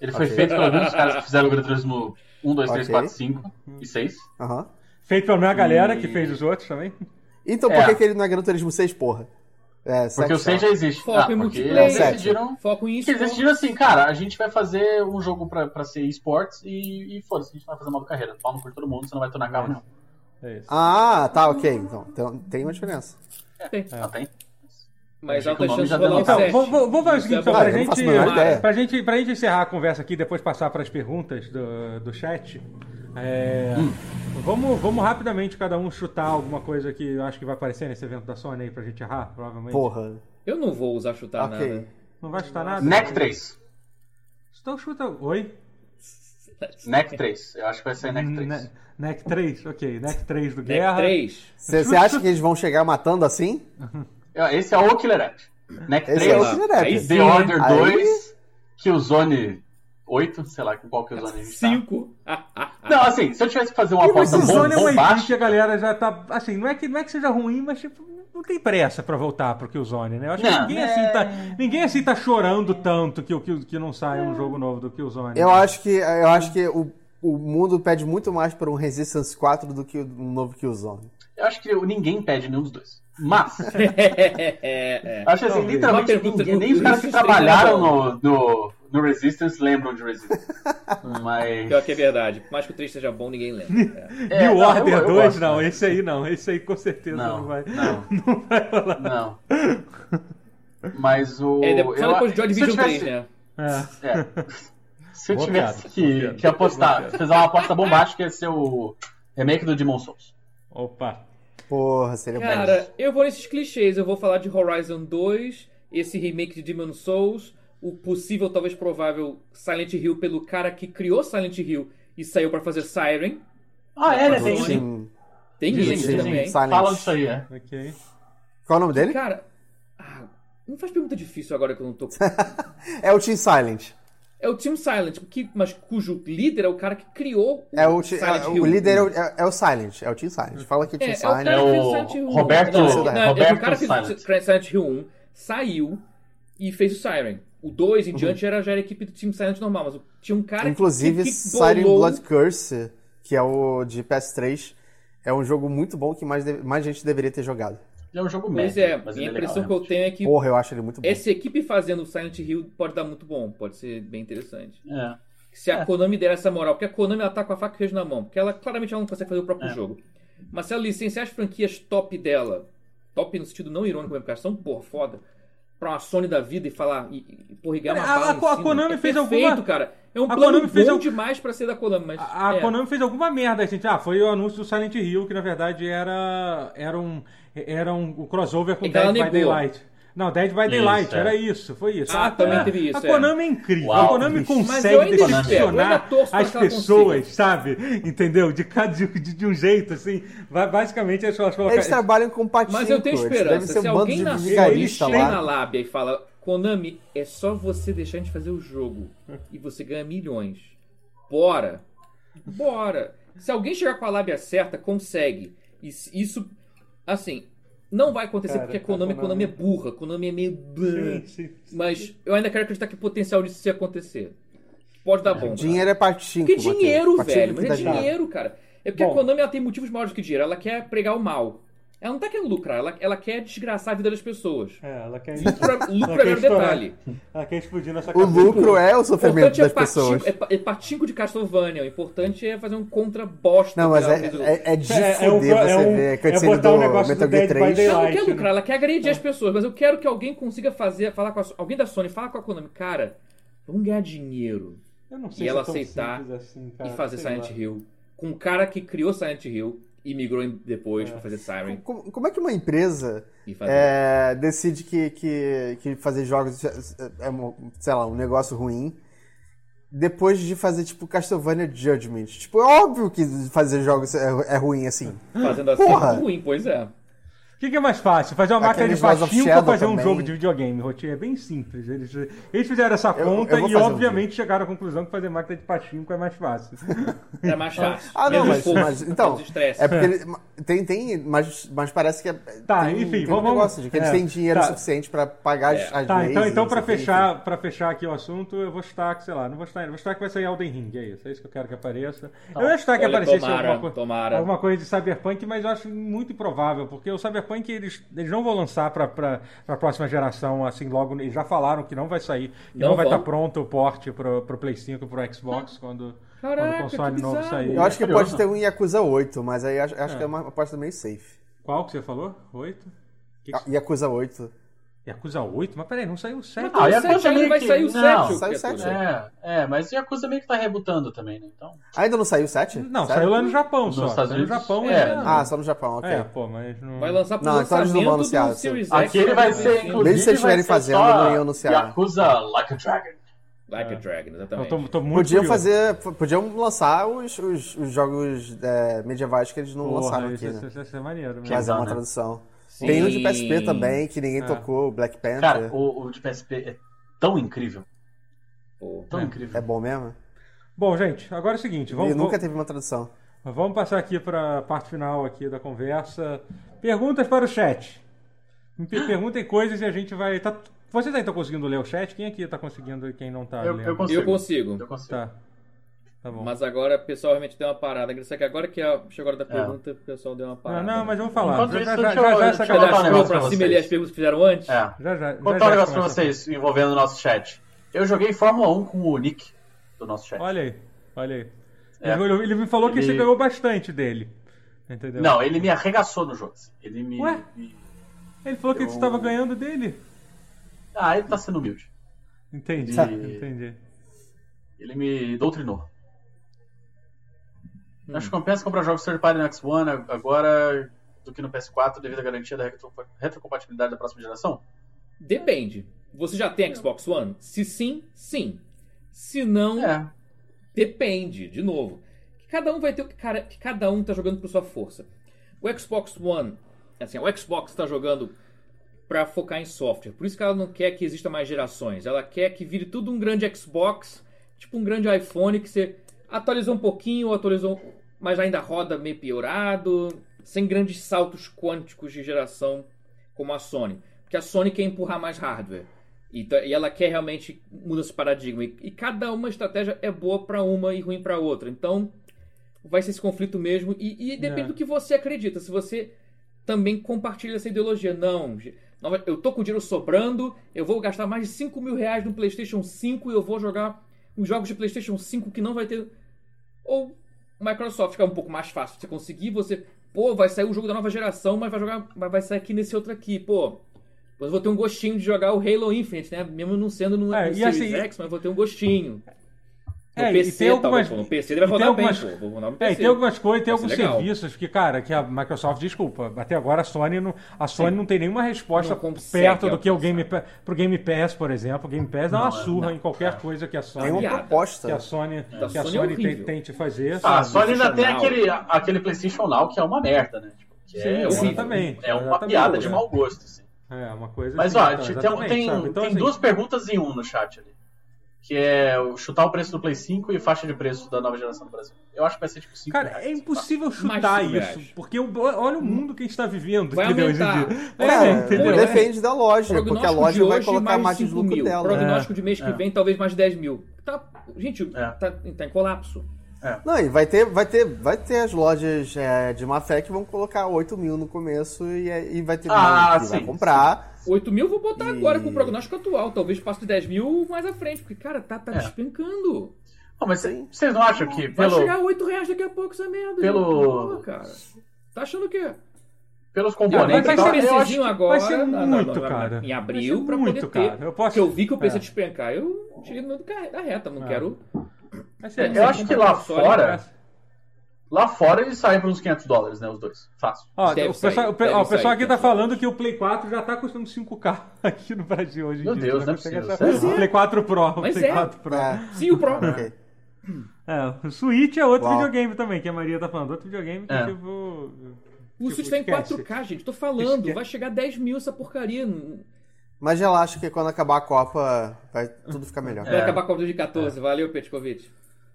Ele foi
Ok.
um,
Uhum.
feito por alguns caras que fizeram o Gran Turismo 1, 2, 3,
Ok.
4, 5 e 6.
Aham.
Feito pela mesma galera que fez os outros também.
Então
É.
por que, que ele não é Gran Turismo 6, porra? É,
Porque o 6 já existe.
Foco
Ah,
em
porque
multiplayer.
eles decidiram.
Foco em
Porque eles
isso.
decidiram assim, cara, a gente vai fazer um jogo pra, pra ser esportes e, e foda-se, a gente não vai fazer modo carreira. Palma por todo mundo, você não vai tornar carro, não.
É isso.
Ah, tá, ok. Então, então tem uma diferença. É,
Não tem.
Mas
Achei
alta
que o nome
chance de
já
rolar
deu
um
uma-
Então,
sete.
vou, vou, vou fazer o seguinte, então,
Ah,
pra,
eu não faço a menor
gente,
ideia.
pra, gente, pra gente encerrar a conversa aqui e depois passar para as perguntas do, do chat. é, vamos, vamos rapidamente cada um chutar alguma coisa que eu acho que vai aparecer nesse evento da Sony aí pra gente errar, provavelmente.
Porra.
Eu não vou usar chutar
ok.
nada.
Não vai chutar nada?
NEC 3.
Então chuta. Oi?
NEC 3. Eu acho que vai ser NEC
Hum, né,
3.
Ne- NEC 3, ok. NEC 3 do
Deck
Guerra.
3.
Você acha que eles vão chegar matando assim?
Eu- Esse é o Killer App. NEC
Esse
3,
é o
lá.
Killer
Aí
App.
sim. né?
The
né?
Order
Aí-
2, Killzone 8, sei lá qual Killzone a gente tá.
5.
Não, assim, se eu tivesse que fazer uma
E mas
aposta
esse
bom,
Zone é uma equipe que a
bombástica...
galera já tá. Assim, não é que, não é que seja ruim, mas tipo, não tem pressa pra voltar pro Killzone, né? Eu acho que
Não,
ninguém,
é.
assim tá, ninguém assim tá chorando tanto que, o que, que não sai um jogo novo do Killzone.
Eu acho que, eu acho que o, o mundo pede muito mais por um Resistance 4 do que um novo Killzone.
Eu acho que eu- ninguém pede nenhum dos dois. Mas,
é, é.
acho que assim,
Talvez.
literalmente
Uma pergunta
ninguém,
do-
nem os
do
caras que
Resistance
trabalharam
Treinador.
no, no, no Resistance lembram de Resistance.
*laughs*
Mas...
Pior que é verdade. Por mais que o 3 seja bom, ninguém lembra. É.
New
É, não, eu-
Order
eu
2,
gosto,
não,
né?
esse aí não, esse aí com certeza não,
Não,
vai.
*laughs* não.
*laughs* Não vai rolar.
Não. Mas o.
É, depois, só
eu-
depois do Joy
se eu
Division 3,
tivesse-
né?
É.
é. Se eu
Boa piada,
tivesse
boa
que,
piada.
que apostar, fizer uma aposta bombástica, ia ser o remake do Demon Souls.
Opa.
Porra, seria bom.
Cara, eu vou nesses clichês. Eu vou falar de Horizon 2, esse remake de Demon Souls, o possível, talvez provável, Silent Hill pelo cara que criou Silent Hill e saiu pra fazer Siren.
Ah, é, né? Tem
Sim.
isso.
Sim.
Tem
Dizem
isso
que
também.
sim.
Silent.
Falam disso aí, é.
Ok.
Qual é o nome dele?
Cara, ah, não faz pergunta difícil agora que eu não tô.
É o Team Silent.
É o Team Silent, que, mas cujo líder é o cara que criou o
É o, ti-
Silent
é,
Hill.
o líder é o, é- é o Silent. É o Team Silent. Fala que o
É,
Team
é o
Silent.
cara
É
que
o
fez Silent Hill 1.
Roberto-
Não, não, é o
Roberto
cara que fez o
Silent.
Silent. Hill 1, saiu e fez o Siren. O 2 em
Uhum.
diante era já a equipe do Team Silent normal, mas o- tinha um cara
Inclusive,
que, que
Siren
bolou-
Blood Curse, que é o de PS3, é um jogo muito bom que mais, de- mais gente deveria ter jogado.
Ele é um jogo
Pois
médio.
é,
mas
e
ele
a
é legal,
impressão que eu
realmente.
tenho é que
Porra, eu acho ele muito bom.
essa equipe fazendo o Silent Hill pode dar muito bom, pode ser bem interessante.
É.
Se a
É.
Konami der essa moral, porque a Konami ela tá com a faca e o queijo na mão, porque ela claramente ela não consegue fazer o próprio
É.
jogo. Mas se ela licenciar as franquias top dela, top no sentido não irônico mesmo, porque elas são porra foda, pra uma Sony da vida e falar, e, e porra, e ganhar uma
Cara, a-
bala
a-
em
a
cima,
Konami
é
fez
perfeito,
alguma-
cara. É um
a
plano
Konami
bom
fez algum-
demais pra ser da Konami, mas
A a
é.
Konami fez alguma merda, gente. Ah, foi o anúncio do Silent Hill, que na verdade era, era, um, era um, um crossover com
É que
Dead
ela
by
negou.
Daylight. Não, Dead by Daylight,
Isso, é.
era isso, foi isso.
Ah,
a,
também
a-
teve isso,
A
é.
Konami é, incrível, a
Uau.
Konami
Mas eu
consegue
ainda espero, eu ainda
decepcionar
torço pra
as
que ela
pessoas, sabe? Entendeu? De, cada- de, de- de um jeito, assim. Ba- Basicamente, elas falam,
Eles trabalham com patinho.
é Mas eu tenho
Deve
esperança.
ser
Se
um bando
alguém
de
na Sony
vigarista
chega na
lá.
lábia e fala, Konami, é só você deixar a gente fazer o jogo e você ganha milhões. Bora! Bora! Se alguém chegar com a lábia certa, consegue. E se- Isso, assim, não vai acontecer
Cara,
porque a
tá
Konami,
a
Konami
né?
Konami-
é burra, Konami é meio... blá.
Sim, sim, sim.
Mas eu ainda quero acreditar que o potencial disso se acontecer. Pode dar bom. cara.
Dinheiro é patinho.
Porque dinheiro,
Mateus.
velho.
Patinco
Mas é
que dá dinheiro.
dinheiro, cara. É porque
Bom.
a Konami ela tem motivos maiores do que dinheiro. Ela quer pregar o mal. Ela não tá querendo lucrar, ela, ela quer desgraçar a vida das pessoas.
É, ela quer,
*laughs*
Lucra,
Ela quer
lucra é o
estourar.
detalhe.
ela quer explodir nossa
O
cabeça.
lucro é o
O importante
sofrimento
é
das
patinco,
pessoas.
é, pa- é patinco de Castlevania. O importante é fazer um contra bosta.
Não, mas
dela.
é, é, é de
É, é um-
fuder
é
você
um-
ver a
é
cutscene
botar um
do
negócio
Metal
do Dead by
Gear 3.
Daylight. né?
Ela não quer
Light,
lucrar, ela quer agredir
É.
as pessoas, mas eu quero que alguém consiga fazer, falar com a, So- alguém da Sony, fala com a Konami, cara, vamos ganhar dinheiro.
Eu não
E
se
ela
é tão
aceitar
simples assim,
e
cara,
fazer
sei
Silent
lá.
Hill com o cara que criou Silent Hill e migrou em-
É.
depois pra fazer Siren
Como, como é que uma empresa
e fazer
é, decide que, que, que fazer jogos é, é um- sei lá, um negócio ruim depois de fazer, tipo, Castlevania Judgment? Tipo, é óbvio que fazer jogos é, é ruim assim.
fazendo assim
Porra!
ruim, pois é.
O que, que é mais fácil? Fazer uma máquina de
Aqueles Laws of
pachinko ou
Shadow
fazer um
também.
jogo de videogame? Rotinha é bem simples. Eles, eles fizeram essa
eu
conta
vou
e,
fazer um
obviamente, chegaram à conclusão que fazer máquina de pachinko é mais
*laughs*
fácil.
É mais fácil.
Ah, não,
menos
mas,
esforço,
mas- então.
menos estresse.
É porque ele, tem, tem, mas, mas parece que é,
Tá,
tem,
enfim,
tem um
vamos-
negócio de que eles
é,
têm dinheiro
tá.
suficiente pra pagar as, as
Tá,
leis
então,
e
então
não
pra,
sei o quê,
fechar, pra fechar aqui o assunto, eu vou estar, sei lá, não vou estar ainda, vou estar que vai sair Elden Ring, é isso, é isso que eu quero que apareça. eu ia
é
estar que
Tá Olha,
aparecesse
tomara,
alguma, co-
tomara.
alguma coisa de Cyberpunk, mas eu acho muito improvável, porque o Cyberpunk eles, eles não vão lançar pra, pra, pra próxima geração, assim, logo, eles já falaram que não vai sair, que não,
Não
vai
vão? Hum.
estar pronto o porte pro, pro Play 5, pro Xbox, quando, quando
Caraca,
o console
que
novo
bizarro.
sair.
enfim. Eu acho que
Curioso.
pode ter um Yakuza 8, mas aí acho, acho que é uma aposta meio safe.
Qual que você falou? Oito? Que que...
Ah, Yakuza 8.
Yakuza 8? Mas peraí, não saiu o 7?
Ah,
O
e a
sete
coisa
ainda
meio
Então, vai
que-
sair o
não,
7.
sai o sete.
É, é, mas e a coisa meio que tá rebutando também, né? Então.
Ainda não saiu o 7?
Não,
Sério?
saiu lá no Japão só.
Estados
Saiu no
Unidos?
Japão
É.
já-
Ah, só no Japão, ok.
É, pô, mas não.
Vai lançar pro
Não, então eles
lançamento
não vão
do
anunciar,
Series X.
Aqui ele vai ser,
Assim,
inclusive.
Mesmo se eles estiverem
vai ser
fazendo,
só
não iam anunciar.
Yakuza Like a Dragon.
Like a Dragon,
Eu
exatamente.
Então, tô, tô muito
Podiam
curioso.
fazer. Podiam lançar os, os, os jogos é, medievais que eles não
Porra,
lançaram
isso,
aqui,
isso-
né?
isso- isso é maneiro. mesmo.
Fazer
dá,
uma
né?
tradução.
Sim.
Tem um de PSP também, que
É.
ninguém tocou, Black Panther.
Cara, o, o de PSP é tão incrível.
Pô.
Tão
É.
incrível.
É bom mesmo?
Bom, gente, agora é o seguinte,
E
vamos,
nunca
vamos-
teve uma tradução.
vamos passar aqui para a parte final aqui da conversa. Perguntas para o chat. Me per- perguntem coisas e a gente vai. Tá... Vocês aí estão conseguindo ler o chat? Quem aqui está conseguindo e quem não
É
está
Eu,
lendo?
eu consigo. Então,
Eu consigo.
Eu consigo.
Tá. Tá bom.
Mas agora o pessoal realmente deu uma parada. Só que agora que a- chegou a hora da pergunta, o pessoal deu uma
Não,
parada.
não, mas vamos falar.
Enquanto
já,
isso,
já, já,
deixa eu-
já essa
deixa eu
galera-
botar um
Cadastro
negócio
pra
pra
cima ali
vocês.
as perguntas que fizeram antes?
É.
já, já, já, já
Vou Contar um negócio pra
começa.
vocês envolvendo o nosso chat. Eu joguei Fórmula 1 com o Nick do nosso chat.
Olha aí, olha aí.
É.
Ele, ele me falou que
Ele-
você ganhou bastante dele. Entendeu?
Não, ele me arregaçou no jogo. assim. Ele me.
Ué?
me-
Ele falou que
Eu-
você estava ganhando dele.
Ah, ele tá sendo humilde.
Entendi,
E-
entendi.
Ele me doutrinou.
Hum.
Acho que compensa comprar jogos third party no X1 a- agora do que no PS4 devido à garantia da retro- retrocompatibilidade da próxima geração?
Depende. Você já tem Xbox One? Se sim, sim. Se
Hum.
não,
É.
depende, de novo. Que cada um vai ter o que, cara, que cada um tá jogando por sua força. O Xbox One, assim, o Xbox tá jogando para focar em software. Por isso que ela não quer que exista mais gerações. Ela quer que vire tudo um grande Xbox, tipo um grande iPhone que você atualizou um pouquinho, atualizou, mas ainda roda meio piorado, sem grandes saltos quânticos de geração como a Sony, porque a Sony quer empurrar mais hardware. E, tá- e ela quer realmente mudar esse paradigma. E, e cada uma estratégia é boa para uma e ruim para outra. Então, vai ser esse conflito mesmo. E, e depende
É.
do que você acredita. Se você também compartilha essa ideologia. Não, ge- não, eu tô com dinheiro sobrando, eu vou gastar mais de 5 mil reais no PlayStation 5 e eu vou jogar os jogos de PlayStation 5 que não vai ter. Ou Microsoft, que é um pouco mais fácil de você conseguir, você. Pô, vai sair um jogo da nova geração, mas vai jogar. Mas vai sair aqui nesse outro aqui, pô. Mas eu vou ter um gostinho de jogar o Halo Infinite, né? Mesmo não sendo no,
É,
no
e
Series
assim-
X, mas vou ter um gostinho. No
É, e
PC,
tem algumas-
talvez, pô. No PC
e
ele vai
tem
rodar
algumas-
bem, pô. Vou rodar no
É,
PC.
e tem algumas coisas, tem
Vai ser
alguns
legal.
serviços que, cara, que a Microsoft, desculpa, até agora a Sony não, a Sony não tem nenhuma resposta
Não consegue
perto do que o
alcançar.
Game Pa- pro Game Pass, por exemplo. O Game Pass dá uma surra em qualquer coisa que a
Nenhuma
Sony,
É piada.
proposta.
que a Sony, que a
Sony é
Sony
horrível.
tem- tente fazer.
Ah, a
sabe?
Sony ainda tem
Now.
aquele, aquele PlayStation Now que é uma merda, né? Tipo, que
Sim,
é, uma,
exatamente.
é uma
Exatamente,
piada de
né?
mau gosto. assim.
É, uma coisa
Mas,
assim,
ó,
então,
te- tem, um-
exatamente,
tem,
sabe? Então,
tem
assim,
duas perguntas em um no chat ali. Que é o chutar o preço do Play 5 e faixa de preço da nova geração do Brasil. Eu acho que vai ser tipo 5
Cara,
reais,
é
sei lá.
impossível
Mais
chutar
cinco
isso,
reais.
porque o- olha o mundo que a gente está vivendo,
Hum. Vai
entendeu, hoje em
aumentar.
dia. É,
Cara,
entendeu?
é.
depende da loja, porque a
Prognóstico de
loja vai
hoje,
colocar mais de
5
lucro
mil.
dela. né?
Prognóstico de mês que
É.
vem, talvez mais 10 mil. Tá, gente,
É.
tá, tá em colapso.
Não, e vai ter, vai ter, vai ter as lojas é, de má fé que vão colocar 8 mil no começo e, é- e vai ter
Ah,
gente que vai
sim,
comprar.
8 mil eu vou botar
E-
agora com o prognóstico atual. Talvez passe de 10 mil mais à frente. Porque, cara, tá, tá
É.
despencando.
Não, mas
Sim.
vocês não acham que
Vai
pelo,
chegar a 8 reais daqui a pouco essa merda.
Pelo-
gente. Porra, cara. Tá achando o quê?
pelos
Ah, vai
mas
componentes...
vai
e tal,
ser
ser-
eu acho
PCzinho agora.
vai ser
não, não,
muito,
não, não,
cara.
Em
Vai
abril
ser
pra
muito,
poder ter.
cara. Eu posso-
Porque eu vi que o PC
É.
despencar. Eu tirei no meio do ca- da reta. Não
É.
quero...
Mas,
é, Eu
assim,
É, acho que lá
console,
fora-
né?
Lá fora eles saem por uns 500 dólares, né? Os dois. Fácil.
Ó, o
Deve
pessoal,
sair,
o pe- ó,
deve
o pessoal
sair,
aqui tá
deve
falando que o Play 4 já tá custando 5K *laughs* aqui no Brasil hoje em
Meu
dia. né?
Deus,
Você
não é
consegue
possível,
achar-
sério?
O Play 4 Pro, o
Mas
Play
é.
4 Pro. *laughs* É.
É,
Sim, o próprio.
ok.
o Switch é outro
Uau.
videogame também, que a Maria tá falando. Outro videogame que
É.
tipo...
O
Tipo,
Switch tá em
esquece.
4K, gente. Tô falando.
Esquece.
Vai chegar 10 mil essa porcaria. Vai
Mas relaxa que quando acabar a Copa vai tudo ficar melhor.
É.
acabar com a Copa de 14. Valeu, Petkovic.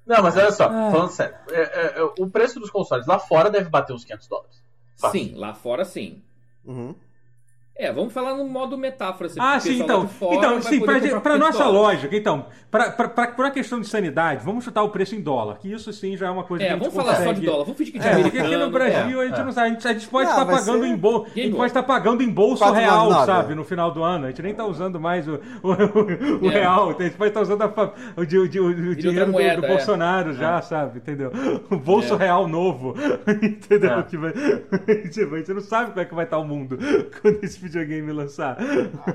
Não, mas olha só,
Ah.
falando sério, é, é, é, o preço dos consoles lá fora deve bater uns 500 dólares. Fácil.
Sim, lá fora sim.
Uhum.
É, vamos falar no modo metáfora. assim,
Ah,
porque o
sim,
pessoal lá
então.
de fora
então,
vai
sim,
poder
pra,
comprar
gente-
por
pra
500
nossa
dólares.
lógica, então, pra, pra, pra, por uma questão de sanidade, vamos chutar o preço em dólar, que isso sim já é uma coisa que
É,
a gente
vamos falar só de
consegue-
dólar. Vamos fingir que a gente
É,
é
porque aqui
americano,
no Brasil a gente
é.
não sabe. A gente, a gente pode
Não,
estar
vai
pagando
ser
em bol, a
Game
gente
over.
pode estar pagando em bolso
499,
real,
né?
sabe? No final do ano. A gente nem tá usando mais o, *laughs* o, o- o
É.
real. A gente pode estar usando a fa- o, di- o di- o dinheiro do,
moeda,
do
é.
Bolsonaro já, sabe? Entendeu? O bolso
É.
real novo. *laughs* entendeu?
É.
Que vai, *laughs* tipo, a gente não sabe como é que vai estar o mundo *laughs* quando esse videogame lançar. *laughs*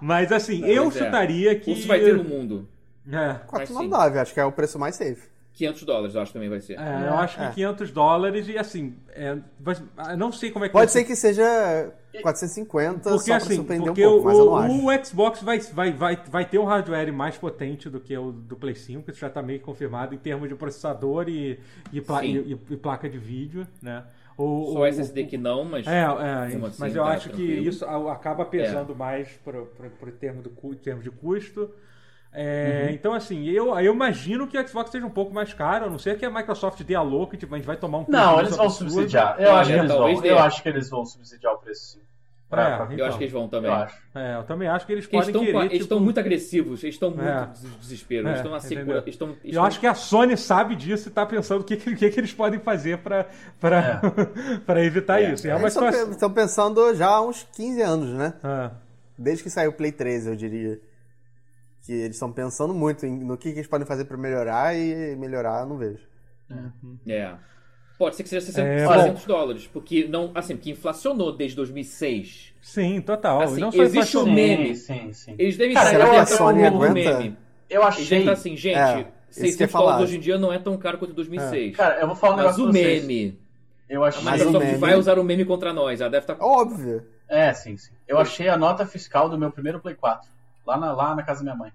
Mas assim, eu
Pois é.
chutaria que.
Ou se vai ter um- no mundo.
É.
499, acho que é o preço mais safe.
500 dólares, eu acho que também vai ser.
É, eu acho que
É.
500 dólares e assim, é, mas, ah, não sei como é que vai
Pode
ser
ser que seja 450 só
Porque
pra
assim,
surpreender
porque
um pouco, mas eu não acho.
o, o Xbox vai, vai, vai, vai ter um hardware mais potente do que o do Play 5, isso já está meio confirmado em termos de processador e, e, pla-
Sim.
e- e- e placa de vídeo, né? O,
Só
o-
SSD que não, mas.
É, é,
Como
mas
assim,
eu
tá
acho que
tranquilo? É.
isso a- acaba pesando mais pro, pro, pro termo do, cu- em termos de custo. É,
Uhum.
Então, assim, eu, eu imagino que o Xbox seja um pouco mais caro, a não ser que a Microsoft dê a louca, tipo, a gente vai tomar um
Não,
prejuízo
eles vão
absurdo.
subsidiar. Eu,
Olha,
acho, que eles
talvez
vão,
dê.
eu acho que eles vão subsidiar o preço, sim. Pra,
É,
pra-
eu
então.
acho que eles vão também.
eu acho.
É, eu também acho que eles
Porque eles
podem
estão, com a-
querer.
eles
tipo,
estão muito agressivos, eles estão muito
É.
des- desespero,
É,
eles estão na segura.
entendeu?
Eles estão, eles
Eu
estão-
acho que a Sony sabe disso e tá pensando o que, que, o que que eles podem fazer pra, pra, *laughs* pra evitar
É.
isso. E É uma
Eles
situação.
estão pensando já há uns 15 anos, né?
Ah,
Desde que saiu o Play 3, eu diria. Que eles estão pensando muito em- no que, que eles podem fazer pra melhorar e melhorar, eu não vejo.
É. Pode ser que seja 60,
É,
600 dólares, porque não, assim, porque inflacionou desde 2006.
sim, total.
Assim,
não só
existe
inflacionou.
um-
Sim,
meme.
Sim, sim.
Eles devem
Cara,
estar
será que a
tentando
Sony
um
aguenta?
meme.
Eu
Eles devem
achei.
estar assim, gente,
É, isso que eu ia
600
falar. é
dólares hoje em dia não é tão caro quanto em 2006.
Cara, eu vou falar um
mas
negócio
o
pra vocês.
meme,
Eu
a
achei.
assim. Mas o
Microsoft
meme-
vai usar o meme contra nós, ela deve estar
Óbvio.
É, sim, sim. Eu achei a nota fiscal do meu primeiro Play 4. Lá na, lá na casa da minha mãe.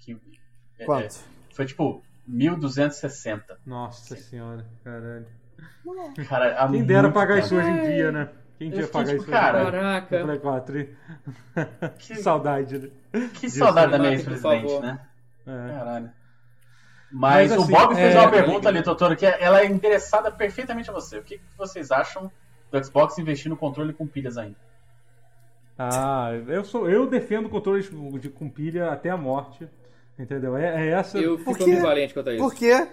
Que, é, é,
Quanto?
foi tipo 1260.
Nossa senhora, caralho.
Cara, há
Quem dera
Tá muito
pagar
tempo.
isso hoje em dia, né? Quem
Eu
dera
fiquei
pagar
tipo,
isso
cara,
hoje em dia?
Caraca.
No Play 4, hein?
Que-
Que saudade, né?
Que saudade da minha
Martin, por
ex-presidente,
favor.
né?
É.
Caralho. Mas,
Mas,
o
assim,
Bob fez
é,
uma pergunta
legal.
ali, doutor, que ela é interessada perfeitamente a você. O que que vocês acham do Xbox investir no controle com pilhas ainda?
Ah, eu, sou, eu defendo controles de com pilha até a morte. Entendeu? É, é essa
Eu
Por
fico
quê?
ambivalente quanto a
é,
isso.
Por quê?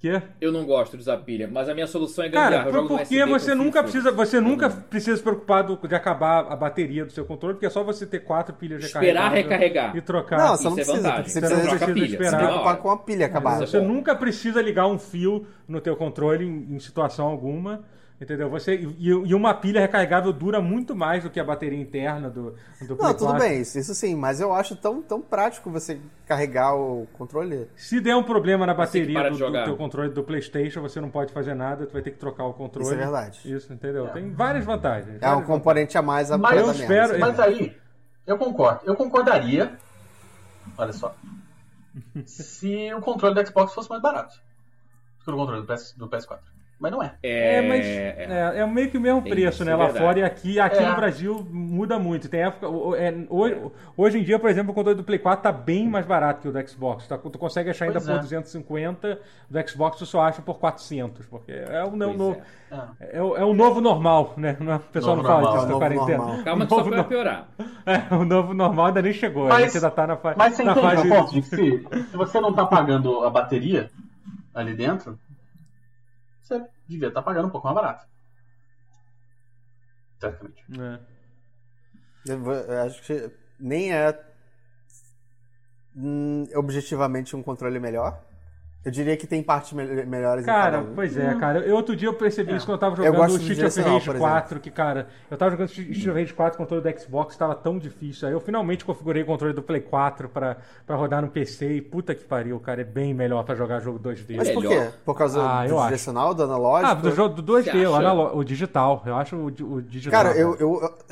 que é?
Eu não gosto de usar pilha, mas a minha solução é gambiarra.
Cara,
eu jogo no
porque
USB com Uhum.
você
fio,
nunca
foda-se.
precisa, você
Eu
nunca
não-
precisa se preocupar do- de acabar a bateria do seu controle, porque é só você ter quatro pilhas
Esperar
recarregáveis
recarregar.
e trocar.
Não, você
isso
não
é
precisa.
vantagem.
Você
Você não
precisa
precisa
se
esperar. é
Você
preocupar
hora.
com a pilha acabada.
você nunca precisa ligar um fio no teu controle em, em situação alguma. Entendeu? Você, e, e uma pilha recarregável dura muito mais do que a bateria interna do, do Play
Não, tudo
4.
bem, isso, isso sim, mas eu acho tão, tão prático você carregar o controle. É
Se der um problema na
Você que
bateria
para
do,
de
do
jogar.
teu controle do PlayStation, você não pode fazer nada, tu vai ter que trocar o controle.
Isso é verdade.
Isso, entendeu? Tem várias vantagens.
É um
várias
componente a mais a
Mas
pra
eu
dar
espero-
merda,
Mas
assim.
aí, eu concordo. Eu concordaria, olha só, se o controle do Xbox fosse mais barato do que o controle do, PS, do PS4. Mas não é.
É,
É, mas
é.
é, é meio que o mesmo
Tem
preço,
isso,
né?
é
Lá
verdade.
fora e aqui. Aqui
É.
no Brasil muda muito. Tem época. o- o- é, hoje, hoje em dia, por exemplo, o controle do Play 4 tá bem mais barato que o do Xbox. Tá? Tu consegue achar ainda
Pois
por
é.
250, do Xbox tu só acha por 400, porque é o, é o,
Pois
no-
é.
Ah,
é o, é o novo normal, né? Não é- O pessoal
Novo
não fala disso
normal.
É
na
o novo
quarentena.
normal.
Calma
o
que só
novo,
vai
no-
piorar.
*laughs* é, o novo normal ainda nem chegou. a
Mas-
gente ainda tá na, fa
Mas você
na
entende
fase.
meu ponto de que se, se você não tá pagando a bateria ali dentro, você devia estar pagando um pouco mais barato. Teoricamente.
É.
Eu vou- eu acho que nem é hum, objetivamente um controle melhor. Eu diria que tem partes mel- melhores
Cara,
em cada um. É.
pois é, cara. Eu, outro dia eu percebi isso quando eu tava
Eu
jogando
gosto
o
do
Street of
direcional,
Rage
por
4, que, cara, eu tava jogando Street of Rage 4 com o controle do Xbox, tava tão difícil. Aí eu finalmente configurei o controle do Play 4 pra, pra rodar no PC e puta que pariu, cara, é bem melhor pra jogar jogo 2D.
Mas por
Melhor.
quê? Por causa
Ah, eu
do
acho.
direcional, do
ah,
analógico?
do jogo do
Você
2D, o,
acha?
analó- o digital. Eu acho o, di- o digital.
Cara, eu, eu, eu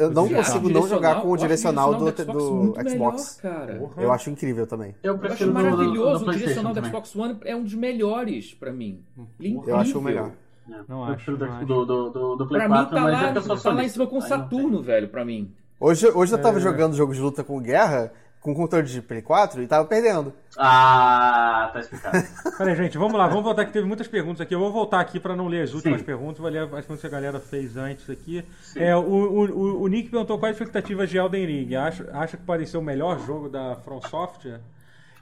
O
não
direcional.
consigo não jogar com o direcional
Eu
do,
acho o
do
muito
Xbox.
Melhor, cara.
Porra.
Eu acho incrível também.
Eu
Eu
prefiro
acho
do- do- do
maravilhoso. O
PlayStation
direcional do
também.
Xbox One é um dos melhores pra mim. Ele é
Eu acho o
incrível.
melhor.
Não
do-
acho,
É, do,
não acho.
do, do, do, do Play
Pra
4,
mim tá
mas é
lá,
porque eu sou
tá lá em
sonista.
cima com
Aí não tem.
Saturno, velho, pra mim.
Hoje, hoje eu tava
É.
jogando jogo de luta com guerra, com controle de Play 4, e tava perdendo.
Ah, tá explicado.
Peraí, gente, vamos lá,
*laughs*
vamos voltar que teve muitas perguntas aqui. Eu vou voltar aqui para não ler as últimas
Sim.
perguntas, vou ler as perguntas que a galera fez antes aqui.
Sim.
É, o, o- o- o Nick perguntou quais as expectativas de Elden Ring. Acha, acha que pode ser o melhor jogo da From Software?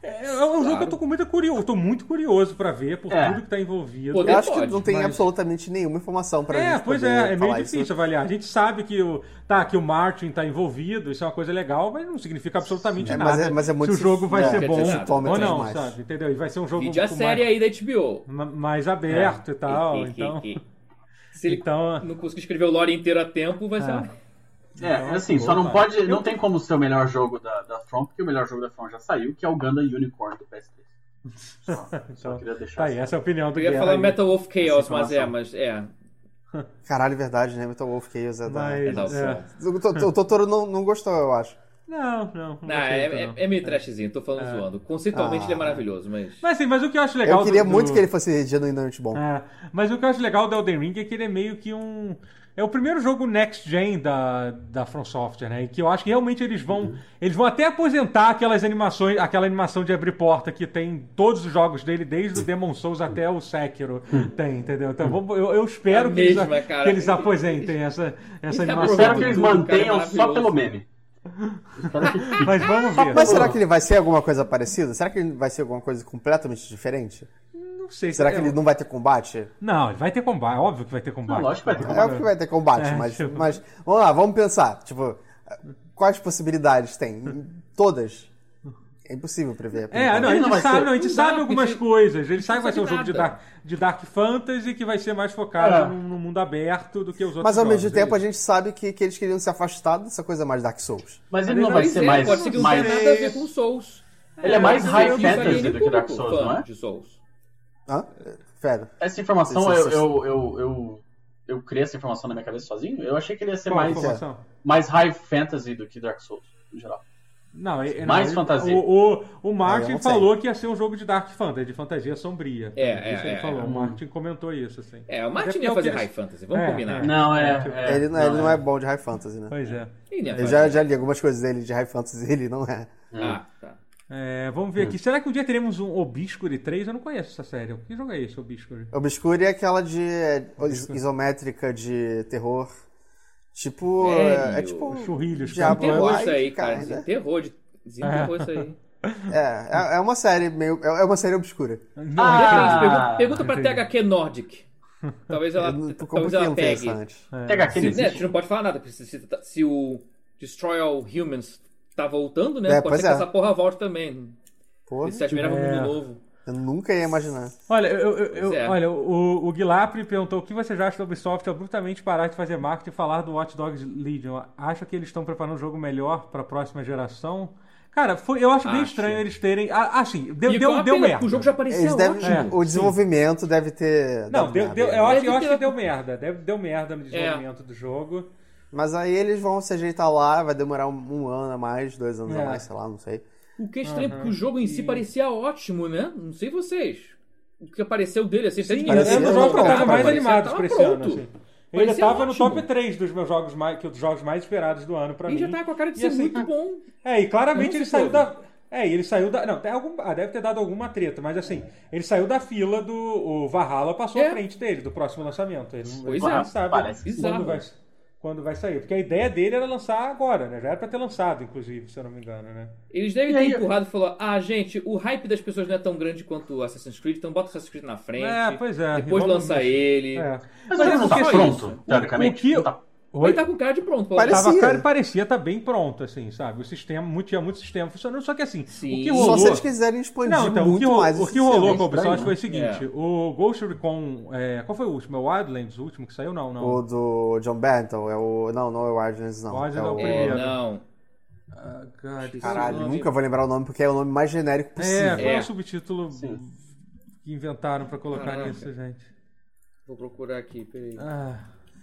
É, é um jogo que eu tô com muita curioso, tô muito curioso para ver por
É.
tudo que tá envolvido.
Poder-
Eu acho que
pode,
não tem
mas-
absolutamente nenhuma informação pra
É,
gente
pois
poder
é, é meio
falar
difícil
isso.
avaliar. A gente sabe que o, tá, que o Martin tá envolvido, isso é uma coisa legal, mas não significa absolutamente
É,
nada.
mas é- mas é muito
se o jogo vai
é,
ser
quer
bom
dizer,
ou
é
não,
demais.
sabe? Entendeu? E vai ser um jogo
Vídeo a
com
série aí da HBO.
ma- mais aberto e
*laughs*
tal, então...
Se ele
Então,
não conseguir escrever o lore inteiro a tempo, vai ser
Ah.
uma...
Então,
É, assim, só
boa,
não
cara.
pode. Não tem como ser o melhor jogo da, da From, porque o melhor jogo da From já saiu, que é o Gundam Unicorn do PS3. Só, só
então
queria deixar
tá aí,
assim.
essa é a opinião do
Eu ia
Guerra.
falar
aí.
Metal Wolf Chaos,
Essa
mas é,
informação.
mas é.
Caralho, verdade, né? Metal Wolf Chaos é da...
Mas,
É,
é.
O to- to- o Totoro não, não gostou, eu acho.
Não, não. não gostei
Não, é,
muito,
é-
não.
é meio trashzinho, tô falando zoando. Conceitualmente
Ah.
ele é maravilhoso, mas.
Mas assim, mas o que eu acho legal.
Eu queria
do-
muito
do-
que ele fosse genuinamente bom.
É, mas o que eu acho legal do Elden Ring é que ele é meio que um. É o primeiro jogo next gen da, da From Software, né? E que eu acho que realmente eles vão.
Uhum.
Eles vão até aposentar aquelas animações, aquela animação de abrir porta que tem em todos os jogos dele, desde o Demon Souls até o Sekiro. Tem, entendeu? Então vamos- eu, eu espero
É Uhum. a
que, eles,
mesma, cara.
que eles aposentem essa, essa
Isso é
animação.
Eu espero que eles
do cara
mantenham
maravilhoso.
só pelo meme. Espero que fique.
Ah, Mas vamos ver.
Mas será que ele vai ser alguma coisa parecida? Será que ele vai ser alguma coisa completamente diferente?
Não sei.
Será que
eu-
ele não é vai ter combate?
Não, ele vai ter combate. Óbvio que vai ter combate.
Não, lógico que vai ter
É óbvio que vai ter combate,
É,
mas,
tipo-
mas vamos lá, vamos pensar. Tipo, quais possibilidades tem? Todas. É impossível prever. por
É,
enquanto.
não, a
Ele
gente
não vai
sabe,
ser-
não, a gente
não dá,
sabe
porque
algumas
você-
coisas. Ele
você
sabe que vai
não
ser um jogo
sabe
de
nada.
dark, de dark fantasy que vai ser mais focado
É.
no, no mundo aberto do que os outros
Mas ao
jogos. é
mesmo tempo a gente sabe que, que eles queriam se afastar dessa coisa mais Dark Souls.
Mas ele
Mas
não vai
Pois é,
ser mais.
Pode ser que não
mais-
tenha nada a ver com Souls.
Ele é mais
Mas
high
eu não sabia
fantasy
nem
do que
público
Dark Souls,
fã
não é?
De Souls.
Hã? Pera.
Essa informação,
Sim, sim,
eu,
sim.
eu, eu, eu, eu criei essa informação na minha cabeça sozinho. Eu achei que ele ia ser
Qual a
mais, é.
informação?
mais high fantasy do que Dark Souls, no geral.
Não, é- não,
Mais
ele-
fantasia.
O, o, o
Ah, eu
Martin
não sei.
falou que ia ser um jogo de dark fantasy, de fantasia sombria.
É,
isso
é,
ele
é,
falou.
é.
O Martin comentou isso, assim.
É, o
Até
Martin
porque
ia
o
fazer
que
high
eles-
fantasy, vamos
É,
combinar.
é.
Não, é. é,
ele não, ele não é bom de High Fantasy, né?
Pois é.
Ele ia
Eu
fazer.
já, já li algumas coisas dele de High Fantasy *laughs* ele não é.
Ah, tá.
É, vamos ver aqui. Será que um dia teremos um Obscure 3? Eu não conheço essa série. Que jogo é esse, Obscure?
Obscure é aquela de is- isométrica de terror. Tipo.
Velho,
é tipo.
Churrilhos.
Diablo.
cara.
Desenterrou
Ai,
isso aí, cara.
cara. né?
Desenterrou. de- Desenterrou isso aí.
É, é, é uma série meio. É é uma série obscura.
Não, é
Ah!
Depende, pergunta, pergunta
*laughs*
pra
entendi.
THQ Nordic. Talvez ela,
Como
talvez
que
ela
não fez
pegue.
isso antes?
é.
Pega aquele.
Se, né, a gente não pode falar nada, porque se, se- se o Destroy All Humans tá voltando, né?
É,
pode
pois
ser
é.
que essa porra volte também.
Pô, tipo,
Eles se admirava um
É.
mundo novo.
eu nunca ia imaginar.
Olha, eu, eu- eu-
Pois é.
olha o, o Guilapri perguntou o que você já acha da Ubisoft abruptamente parar de fazer marketing e falar do Watch Dogs Legion. Acha que eles estão preparando um jogo melhor para a próxima geração? Cara, foi, eu acho bem
Acho.
estranho eles terem. ah, Assim, deu,
E
deu,
qual a
deu
pena,
merda.
porque O jogo já tá parecia
Eles devem,
ótimo.
É.
o desenvolvimento deve ter.
Não,
dado
deu,
merda,
deu, é
né?
eu acho,
Deve
eu acho
ter-
que deu merda. Deve, deu merda no
É.
desenvolvimento do jogo.
Mas aí eles vão se ajeitar lá, vai demorar um, um ano a mais, dois anos
É.
a mais, sei lá, não sei.
O que é estranho, porque o jogo em si parecia ótimo, né? Não sei vocês. O que apareceu dele, assim,
Sim,
parecia-
é um dos
eu não
jogos que eu tava
comprava,
mais
parecia-
animados
tava
pra esse
pronto.
ano. assim. Ele
Parecia
tava no
ótimo.
top 3 dos meus jogos mais, que, dos jogos mais esperados do ano pra
Ele
mim.
já tá com a cara de
E
ser
assim,
muito bom.
É, e claramente
Não
ele
se
saiu
soube.
da. É, e ele saiu da. Não, tem algum... ah, deve ter dado alguma treta, mas assim, ele saiu da fila do. O Valhalla passou
É.
à frente dele, do próximo lançamento. Ele não
Pois
ele
é,
não sabe
parece que
sim.
quando vai, quando vai sair. Porque a ideia dele era lançar agora, né? Já era pra ter lançado, inclusive, se eu não me engano, né?
Eles devem
E
ter
aí-
empurrado e falou: Ah, gente, o hype das pessoas não é tão grande quanto o Assassin's Creed, então bota o Assassin's Creed na frente.
É, pois é.
Depois
Vamos-
lança ele.
É.
Mas ele não
porque só
tá pronto,
isso.
teoricamente.
O que-
Não tá
Oi?
Ele tá com cara de pronto. pô.
Parece-
Tava
Parecia.
cara e parecia tá bem pronto, assim, sabe? O sistema, muito, tinha muito sistema funcionando, só que assim,
Sim.
o que
Só
rolou...
Só se eles quiserem expandir
Não, então, o
muito
que, ro-
mais.
o
esse
que rolou
sistema.
com o Ubisoft
estranho,
foi o seguinte:
É.
o Ghost Recon. é, qual foi o último? É o Wildlands, o último que saiu? Não, não.
O do John Benton, é o. Não, não é o Wildlands, não.
O Wildlands é o
É,
primeiro.
não.
Ah, God,
Caralho,
Sim.
nunca vou lembrar o nome porque é o nome mais genérico
É,
possível.
qual é
É.
o subtítulo
Sim.
que inventaram pra colocar
Caraca.
nisso, gente?
Vou procurar aqui, peraí.
Ah,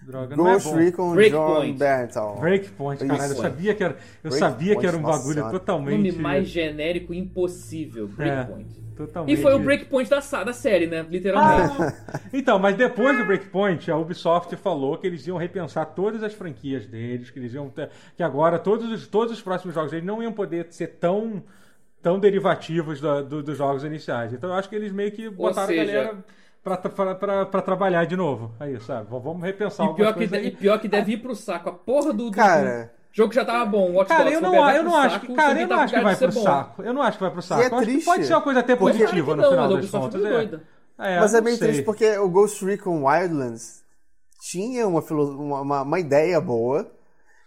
Droga, não é
Ghost
bom.
Recon John
Breakpoint.
Bernthal.
Breakpoint, caralho. Eu
Isso. é.
sabia que era, eu
Breakpoint,
sabia que era um
nossa
bagulho
senhora.
totalmente.
Nome mais genérico
É.
impossível. Breakpoint.
totalmente.
E foi o breakpoint da, sa- da série, né? Literalmente.
Ah, então, mas depois do Breakpoint, a Ubisoft falou que eles iam repensar todas as franquias deles, que eles iam ter- que agora todos os, todos os próximos jogos eles não iam poder ser tão tão derivativos da- do- dos jogos iniciais. Então eu acho que eles meio que botaram
seja-
a galera pra- pra pra- pra trabalhar de novo. Aí, sabe? V- Vamos repensar
E
algumas
pior, que,
coisas
de- e
aí.
pior que deve ir pro saco. A porra do, do
Cara.
do jogo que já tava bom. O Watch
Cara,
Dogs,
eu não,
Robert, vai
eu
pro
não acho
saco,
que, cara, eu
isso
não
aqui
acho
tá
que vai
ligado de
pro
ser bom.
saco. Eu não acho que vai pro saco. Eu
é
acho que pode
triste.
ser uma coisa até
Porque-
Claro que
positiva no
não,
final
a
das
Ubisoft
contas.
é doida.
É,
Mas é
não
meio
sei.
triste porque o Ghost Recon Wildlands tinha uma, filo- uma, uma- uma ideia boa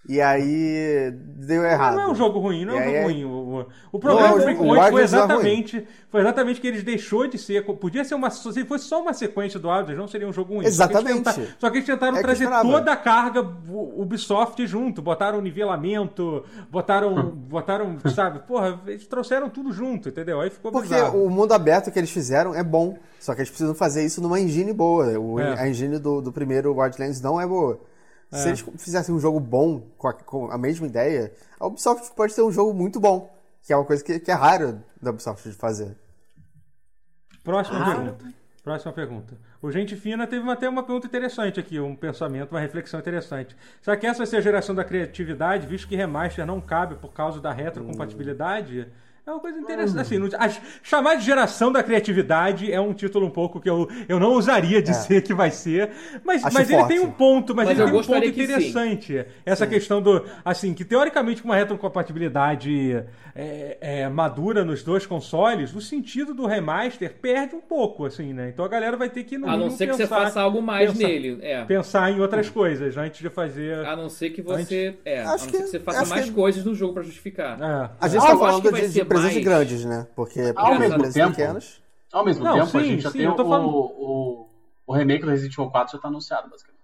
e aí deu errado.
Não é um jogo ruim, não é um
E aí
jogo
é-
ruim. O, o- o
Não,
problema
o-
do
o
Breakpoint foi
Guardians é ruim.
exatamente, foi exatamente que ele deixou de ser. Podia ser uma. Se fosse só uma sequência do Avengers, não seria um jogo ruim.
Exatamente.
Só que eles tenta- só que eles tentaram
É que eu
trazer
esperava.
toda a carga U- Ubisoft junto. Botaram nivelamento, botaram. botaram, sabe? Porra, eles trouxeram tudo junto, entendeu? Aí ficou
Porque
bizarro.
o mundo aberto que eles fizeram é bom, só que eles precisam fazer isso numa engine boa. O-
É.
A engine do, do primeiro Wildlands não é boa. Se eles fizessem um jogo bom com a, com a mesma ideia, a Ubisoft pode ter um jogo muito bom, que é uma coisa que, que é raro da Ubisoft de fazer.
Próxima pergunta. Próxima pergunta. O Gente Fina teve até uma pergunta interessante aqui, um pensamento, uma reflexão interessante. Será que essa vai ser a geração da criatividade, visto que remaster não cabe por causa da retrocompatibilidade? É uma coisa interessante. Assim, não- a- chamar de geração da criatividade é um título um pouco que eu, eu não ousaria dizer que vai ser, mas,
É. Acho
mas ele
forte.
tem um ponto, mas,
Mas eu
ele tem um ponto
gostaria que sim.
interessante. Essa questão do, assim, que teoricamente com uma retrocompatibilidade é, é, madura nos dois consoles, o sentido do remaster perde um pouco, assim, né? Então a galera vai ter que, no
A não
mínimo,
ser que você
pensar-
faça algo mais
pensar-
nele. É.
Pensar em outras coisas, antes de fazer...
A não ser que você. É, a não
Acho
ser
que-
que você faça
acho
mais
que-
coisas no jogo pra justificar.
É.
A gente
Ah, eu acho
tá
que
falando
vai
de, de
ser
empresas
mais.
grandes, né? Porque
Ao
pequenas
mesmo
empresas
tempo,
pequenas.
Ao mesmo
Não,
tempo, a
sim,
gente já
sim,
tem
eu
o,
tô falando-
o, o remake do Resident Evil 4 já tá anunciado, basicamente.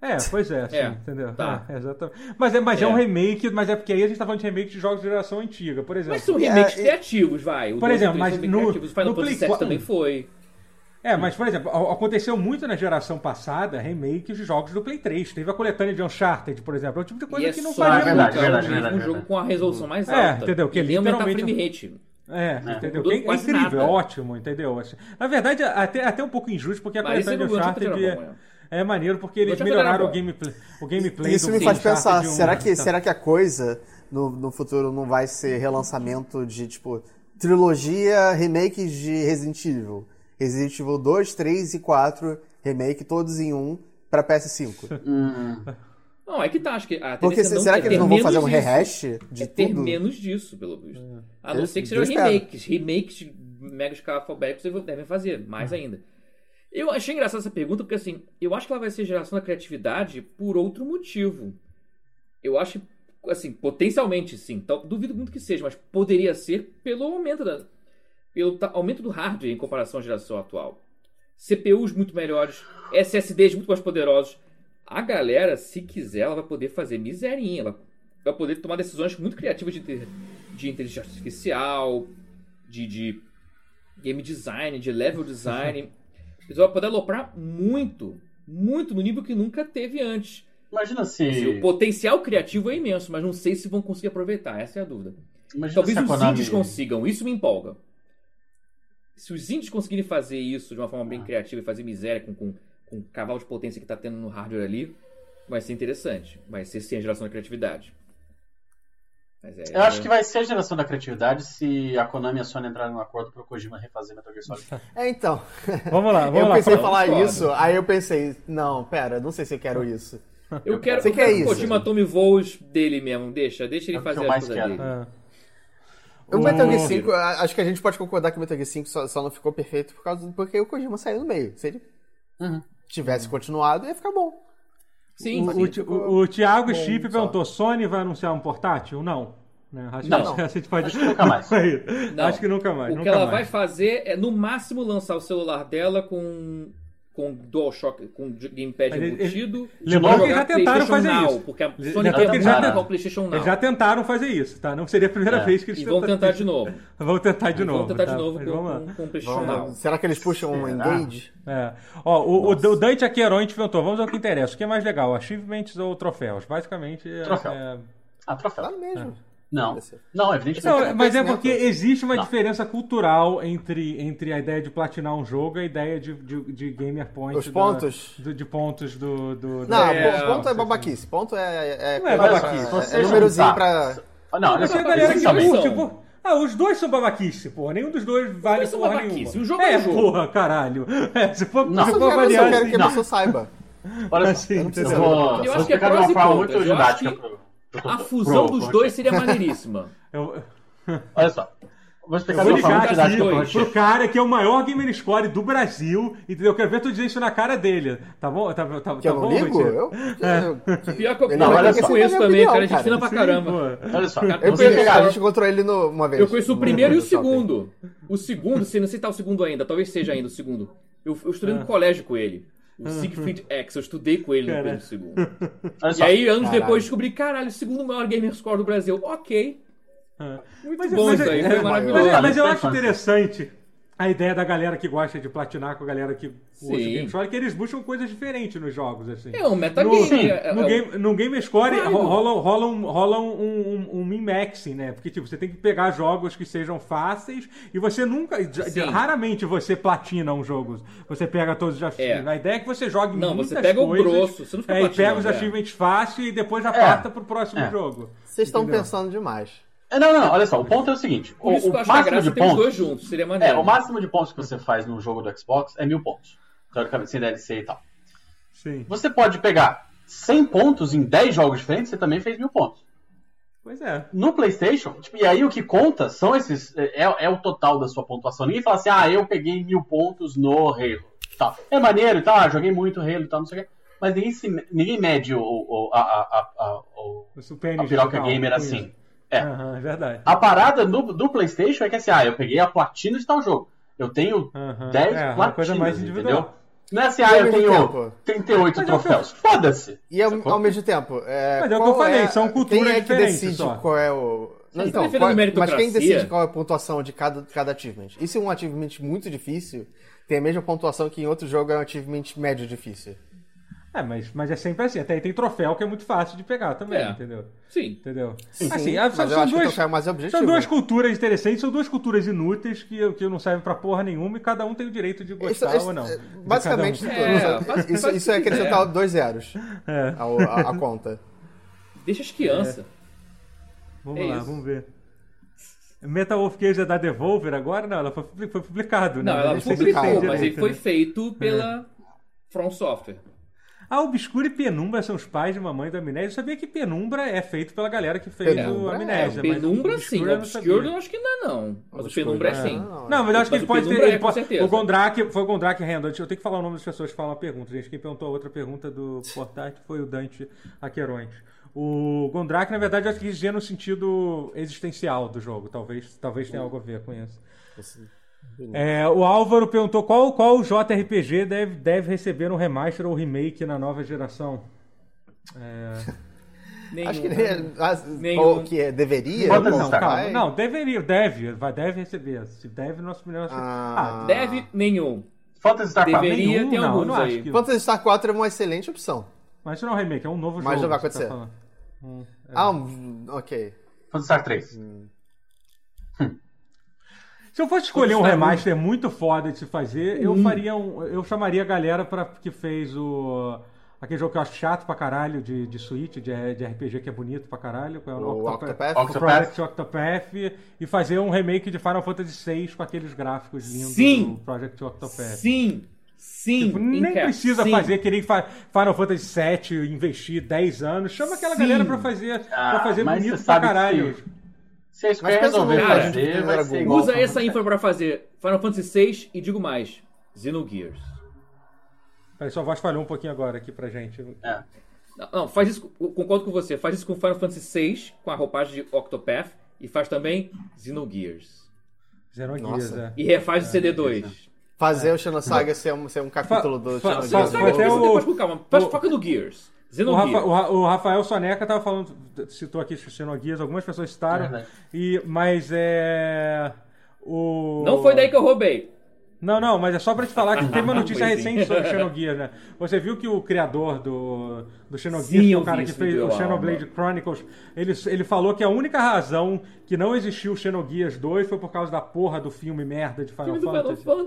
É, pois é, sim,
É,
entendeu?
tá.
É, exatamente. Mas, é, mas é.
É.
um remake, mas é porque aí a gente tá falando de remake de jogos de geração antiga, por exemplo.
Mas são remakes
É, e-
criativos, vai. O
Por
dois e
exemplo,
três
mas
são bem
no-
criativos. O Final
no Play
Fantasy VII
quatro-
também foi.
É, mas, por exemplo, a- aconteceu muito na geração passada remakes de jogos do Play 3. Teve a coletânea de Uncharted, por exemplo. É o tipo de coisa
e é
que não
só
fazia
Ah, verdade,
jogar
muito.
verdade,
um
verdade,
jogo
verdade.
com a resolução mais
É,
alta.
entendeu? Que
e aumentar
literalmente-
frame rate.
É, entendeu?
Não,
Que É
Né? quase
incrível, é
nada.
ótimo, entendeu? Assim, Na verdade, até, até um pouco injusto, porque a
Mas esse
coletânea de
não Uncharted
Uncharted
era bom,
é, é maneiro, porque eles
Uncharted era
melhoraram o
bom.
gameplay, o gameplay
Isso
do
me faz
Uncharted
pensar,
1,
será,
né?
que, será que a coisa no, no futuro não vai ser relançamento de, tipo, trilogia, remakes de Resident Evil? Resident Evil 2, 3 e 4, remake todos em um
*laughs*
pra PS5.
Hum,
Não, é que tá. Acho que a
Porque
tendência
se-
não
será
é
que
ter
eles não vão fazer um
menos isso.
rehash de
é ter
tudo?
menos disso, pelo visto.
É.
A não
Eu-
ser que sejam
eu espero.
remakes. Remakes de Mega Scafallback vocês devem fazer, mais ainda. Eu achei engraçada essa pergunta, porque assim, eu acho que ela vai ser geração da criatividade por outro motivo. Eu acho, que, assim, potencialmente sim. Então, duvido muito que seja, mas poderia ser pelo aumento da. Pelo ta- aumento do hardware em comparação à geração atual. CPUs muito melhores, SSDs muito mais poderosos. A galera, se quiser, ela vai poder fazer miserinha. Ela vai poder tomar decisões muito criativas de, inte- de inteligência artificial, de, de game design, de level
*laughs*
design. Eles vão poder aloprar muito, muito no nível que nunca teve antes.
Imagina
Assim,
se.
o potencial criativo é imenso, mas não sei se vão conseguir aproveitar. Essa é a dúvida.
Imagina
Talvez
se a
os
Konami...
indies consigam, isso me empolga. Se os indies conseguirem fazer isso de uma forma
Ah.
bem criativa e fazer miséria com, com, com o cavalo de potência que tá tendo no hardware ali, vai ser interessante. Vai ser sim a geração da criatividade. Mas é,
Eu acho que vai ser a geração da criatividade se a Konami e a Sony entrarem num acordo pro Kojima refazer Metal Gear Solid.
É, então.
Vamos lá, vamos
eu
lá.
pensei em
fala-
falar
Concordo.
isso, aí eu pensei, não, pera, não sei se eu quero isso.
Eu quero,
Você
eu quero
quer
que o
isso?
Kojima tome voos dele mesmo. Deixa, deixa ele
É o que
fazer
eu
as
mais
coisas
quero.
dele.
É.
O
O-
Metal Gear 5, a- acho que a gente pode concordar que o Metal Gear 5 só, só não ficou perfeito por causa do, porque o Kojima saiu no meio. Se ele
Uhum.
tivesse continuado, ia ficar bom.
Sim,
O,
sim.
o, o, o Thiago
Bom,
Chip
só.
perguntou: Sony vai anunciar um portátil? Não. Né, Acho,
Não.
Que, *laughs* a gente pode...
Acho que
*laughs*
nunca mais.
Acho que nunca mais.
O que
nunca
ela
mais.
vai fazer é, no máximo, lançar o celular dela com, com DualShock, com gamepad
Mas ele- ele-
embutido.
Lembrando que eles já tentaram
PlayStation
fazer
Now,
isso.
Porque a
Eles-
Sony
não,
quer
eles já
arrancar
tentaram.
o PlayStation Now.
Eles já tentaram fazer isso, tá? Não seria a primeira
É.
vez que eles
E vão
tentaram-
tentar de novo.
Vão tentar de
Eles
novo.
Vão tentar
tá?
de novo
Mas
com,
vamos lá.
com, com o PlayStation Now.
Vamos- Será que eles puxam um engage?
É. Ó, o, o, D- o Dante Aqueron inventou. Vamos ao que interessa. O que é mais legal? Achievements ou troféus? Basicamente. é-
Troféu.
é-
Ah,
Lá
troféu.
mesmo.
Não.
Esse-
Não, evidentemente.
Não,
é
mas é
né?
acontecimento.
porque existe uma
Não.
diferença cultural entre, entre a ideia de platinar um jogo e a ideia de, de, de gamer point.
Os
da-
pontos?
do- de pontos do. do
Não,
da-
É,
pô, ponto é
assim.
babaquice. Ponto é. é,
Não é
coisa-
babaquice,
é-
você
É, númerozinho
juntar.
pra.
Ah, Não, olha
Mas
só.
tem a galera que
Essencialmente,
curte,
são.
pô. Ah, os dois são babaquice, porra. Nenhum dos dois vale
dois são
porra
babaquice.
nenhuma.
O jogo é
é
o jogo.
porra, caralho. *laughs* É, se for,
Não.
se
Eu
for
quero, eu
avaliar
só quero que a
Não.
pessoa saiba.
olha só.
assim,
Eu não
entendeu?
preciso.
Eu
Eu
vou, vou
acho que é
explicar de
prós
uma
e
forma
contras.
muito
Eu acho
didática.
que
pro- pro-
A
pro-
fusão
pro-
dos
pro-
dois seria maneiríssima.
Eu-
Olha só. Vou explicar
Eu
de
vou
uma forma
ligar
Cada
muito
aqui
didática pro
é dois.
pro cara que é o maior gamer score do Brasil, entendeu? Eu quero ver tu dizer isso na cara dele. Tá bom? Tá, tá,
Que
tá
eu não
bom,
ligo?
Valentina?
Eu,
O Pior é que eu,
Não,
não,
olha
eu
só.
conheço
Minha
também,
opinião,
cara. A gente
cara.
fina pra
Sim,
caramba.
pô.
Olha só.
Cara,
eu
não
você
sei
conheço,
pegar-
cara,
só-
a gente encontrou ele no, uma vez.
Eu conheço o
no-
primeiro e o
no shopping.
segundo. O segundo, se não sei se tá o segundo ainda, talvez seja ainda o segundo. Eu,
Ah.
eu estudei no colégio com ele. O Siegfried X, eu estudei com ele no
Cara.
primeiro segundo.
Olha
E
só.
aí, anos
Caralho.
depois, descobri, caralho, o segundo maior gamer score do Brasil. Ok.
Ah.
Muito
Mas-
bom
mas-
isso aí, foi
é,
maravilhoso.
Mas, é- mas eu
Olha,
acho interessante a ideia da galera que gosta de platinar com a galera que curte
Sim.
Game Score, que eles buscam coisas diferentes nos jogos, assim.
É um
No,
metagame.
sim,
é- é-
no, game, no game Score
Válido.
ro- rola, rola um, rola um, um, um min-maxing, né? Porque tipo, você tem que pegar jogos que sejam fáceis e você nunca. de- de-
Sim.
Raramente você platina um jogo. Você pega todos os achievements.
É.
A ideia é que você jogue
Não,
muitas
você pega o
coisas,
grosso, você não fica
é, e pega
platinando,
os
é.
achievements fáceis e depois já parta pro próximo
É.
jogo.
Vocês estão
Entendeu?
pensando demais.
É, Não, não, não. Olha só. O ponto é o seguinte. O,
Por isso
o
que eu acho que a
máximo
graça
de
é ter os dois
pontos.
juntos. né, Seria
É,
maneiro.
o máximo de pontos que você faz num jogo do Xbox é mil pontos. Teoricamente, sem DLC e tal.
Sim.
Você pode pegar 100 pontos em 10 jogos diferentes, você também fez mil pontos.
Pois é.
No PlayStation, tipo, e aí o que conta são esses. É, é o total da sua pontuação. Ninguém fala assim, ah, eu peguei mil pontos no Halo. Tá. É maneiro e tá, tal, joguei muito Halo e tal, não sei o quê. Mas ninguém, se, ninguém mede o, o- a, a, a, a- o-
O Super
a
NES
piroca
total,
gamer
com
assim.
isso.
É.
Aham, é verdade.
A parada do, do PlayStation é que assim, ah, eu peguei a platina de tal jogo. Eu tenho
Aham,
10
é, uma
platinas,
coisa mais individual.
entendeu? Não é assim, ah,
E ao
eu
mesmo
tenho
tempo?
Mas é
38
o que eu-
troféus. Foda-se.
E ao, ao mesmo tempo. É,
Mas é o que
qual
eu falei, são culturas
Quem é que
diferentes
decide
só.
qual é o. Não,
Sim,
então,
preferindo
qual, mas
meritocracia.
quem decide qual é a pontuação de cada, cada achievement? E se um achievement muito difícil tem a mesma pontuação que em outro jogo é um achievement médio difícil?
É, mas, mas é sempre assim. Até aí tem troféu que é muito fácil de pegar também,
É.
entendeu?
Sim.
Entendeu?
Sim,
assim,
mas
são,
eu
são
acho que o
duas,
troféu é mais objetivo.
são duas culturas interessantes, são duas culturas inúteis que, que não servem pra porra nenhuma e cada um tem o direito de
Isso-
gostar
isso-
ou não. de
é,
cada um.
Basicamente,
um.
tudo.
É,
Isso-
basicamente
isso, isso é
tudo,
acrescentar
é.
dois zeros
É,
ao- à à conta.
Deixa as crianças.
vamos
é
lá,
isso.
vamos ver. Metal of Cage é da Devolver agora? Não, ela foi, publi- foi publicado.
Não,
né?
ela
Não sei se tem
publicou,
publicado,
mas
direito,
ele foi
né? É.
feito pela From Software.
Ah, Obscura e Penumbra são os pais de mamãe da Amnésia. Eu sabia que Penumbra é feito pela galera que fez o
Penumbra é,
Amnésia. mas
Penumbra sim,
Obscura eu não sabia.
Obscure eu acho que não é não. Mas o
Obscure
Penumbra é
não é,
sim.
não.
Não, mas eu acho que
Mas
ele
o
pode ter.
Penumbra é,
Ele
com
pode,
certeza.
o Gondrak, foi o Gondrak Randall. Eu tenho que falar o nome das pessoas que falam a pergunta, gente. Quem perguntou a outra pergunta do portátil foi o Dante Aqueronte. O Gondrak, na verdade, eu acho que dizia no sentido existencial do jogo. Talvez, talvez tenha algo a ver com isso. É, o Álvaro perguntou qual, qual JRPG deve, deve receber um remaster ou remake na nova geração.
Nenhum.
Acho que nem, é. as-
Nenhum.
ou que é, deveria.
Bota
ou
não,
tá.
calma.
vai.
Não, deveria, deve, vai, deve receber. Se deve, nosso melhor.
Ah.
Deve nenhum.
Phantasy Star 4.
Deveria.
nenhum,
tem
não,
alguns
não acho
aí.
que-
Phantasy Star 4 é uma excelente opção.
Mas isso não é um remake, é um novo
Mas
jogo.
não vai
que você
acontecer.
tá falando. É.
Ah, um- ok.
Phantasy Star 3.
Se eu fosse escolher um
Sabe?
remaster muito foda de se fazer,
Uhum.
eu faria um. Eu chamaria a galera pra, que fez o. Aquele jogo que eu acho chato pra caralho de, de Switch, de, de RPG que é bonito pra caralho. Qual é o nome?
O Octopath.
O
Octopath.
Project Octopath. E fazer um remake de Final Fantasy VI com aqueles gráficos lindos
Sim.
do Project Octopath.
Sim. Sim.
Tipo,
em
nem
cap,
precisa
sim.
fazer que nem fa- Final Fantasy VII, investir 10 anos. Chama aquela
Sim.
galera pra fazer, pra
Ah,
fazer
mas
bonito
você
pra
sabe que
caralho.
se- Se a Square
Mas pensa
resolver
num
cara
fazer,
que
vai
era
ser
bom.
igual.
Usa essa info pra fazer Final Fantasy VI e digo mais, Xenogears.
Peraí, sua voz falhou um pouquinho agora aqui pra gente.
É.
Não, não, faz isso, eu concordo com você, faz isso com Final Fantasy VI, com a roupagem de Octopath, e faz também Xenogears.
Zero
Nossa.
Guias, é.
E refaz o CD2.
Fazer o Xenosaga ser um, ser um capítulo do
fa-
Você
fa-
Xenogears.
fa-
sabe,
até
você
o-
depois com calma. Faz-
o-
Foca no Gears.
O,
Xenogears.
Rafa- o Ra- o Rafael Soneca tava falando, citou aqui Xenoguias, algumas pessoas citaram,
É verdade.
e, mas é... O...
Não foi daí que eu roubei.
Não, não, mas é só pra te falar que teve
*laughs*
uma notícia
Pois
recente
é.
sobre Xenogears, né? Você viu que o criador do, do Xenogears,
Sim,
que é
eu
o cara
vi
que
isso,
fez
me
o
doeu a
Xenoblade Chronicles, ele, ele falou que a única razão que não existiu o Xenogears 2 foi por causa da porra do filme merda de Final
Filme do Final
Fantasy. É,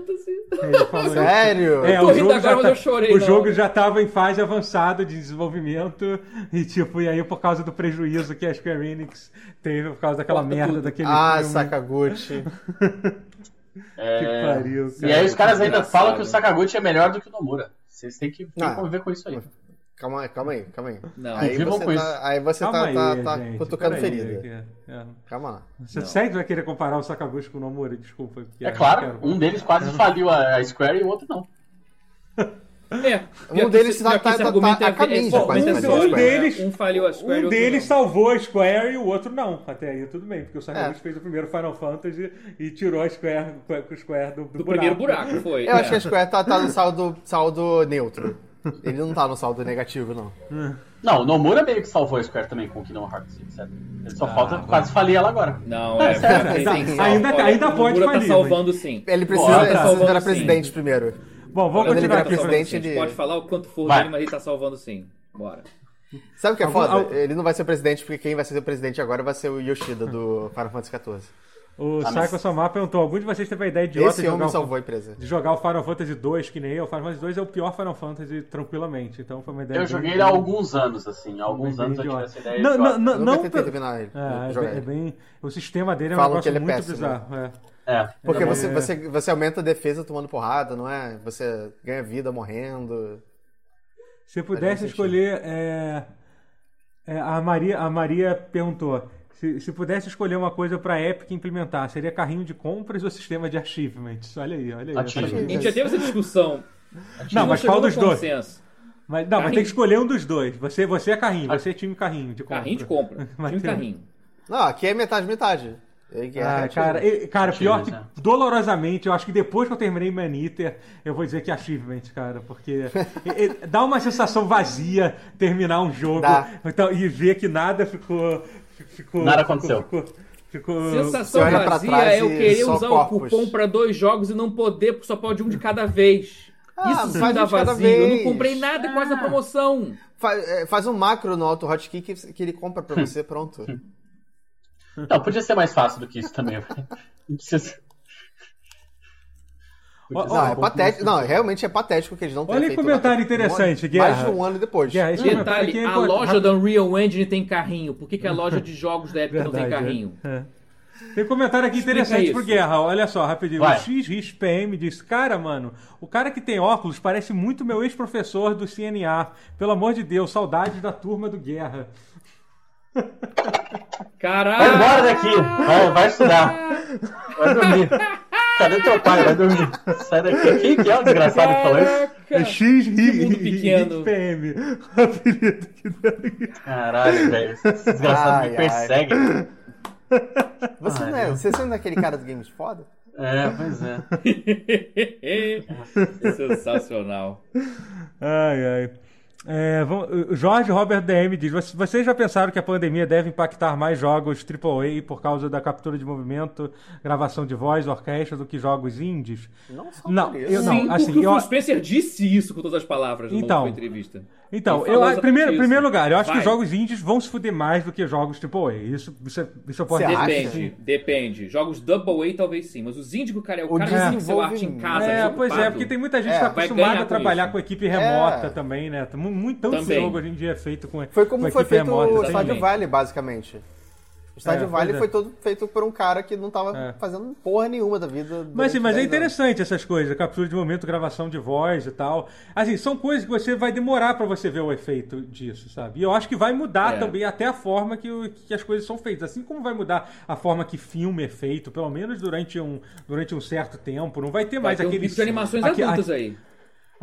Fantasy.
Ele falou isso.
Sério?
É,
tô
o
rindo
jogo,
agora,
já
mas
tá-
eu chorei
o
na
jogo
hora.
já tava em fase avançada de desenvolvimento e tipo, e aí por causa do prejuízo que a Square Enix teve por causa daquela
Corta
merda
tudo.
daquele
Ah,
filme.
Sakaguchi.
Que
É.
pariu,
é
cara.
É. E aí os caras ainda
Engraçado.
falam que o Sakaguchi é melhor do que o Nomura. Vocês têm que, têm
Ah.
que conviver com isso aí. É
Calma aí, calma aí, calma aí.
Não.
Aí
Vivam
você
com
tá, aí você
Calma
tá, tá,
aí,
tá
gente,
cutucando
peraí,
ferida.
que- é.
Calma lá.
Você
Não.
sempre vai querer comparar o Sakaguchi com o Nomura, desculpa. porque
É
eu não
claro,
quero.
um deles quase faliu a a Square e o outro não.
É.
Um
pior que
deles
esse-
tá-
pior que
tá-
esse
tá-
argumento
tá
é-
a caminho
é-
de
é-
quase
é-
fazer
é-
um deles-
Um falhou a Square.
Um
outro
deles
não.
salvou a Square e o outro não. Até aí tudo bem, porque o Sakaguchi
É.
fez o primeiro Final Fantasy e tirou a Square, o Square do, do
Do primeiro buraco, foi.
Eu acho que
É.
a Square tá, tá no saldo, saldo neutro. Ele não tá no saldo negativo, não.
Não, o Nomura meio que salvou a Square também com o Kingdom Hearts, etc. Ele só
Ah,
falta
agora.
quase falir ela agora.
Não, é.
sério,
tem-
ainda-
tem-
ainda-
olha,
ainda
o
pode
Nomura
falir,
tá salvando sim.
Ele
Bora,
precisa,
tá
ele precisa
salvando
virar
sim.
presidente primeiro.
Bom, vamos
Quando ele
continuar aqui.
Ele tá
vai pro
Fran.
salvando,
presidente,
sim. A gente
ele-
pode falar o quanto for
Vai.
dele, mas ele tá salvando sim. Bora.
Sabe o que é
Algum-
foda?
algum-
Ele não vai ser o presidente, porque quem vai ser o presidente agora vai ser o Yoshida do Final Fantasy XIV.
O
Ah, mas-
Saiko Samar perguntou: algum de vocês teve a ideia idiota de
Tá, Esse
jogar, um-
homem
o-
salvou a empresa.
de jogar o Final Fantasy 2 que nem eu? O Final Fantasy 2 é o pior Final Fantasy tranquilamente, então foi uma ideia.
Eu
bem-
joguei ele há alguns anos, assim. Há alguns
bem
anos eu tive
idiota.
essa ideia.
Não,
idiota.
não, não,
Eu nunca
não,
tentei
pe-
terminar ele.
É, é
jogar
bem, é
ele.
bem- O sistema dele é um
Falam
negócio
que ele é
muito
péssimo,
bizarro. é.
É.
Porque
É,
você,
é.
você, você aumenta a defesa tomando porrada, não é? Você ganha vida morrendo.
Se pudesse
sentido.
escolher. é, é, a, Maria, a Maria perguntou. Se, se pudesse escolher uma coisa pra Epic implementar, seria carrinho de compras ou sistema de achievements? Olha aí, olha aí.
Achievements.
A gente já teve essa discussão.
Não, mas fala dos dois.
dois.
Mas, não, mas tem
Carrinho. Ah.
que escolher um dos dois. Você, você é carrinho, você é time carrinho de compra.
Carrinho de compra. Time
Matheus.
carrinho.
Não, aqui é metade, metade. É que é
Ah,
relativo.
cara, e- cara pior que
Achievements,
né?
dolorosamente, eu acho que depois que eu terminei Man Eater, eu vou dizer que é achievement, cara,
*laughs*
porque e- e dá uma sensação vazia terminar um jogo
Dá.
então, e ver que nada ficou. ficou-
Nada
ficou-
aconteceu.
Ficou, ficou-
Sensação
Você olha pra
vazia
trás
é eu
e
querer
só
usar o
corpos.
cupom pra dois jogos e não poder, porque só pode um de cada vez.
Ah,
Isso sim
faz um
dá
de cada
vazio. Eu não
vez.
comprei nada quase
Ah.
na promoção.
Fa- é, Faz um macro no Auto Hotkey que, que ele
*laughs*
compra pra você, pronto.
Não, podia ser mais fácil do que isso também. velho. Não precisa.
Ó, ó,
Não, é patético. Não, realmente é patético que eles não tenham
Olha que
feito
comentário
nada.
interessante, ah.
Mais
Guerra.
de um ano depois.
Guerra, esse comentário aqui
Detalhe,
é
a
importante.
loja da Unreal Engine tem carrinho. Por que, que a loja de jogos da Epic não tem
Verdade,
Então
é. né?
carrinho?
Tem comentário aqui
Explica
interessante
isso.
pro Guerra. Olha só, rapidinho.
Vai.
O X Riz PM diz: Cara, mano, o cara que tem óculos parece muito meu ex-professor do CNA. Pelo amor de Deus, saudades da turma do Guerra.
Vai
Caralho!
embora daqui! Vai, vai estudar! Vai dormir! Cadê teu pai? Vai dormir! Sai daqui! Quem que é o desgraçado que falou isso?
É
Caraca!
X Riz
mundo pequeno.
PM. *laughs* O apelido que deram.
Caralho, velho! Esse desgraçado
Ai, ai.
me persegue!
Ah,
Você não é, você não é daquele cara do Games Foda?
É, pois é. *laughs*
Sensacional.
Ai, ai. É, vamos- o Jorge Robert DM diz: "Vocês- Vocês já pensaram que a pandemia deve impactar mais jogos AAA por causa da captura de movimento, gravação de voz, orquestra, do que jogos indies?
Não só
Não,
por
eu
isso.
não.
Sim,
assim,
porque o
eu-
Phil Spencer disse isso com todas as palavras na
Então.
última entrevista.
Então,
Ele
eu,
falou
acho-
exatamente
primeiro,
isso.
primeiro lugar, eu acho
Vai.
que jogos indies vão se fuder mais do que jogos AAA. Isso, isso, é- isso eu posso
Você
dizer.
acha?
Depende, depende. Jogos Double A talvez sim, mas os índigo, cara, é o,
O
cara que tem seu
desenvolve-
arte em casa.
É,
desocupado.
pois é, porque tem muita gente
É,
que tá
vai
acostumada
ganhar
a
com
trabalhar
isso.
com equipe remota
É.
também, né? Mu- Muito tanto
Também.
jogo hoje em dia é feito com,
Foi como
com
foi
equipe
feito o
remota. assim, né?
Estádio
exatamente.
Vale, basicamente. O Estádio
É,
Vale
pois é.
foi todo feito por um cara que não tava
É.
fazendo porra nenhuma da vida.
Mas,
durante
sim, mas é
10 anos.
interessante essas coisas, captura de momento, gravação de voz e tal. Assim, são coisas que você vai demorar pra você ver o efeito disso, sabe? E eu acho que vai mudar
É.
também até a forma que, o- que as coisas são feitas. Assim como vai mudar a forma que filme é feito, pelo menos durante um, durante um certo tempo, não vai ter
Vai
mais
ter um
aquele.
vídeo de animações
aque-
adultas aí.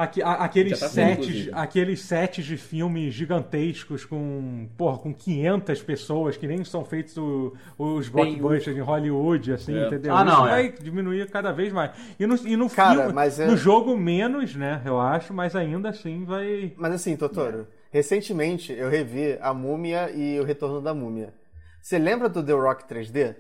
Aque- a- aqueles,
Já tá pronto,
sets,
inclusive.
aqueles sets de filmes gigantescos com, porra, com 500 pessoas que nem são feitos o- os
Bem,
blockbusters em Hollywood, assim,
É.
entendeu?
Ah,
Isso
não, é.
vai diminuir cada vez mais. E no, e no
Cara,
filme,
mas é-
no jogo menos, né, eu acho, mas ainda assim vai...
Mas assim,
É.
Totoro, recentemente eu revi A Múmia e O Retorno da Múmia. Você lembra do The Rock 3D?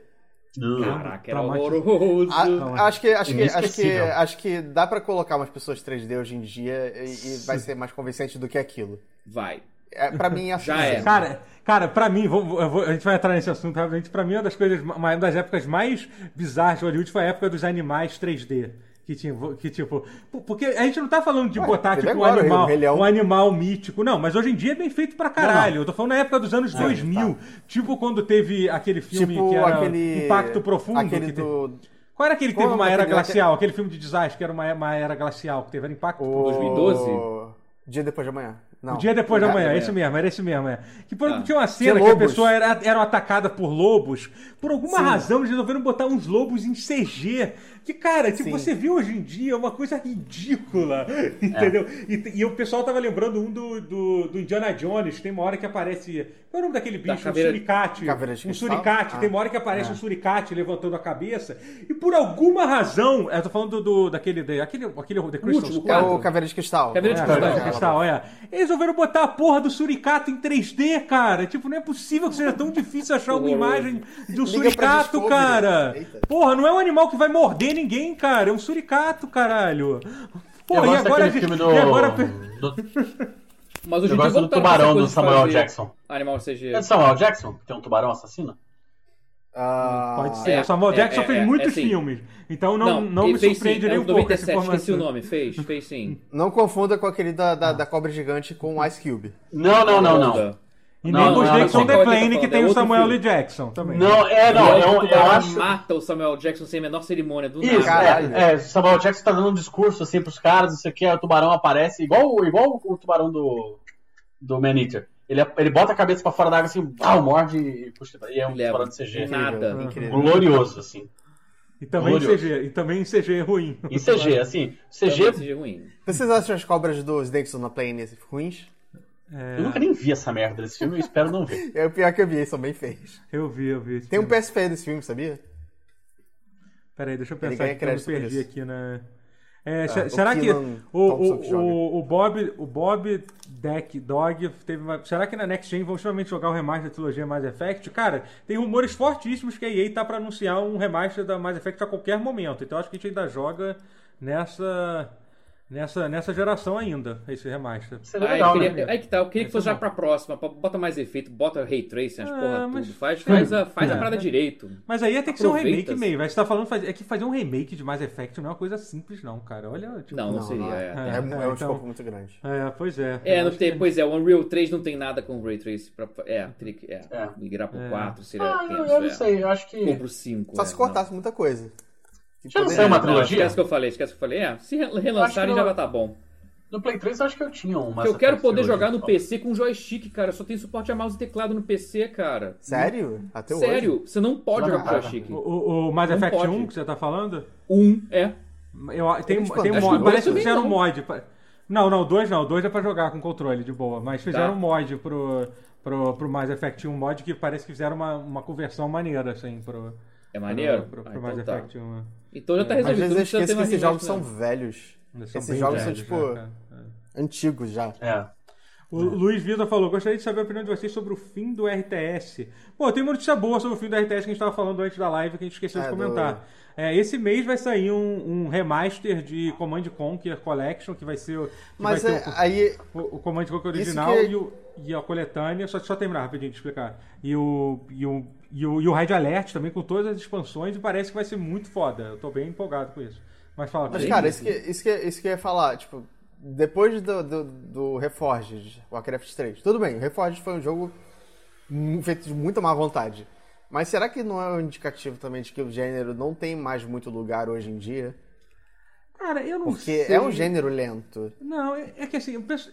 Caraca, era
Traumatizado.
horroroso.
Ah,
A-
é
acho que acho que, acho que
Inesquecível.
acho que dá pra colocar umas pessoas 3D hoje em dia e, e vai ser mais convincente do que aquilo.
Vai.
É, para mim é
Já
assim.
é.
Cara, cara, pra mim, vou- vou- eu vou- a gente vai entrar nesse assunto rapidamente. Pra mim, uma das coisas, uma das épocas mais bizarras de Hollywood foi a época dos animais 3D. Que, tinha, que tipo. po- Porque a gente não tá falando de botar
teve
tipo um
agora o
animal,
Rei Leão.
um animal mítico. Não, mas hoje em dia é bem feito pra caralho. Eu tô falando na época dos anos 2000. Tipo quando teve aquele filme
É, tá. Tipo
que era
aquele
Impacto Profundo.
aquele
que teve-
do
Qual era aquele que
Qual
teve uma
aquele-
era glacial? Aquele filme de desastre que era uma, uma era glacial, que teve era Impacto tipo, Profundo.
o-
2012?
Dia depois de amanhã. Não. É,
O dia depois da
Cara,
manhã,
manhã.
esse mesmo, era esse mesmo, é. Que por,
Tá.
tinha uma cena
Tinha
que a
lobos.
pessoa era, era atacada por lobos. Por alguma razão, eles resolveram botar uns lobos em CG. Que, cara, tipo,
Sim. É.
você viu hoje em dia é uma coisa ridícula. *laughs* Entendeu? E, e o pessoal tava lembrando um do, do, do Indiana Jones, tem uma hora que aparece. Qual é o nome daquele bicho?
caveira-
um suricate.
Caveira de
um
cristal?
suricate,
Ah.
tem uma hora que aparece um suricate levantando a cabeça. E por alguma razão, eu tô falando do, do- daquele. da- aquele, aquele The Crystal
último,
Skull.
É o
Quatro.
Caveira de Cristal.
Caveira de
É,
É,
Cristal,
é, é, é.
Cristal, é. Eles resolveram botar a porra do suricato em 3D, cara. Tipo, não é possível que seja tão difícil achar uma
Horroroso.
imagem de um
Liga
suricato,
pra Discovery.
cara.
Eita.
Porra, não é um animal que vai morder ninguém, cara. É um suricato, caralho.
Eu
Porra, e
gosto
agora, a
daquele
gente-
filme do.
e agora
do-
Mas hoje
Eu
em dia
gosto do
tá
voltaram com essa
tubarão do
coisa de
Samuel
fazer
Jackson.
Animal CG.
É de Samuel Jackson, que tem um tubarão assassino?
Ah,
Pode ser.
é,
o Samuel
é,
Jackson
é,
fez
é,
muitos
é sim.
filmes. Então não, não,
ele
me
fez
surpreende
sim.
nem
é
um
o
pouco
97,
essa
esqueci o
informação.
nome. Fez, fez sim.
Não confunda com aquele da,
Ah.
da, da cobra gigante com Ice Cube.
Não, não, não, não.
Onda.
E
Não,
nem
não,
os
não,
Nixon The
Qual
não.
que eu tô
Plane, que
falando?
tem
É
o
outro
Samuel
filme.
L. Jackson também.
Não, é, não,
E aí o
eu, eu
tubarão
acho.
mata o Samuel Jackson sem a menor cerimônia do
Isso,
nada.
Caralho.
é, é, Samuel Jackson tá dando um discurso assim pros caras, não sei o que, aí o tubarão aparece, igual, igual o tubarão do, do Man Eater. Ele, ele bota a cabeça pra fora da água assim, pau, morde e puxa. E é um
Leva.
tubarão de CG.
Do Nada.
Incrível.
Uhum.
Glorioso, assim.
E também em
Glorioso.
CG, e também em CG ruim.
Em CG, assim.
Também
CG,
CG ruim.
Vocês acham as cobras dos Nixon na Plane ruins?
eu nunca nem vi essa merda desse filme, eu espero não ver.
É o pior que eu vi, eles são bem feios.
Eu vi, eu vi. esse
Tem um
filme.
PSP desse filme, sabia?
Peraí, deixa eu
Ele
pensar
ganha
aqui que eu me
crédito por
perdi
isso. Ah,
aqui na. É, se-
o
será que
Keelan
o, o,
Thompson que joga.
o, o Bob, o Bob Deck Dog teve uma... Será que na Next Gen vão finalmente jogar o remaster da trilogia Mass Effect? Cara, tem rumores fortíssimos que a EA tá pra anunciar um remaster da Mass Effect a qualquer momento. Então acho que a gente ainda joga nessa nessa nessa geração ainda esse remaster.
Seria
Ah, eu
legal,
queria-
né?
Aí que tá, eu queria que
Vai
fosse
ser
já
bom.
pra próxima, pra- bota mais efeito, bota ray tracing, as
Ah,
porra
mas-
tudo. Faz, faz, a, faz a
É.
parada direito.
Mas aí ia ter que ser um
Aproveita.
remake meio. Mas você tá falando faz- é que fazer um remake de Mass Effect não é uma coisa simples não, cara. Olha, tipo,
Não, não, seria.
não
é,
é.
tem-
É, um- é
Então-
um escopo muito grande.
É, pois é.
É,
Eu
não
acho
tem,
que-
pois é, o Unreal 3 não tem nada com o Ray Trace pra. É, teria que. É,
É.
migrar pro
É.
4 seria.
Ah, eu,
tenso,
eu não
é.
sei, eu acho
Ou
que.
pro 5.
Só se cortasse muita coisa. Tipo, Que
Já não
poderia-
saiu é uma
Não, não,
trilogia?
esquece que eu falei, esquece que eu falei. É, se re-
Acho que
relançarem
não-
já vai tá bom.
No Play 3 eu acho que eu tinha uma.
Porque eu quero poder jogar no PC com joystick, cara. Só tem suporte a mouse e teclado no PC, cara.
Sério? Até hoje?
Sério, você não pode
Não,
jogar com
cara.
joystick.
O, o, o Mass
Não
Effect
pode.
1 que você tá falando?
Um é.
Eu, tem
Eles
tem um
acho
mod.
que dois
Parece que
também
fizeram um
não.
mod. pa- Não, não, dois não. Dois é pra jogar com controle de boa. Mas fizeram
Tá.
um mod pro, pro, pro Mass Effect 1 um mod que parece que fizeram uma, uma conversão maneira, assim, pro.
É maneiro?
Pro, pro, pro
Ah,
Mass
então tá.
Effect né? 1.
Então já tá
Às
resolvido.
vezes
não
eu
precisa ter
esqueço que
mais
esses jogos é. são
remake,
velhos.
Eles são
Esses
bem
jogos são,
velhos,
tipo,
né, cara? É.
antigos já.
É.
O Luiz Vitor falou: gostaria de saber a opinião de vocês sobre o fim do RTS. Pô, tem uma notícia boa sobre o fim do RTS que a gente estava falando antes da live que a gente esqueceu de
É,
comentar.
do-
É, esse mês vai sair um, um remaster de Command Conquer Collection, que vai ser, o- que
Mas
vai
é-
ter o-
aí
o, o Command Conquer
Isso
original
que- é-
e, o- e a coletânea. Só, só terminar rapidinho de explicar. E o, e, o, e, o, e o Raid Alert também, com todas as expansões, e parece que vai ser muito foda. Eu tô bem empolgado com isso. Mas fala,
Mas,
Felipe.
cara, isso que, isso, que, isso que eu ia falar, tipo, depois do, do, do Reforged, Warcraft 3, tudo bem, o Reforged foi um jogo mu- feito de muita má vontade. Mas será que não é um indicativo também de que o gênero não tem mais muito lugar hoje em dia?
cara, eu não
Porque
sei.
é um gênero lento.
Não, é, é que assim, eu, penso-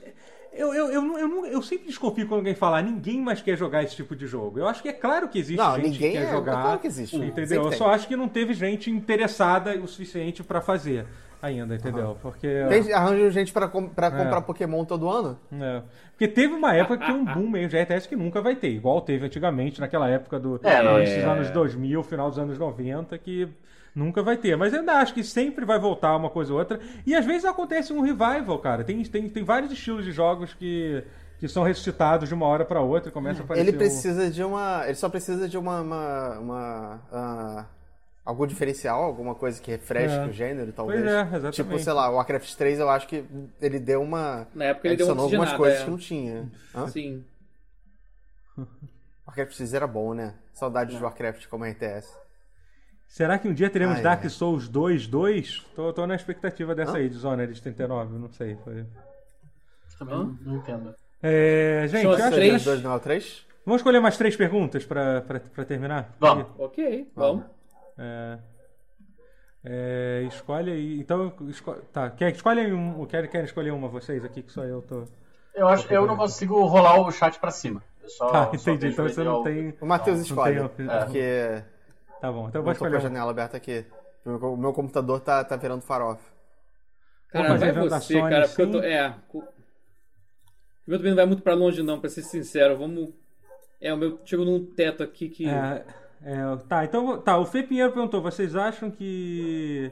eu, eu, eu, não- eu, não- eu sempre desconfio quando alguém fala, ninguém mais quer jogar esse tipo de jogo. Eu acho que é claro que existe
Não,
gente
ninguém
que quer
é-
jogar.
claro que existe.
Entendeu?
Sempre
Eu
tem.
só acho que não teve gente interessada o suficiente pra fazer. ainda, entendeu? Porque.
Tem- Arranjam gente pra, com- pra
É.
comprar Pokémon todo ano?
É. Porque teve uma época que um boom meio de RTS que nunca vai ter, igual teve antigamente, naquela época do
É, não,
esses
é.
anos 2000, final dos anos 90, que nunca vai ter. Mas eu ainda acho que sempre vai voltar uma coisa ou outra. E às vezes acontece um revival, cara. Tem, tem, tem vários estilos de jogos que, que são ressuscitados de uma hora pra outra e começa a aparecer.
Ele
um-
precisa de uma. Ele só precisa de uma. uma, uma, ah, algum diferencial, alguma coisa que refresque
É.
o gênero, talvez.
é, exatamente.
Tipo, sei lá, o Warcraft 3 eu acho que ele deu uma.
Na época ele deu uma
adicionou algumas
oxigenada.
coisas
é.
que não tinha. Hã?
Sim.
Warcraft 3 era bom, né? Saudade de Warcraft como é RTS.
Será que um dia teremos
Ai,
Dark
ai.
Souls 2 2? Tô, tô na expectativa dessa
Hã?
aí, de Zonered 39, não sei. Foi...
Também
Hã?
não, não entendo.
É, gente,
São
eu
as
acho que
três?
nós-
2 não é o 3?
Vamos escolher mais três perguntas pra pra- pra terminar?
Vamos.
Ok, Ah. vamos.
É, é, escolhe aí. Então, esco- tá. Quer, escolhe aí um. Quer, quer escolher uma vocês aqui, que só eu tô.
Eu acho eu não Ah, consigo rolar o chat pra cima. Eu só,
Tá,
só
entendi.
vejo É,
Então
ele
você não
ao-
tem.
O Matheus escolhe.
tenho- é.
Porque
Tá bom, então eu vou
eu tô com a
escolher. um.
janela aberta aqui. O meu- o meu computador tá, tá virando farofa.
Cara,
Vamos fazer
vai é você,
inventações,
cara, porque eu
sim.
tô. É. co- O meu também não vai muito pra longe, não, pra ser sincero. Vamos. É, o meu chegou num teto aqui que.
É, é, tá, então. vou- Tá, o Fê Pinheiro perguntou: vocês acham que.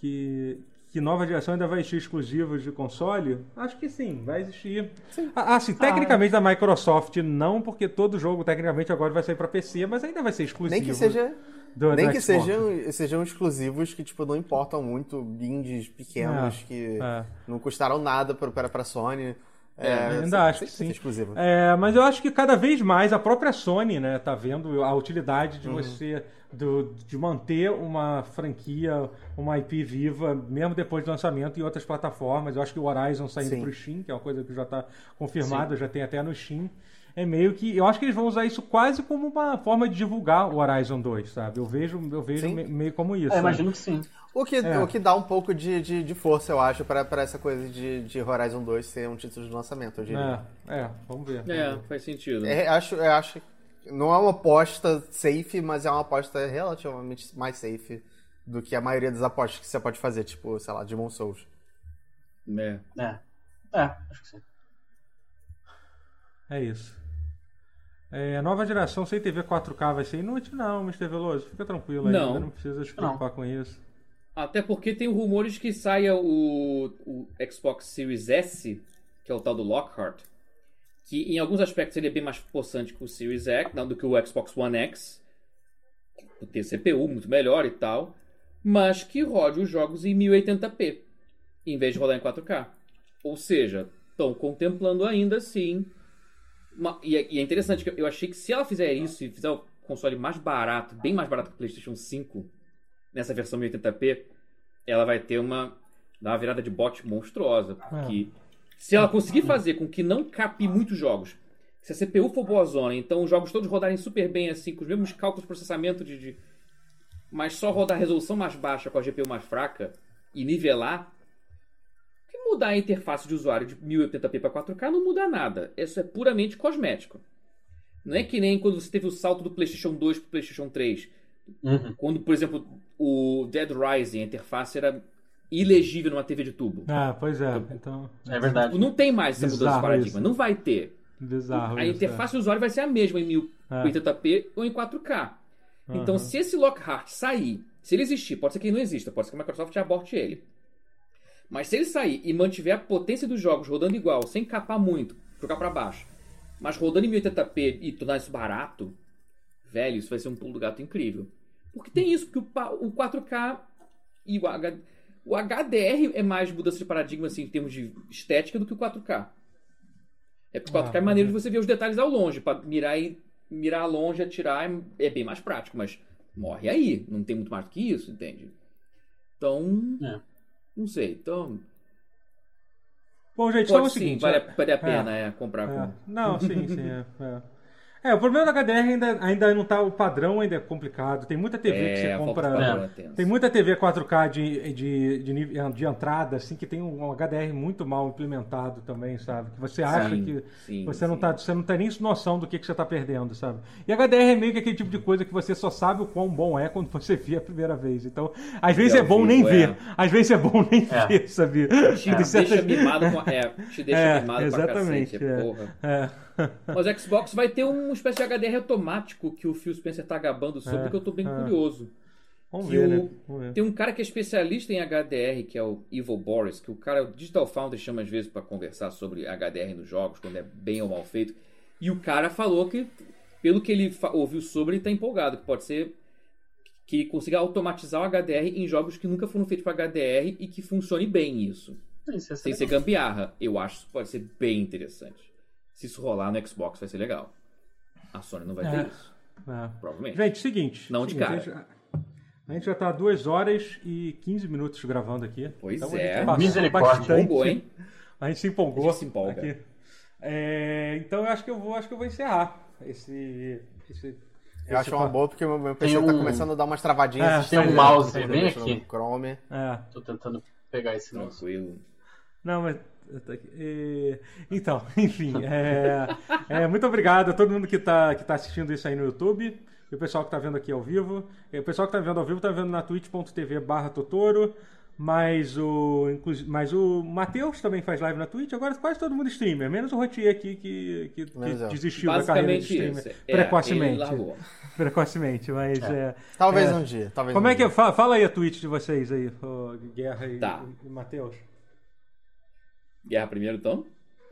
que. que nova geração ainda vai existir exclusivos de console? Acho que sim, vai existir. Ah, ah, sim, tecnicamente da Microsoft não, porque todo jogo tecnicamente agora vai sair pra PC, mas ainda vai ser exclusivo.
Nem que seja.
do-
Nem
do
que
Xbox.
sejam, sejam exclusivos que, tipo, não importam muito, indies pequenos
É,
que
é.
não custaram nada pra, pra, pra Sony. É,
ainda
sempre-
acho que
sempre
sim.
exclusivo.
É, mas eu acho que cada vez mais a própria Sony, né, tá vendo a utilidade de você do- de manter uma franquia, uma IP viva, mesmo depois do lançamento em outras plataformas. Eu acho que o Horizon saindo
Sim.
para o Steam, que é uma coisa que já tá confirmada, já tem até no Steam. É meio que. Eu acho que eles vão usar isso quase como uma forma de divulgar o Horizon 2, sabe? Eu vejo, eu vejo
Sim.
me- meio como isso.
É,
sabe?
imagino que sim.
O, que,
é.
o que dá um pouco de, de, de força, eu acho, pra, pra essa coisa de, de Horizon 2 ser um título de lançamento, eu diria.
É, é, vamos ver.
É, faz sentido.
É, acho, eu acho que não é uma aposta safe, mas é uma aposta relativamente mais safe do que a maioria das apostas que você pode fazer, tipo, sei lá, Demon Souls.
É.
É. É, acho que sim.
É isso. É, a nova geração sem TV 4K vai ser inútil? Não, Mr. Veloso, fica tranquilo
Não.
ainda, não precisa se preocupar com isso.
Até porque tem rumores que saia o, o Xbox Series S, que é o tal do Lockhart, que em alguns aspectos ele é bem mais possante que o Series X, não, do que o Xbox One X, por ter CPU muito melhor e tal, mas que rode os jogos em 1080p, em vez de rodar em 4K. Ou seja, estão contemplando ainda assim. uma- e, é, e é interessante que eu achei que se ela fizer isso e fizer o console mais barato, bem mais barato que o PlayStation 5, nessa versão 1080p, ela vai ter uma, dar uma virada de bote monstruosa. Porque se ela conseguir fazer com que não cape muitos jogos, se a CPU for boa zona, então os jogos todos rodarem super bem assim, com os mesmos cálculos de processamento de. de- mas só rodar a resolução mais baixa com a GPU mais fraca e nivelar. Que mudar a interface de usuário de 1080p para 4K não muda nada. Isso é puramente cosmético. Não é que nem quando você teve o salto do PlayStation 2 para PlayStation 3.
Uhum.
Quando, por exemplo, o Dead Rising, a interface era ilegível numa TV de tubo.
Ah, pois é. Então,
É verdade.
Tipo, Não tem mais essa mudança de
Bizarro
paradigma.
isso.
Não vai ter.
bizarro
a
isso.
interface do usuário vai ser a mesma em
é.
1080p ou em 4K.
É.
Então,
Aham.
se esse Lockhart sair, se ele existir, pode ser que ele não exista, pode ser que a Microsoft aborte ele. Mas se ele sair e mantiver a potência dos jogos rodando igual, sem capar muito, jogar pra baixo, mas rodando em 1080p e tornar isso barato, velho, isso vai ser um pulo do gato incrível. Porque tem isso, porque o, pa- o 4K e o, H, o HDR é mais mudança de paradigma assim, em termos de estética do que o 4K. É porque o 4K é
Ah,
maneiro de você ver os detalhes ao longe, pra mirar e mirar longe, atirar é, é bem mais prático, mas morre aí, não tem muito mais do que isso, entende? Então,
É.
não sei, então
Bom, gente, então é
pode
o
sim,
seguinte.
vale,
é-
a- vale a pena é, comprar
é.
com
Não, sim, sim. É, é. É, o problema da HDR ainda, ainda não tá. O padrão ainda é complicado. Tem muita TV que
É,
você
a falta de
compra.
padrão é
Tem
tenso.
muita TV 4K de, de, de, nível- de entrada, assim, que tem um HDR muito mal implementado também, sabe? Que você acha
Sim,
que
sim,
você, não
sim.
tá, você não tem nem noção do que, que você tá perdendo, sabe? E HDR é meio que aquele tipo de coisa que você só sabe o quão bom é quando você vê a primeira vez. Então, às vezes
ao
é bom
vivo,
nem
é.
ver. Às vezes é bom *laughs* nem
É.
ver, sabe?
Te
Tem *laughs*
deixa
certas-
mimado com a... É, te deixa
É,
mimado pra
exatamente,
cacete,
é.
porra.
É.
Mas o Xbox vai ter uma espécie de HDR automático que o Phil Spencer tá gabando sobre,
É,
que eu tô bem
é.
curioso.
Vamos
Que
ver,
o-
né? Vamos ver.
Tem um cara que é especialista em HDR, que é o Evil Boris, que o cara, é o Digital Foundry chama às vezes pra conversar sobre HDR nos jogos, quando é bem ou mal feito. E o cara falou que, pelo que ele fa- ouviu sobre, ele tá empolgado, que pode ser que consiga automatizar o HDR em jogos que nunca foram feitos pra HDR e que funcione bem isso.
Isso, é
Sem ser gambiarra. Eu acho que isso pode ser bem interessante. Se isso rolar no Xbox, vai ser legal. A Sony não vai ter
É.
isso,
É.
provavelmente.
Gente, seguinte.
Não de
seguinte,
cara.
A gente, a gente já tá 2 horas e 15 minutos gravando aqui.
Pois
então
é.
A gente passou
Misericórdia.
bastante.
Empolgou, hein?
A gente se empolgou.
A gente se empolga.
aqui. É, então eu acho que eu vou, acho que eu vou encerrar esse. esse-
Eu acho
esse
uma
papo.
boa porque meu- meu PC
Tem
tá
um-
começando a dar umas travadinhas. assim,
É,
estranhas,
tem um mouse
quando eu
bem
mexo
aqui.
no Chrome.
É.
Tô tentando pegar esse nosso.
Tranquilo.
Não, mas. eu tô aqui. É, Então, *laughs* enfim. é, é, muito obrigado a todo mundo que está que tá assistindo isso aí no YouTube. E o pessoal que está vendo aqui ao vivo. E O pessoal que está vendo ao vivo está vendo na twitch.tv barra Totoro. Mas o, inclusi- mas o Matheus também faz live na Twitch. Agora quase todo mundo streamer, menos o Rotier aqui que, que, que
Menos eu.
desistiu da carreira de
Basicamente
streamer
isso. É, Ele
precocemente.
largou.
Precocemente, mas é.
Talvez
É.
um dia. Talvez
Como
um
é que
dia.
é? Fa- Fala aí a Twitch de vocês aí, ô, Guerra e,
Tá.
e Matheus.
Guerra primeiro, então?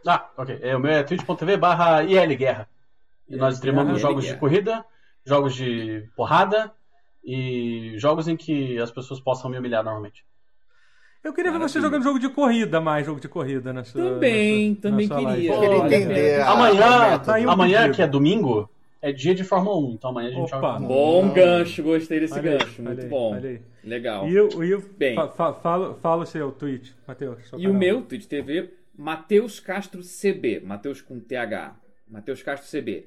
Ah, ok. É, o meu é twitch.tv barra ILGuerra. E nós streamamos
IL
jogos de
Guerra.
corrida, jogos de porrada e jogos em que as pessoas possam me humilhar normalmente.
Eu queria ver você
Maravilha.
jogando jogo de corrida mais, jogo de corrida nessa.
Também,
nessa-
também
nessa live.
queria.
Eu queria
Olha,
entender. a- o
amanhã,
método.
tá aí um
amanhã
pedido.
que é domingo, é dia de Fórmula 1. Então amanhã a gente
Opa.
joga.
Bom
Não.
gancho, gostei desse
Olha aí,
gancho.
olha
Muito
aí,
bom.
olha aí.
Legal.
E eu, e eu
Bem.
fa- fa- falo, falo o seu tweet, Matheus. seu
E o
canal.
meu, Twitch TV, Matheus Castro CB. Matheus com TH. Matheus Castro CB.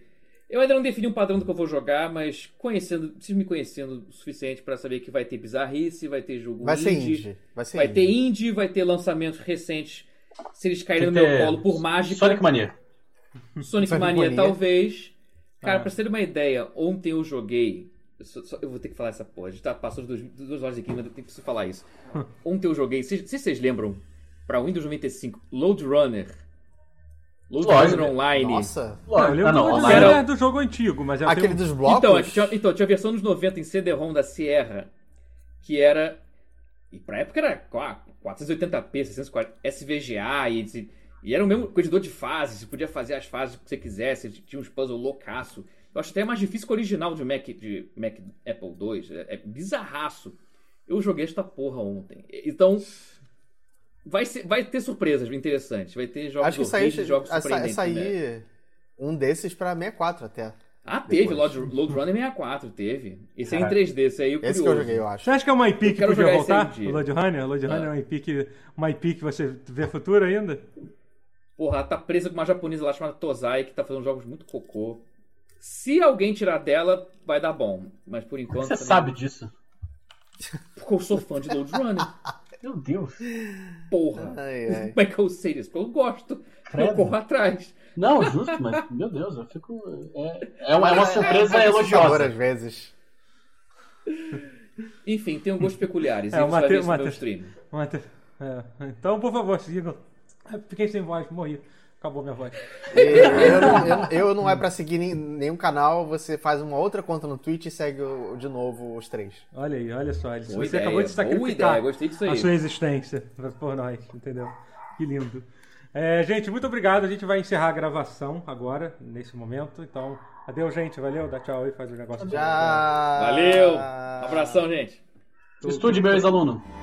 Eu ainda não defini um padrão do que eu vou jogar, mas conhecendo, preciso me conhecendo o suficiente para saber que vai ter bizarrice, vai ter jogo
Vai ser indie. Vai ser
vai ter
indie.
indie, vai ter lançamentos recentes. Se eles caírem no
Vai ter
meu colo por mágica.
Sonic Mania.
Sonic
Sonic
Mania,
Mania.
talvez. Cara,
Ah.
pra você ter uma ideia, ontem eu joguei. Eu, só- só- eu vou ter que falar essa porra. A gente tá passando dos dos duas horas aqui, mas eu tenho que falar
*laughs*
isso. Ontem eu joguei. Se se vocês lembram, pra Windows 95, Load Runner. Load
Lógico.
Runner Online.
Nossa.
Não, é um eu
ah,
lembro
não,
do,
online.
era... do jogo antigo, mas eu
Aquele
tenho...
dos blocos.
Então, tinha, então, tinha a versão dos 90 em CD-ROM da Sierra, que era. E pra época era qua- 480p, 640, SVGA, e, se- e era o mesmo corredor de fases, você podia fazer as fases que você quisesse, tinha uns puzzles loucaço. Eu acho até mais difícil que o original de Mac, de Mac Apple II, é, é bizarraço. Eu joguei esta porra ontem. E- Então. Vai, ser- vai ter surpresas interessantes. Vai ter jogos
Acho que isso aí,
horríveis, jogos
essa-
surpreendentes.
essa
né?
aí um desses pra 64 até.
Ah, teve.
Depois.
Load, Load Runner 64 teve. Esse aí em
Caralho.
3D, esse aí é curioso.
Esse que eu joguei, eu acho.
*laughs*
Você acha que é uma IP
Eu
que
quero
podia
jogar esse aí um
voltar?
dia.
O Lord Runner? O Lord Runner é uma IP, que, uma IP que você vê futuro ainda?
Porra, ela tá presa com uma japonesa lá chamada Tozai, que tá fazendo jogos muito cocô. Se alguém tirar dela, vai dar bom. Mas por enquanto.
Você
também-
sabe disso.
Porque eu sou fã de Load Runner.
Meu Deus.
*laughs*
Porra.
Ai, ai.
Como é que eu sei disso? Porque eu gosto. Eu
Credo.
corro atrás.
Não, justo, mas meu Deus, eu fico. É, é uma, é uma surpresa
É assustador
elogiosa.
*laughs*
às vezes.
Enfim, tem um
*laughs*
gosto peculiar. Isso
É,
é,
o
você vai
Mate-
ver isso no meu
Mate-
stream.
Mas- é, Então, por favor, sigam. Fiquei sem voz, morri. Acabou minha voz.
É
E Eu, não- eu não- eu não é pra seguir nem- nenhum canal, você faz uma outra conta no Twitch e segue o- de novo os três.
Olha aí, olha só. Alice,
Boa
Você
ideia,
acabou de
boa
sacrificar
ideia, gostei disso aí.
a sua existência pra- por nós, entendeu? Que lindo. É, gente, muito obrigado. A gente vai encerrar a gravação agora, nesse momento. Então, adeus, gente. Valeu, dá tchau aí, faz o negócio.
Já. Ah.
Valeu. Abração, gente.
Estude, meu ex-aluno.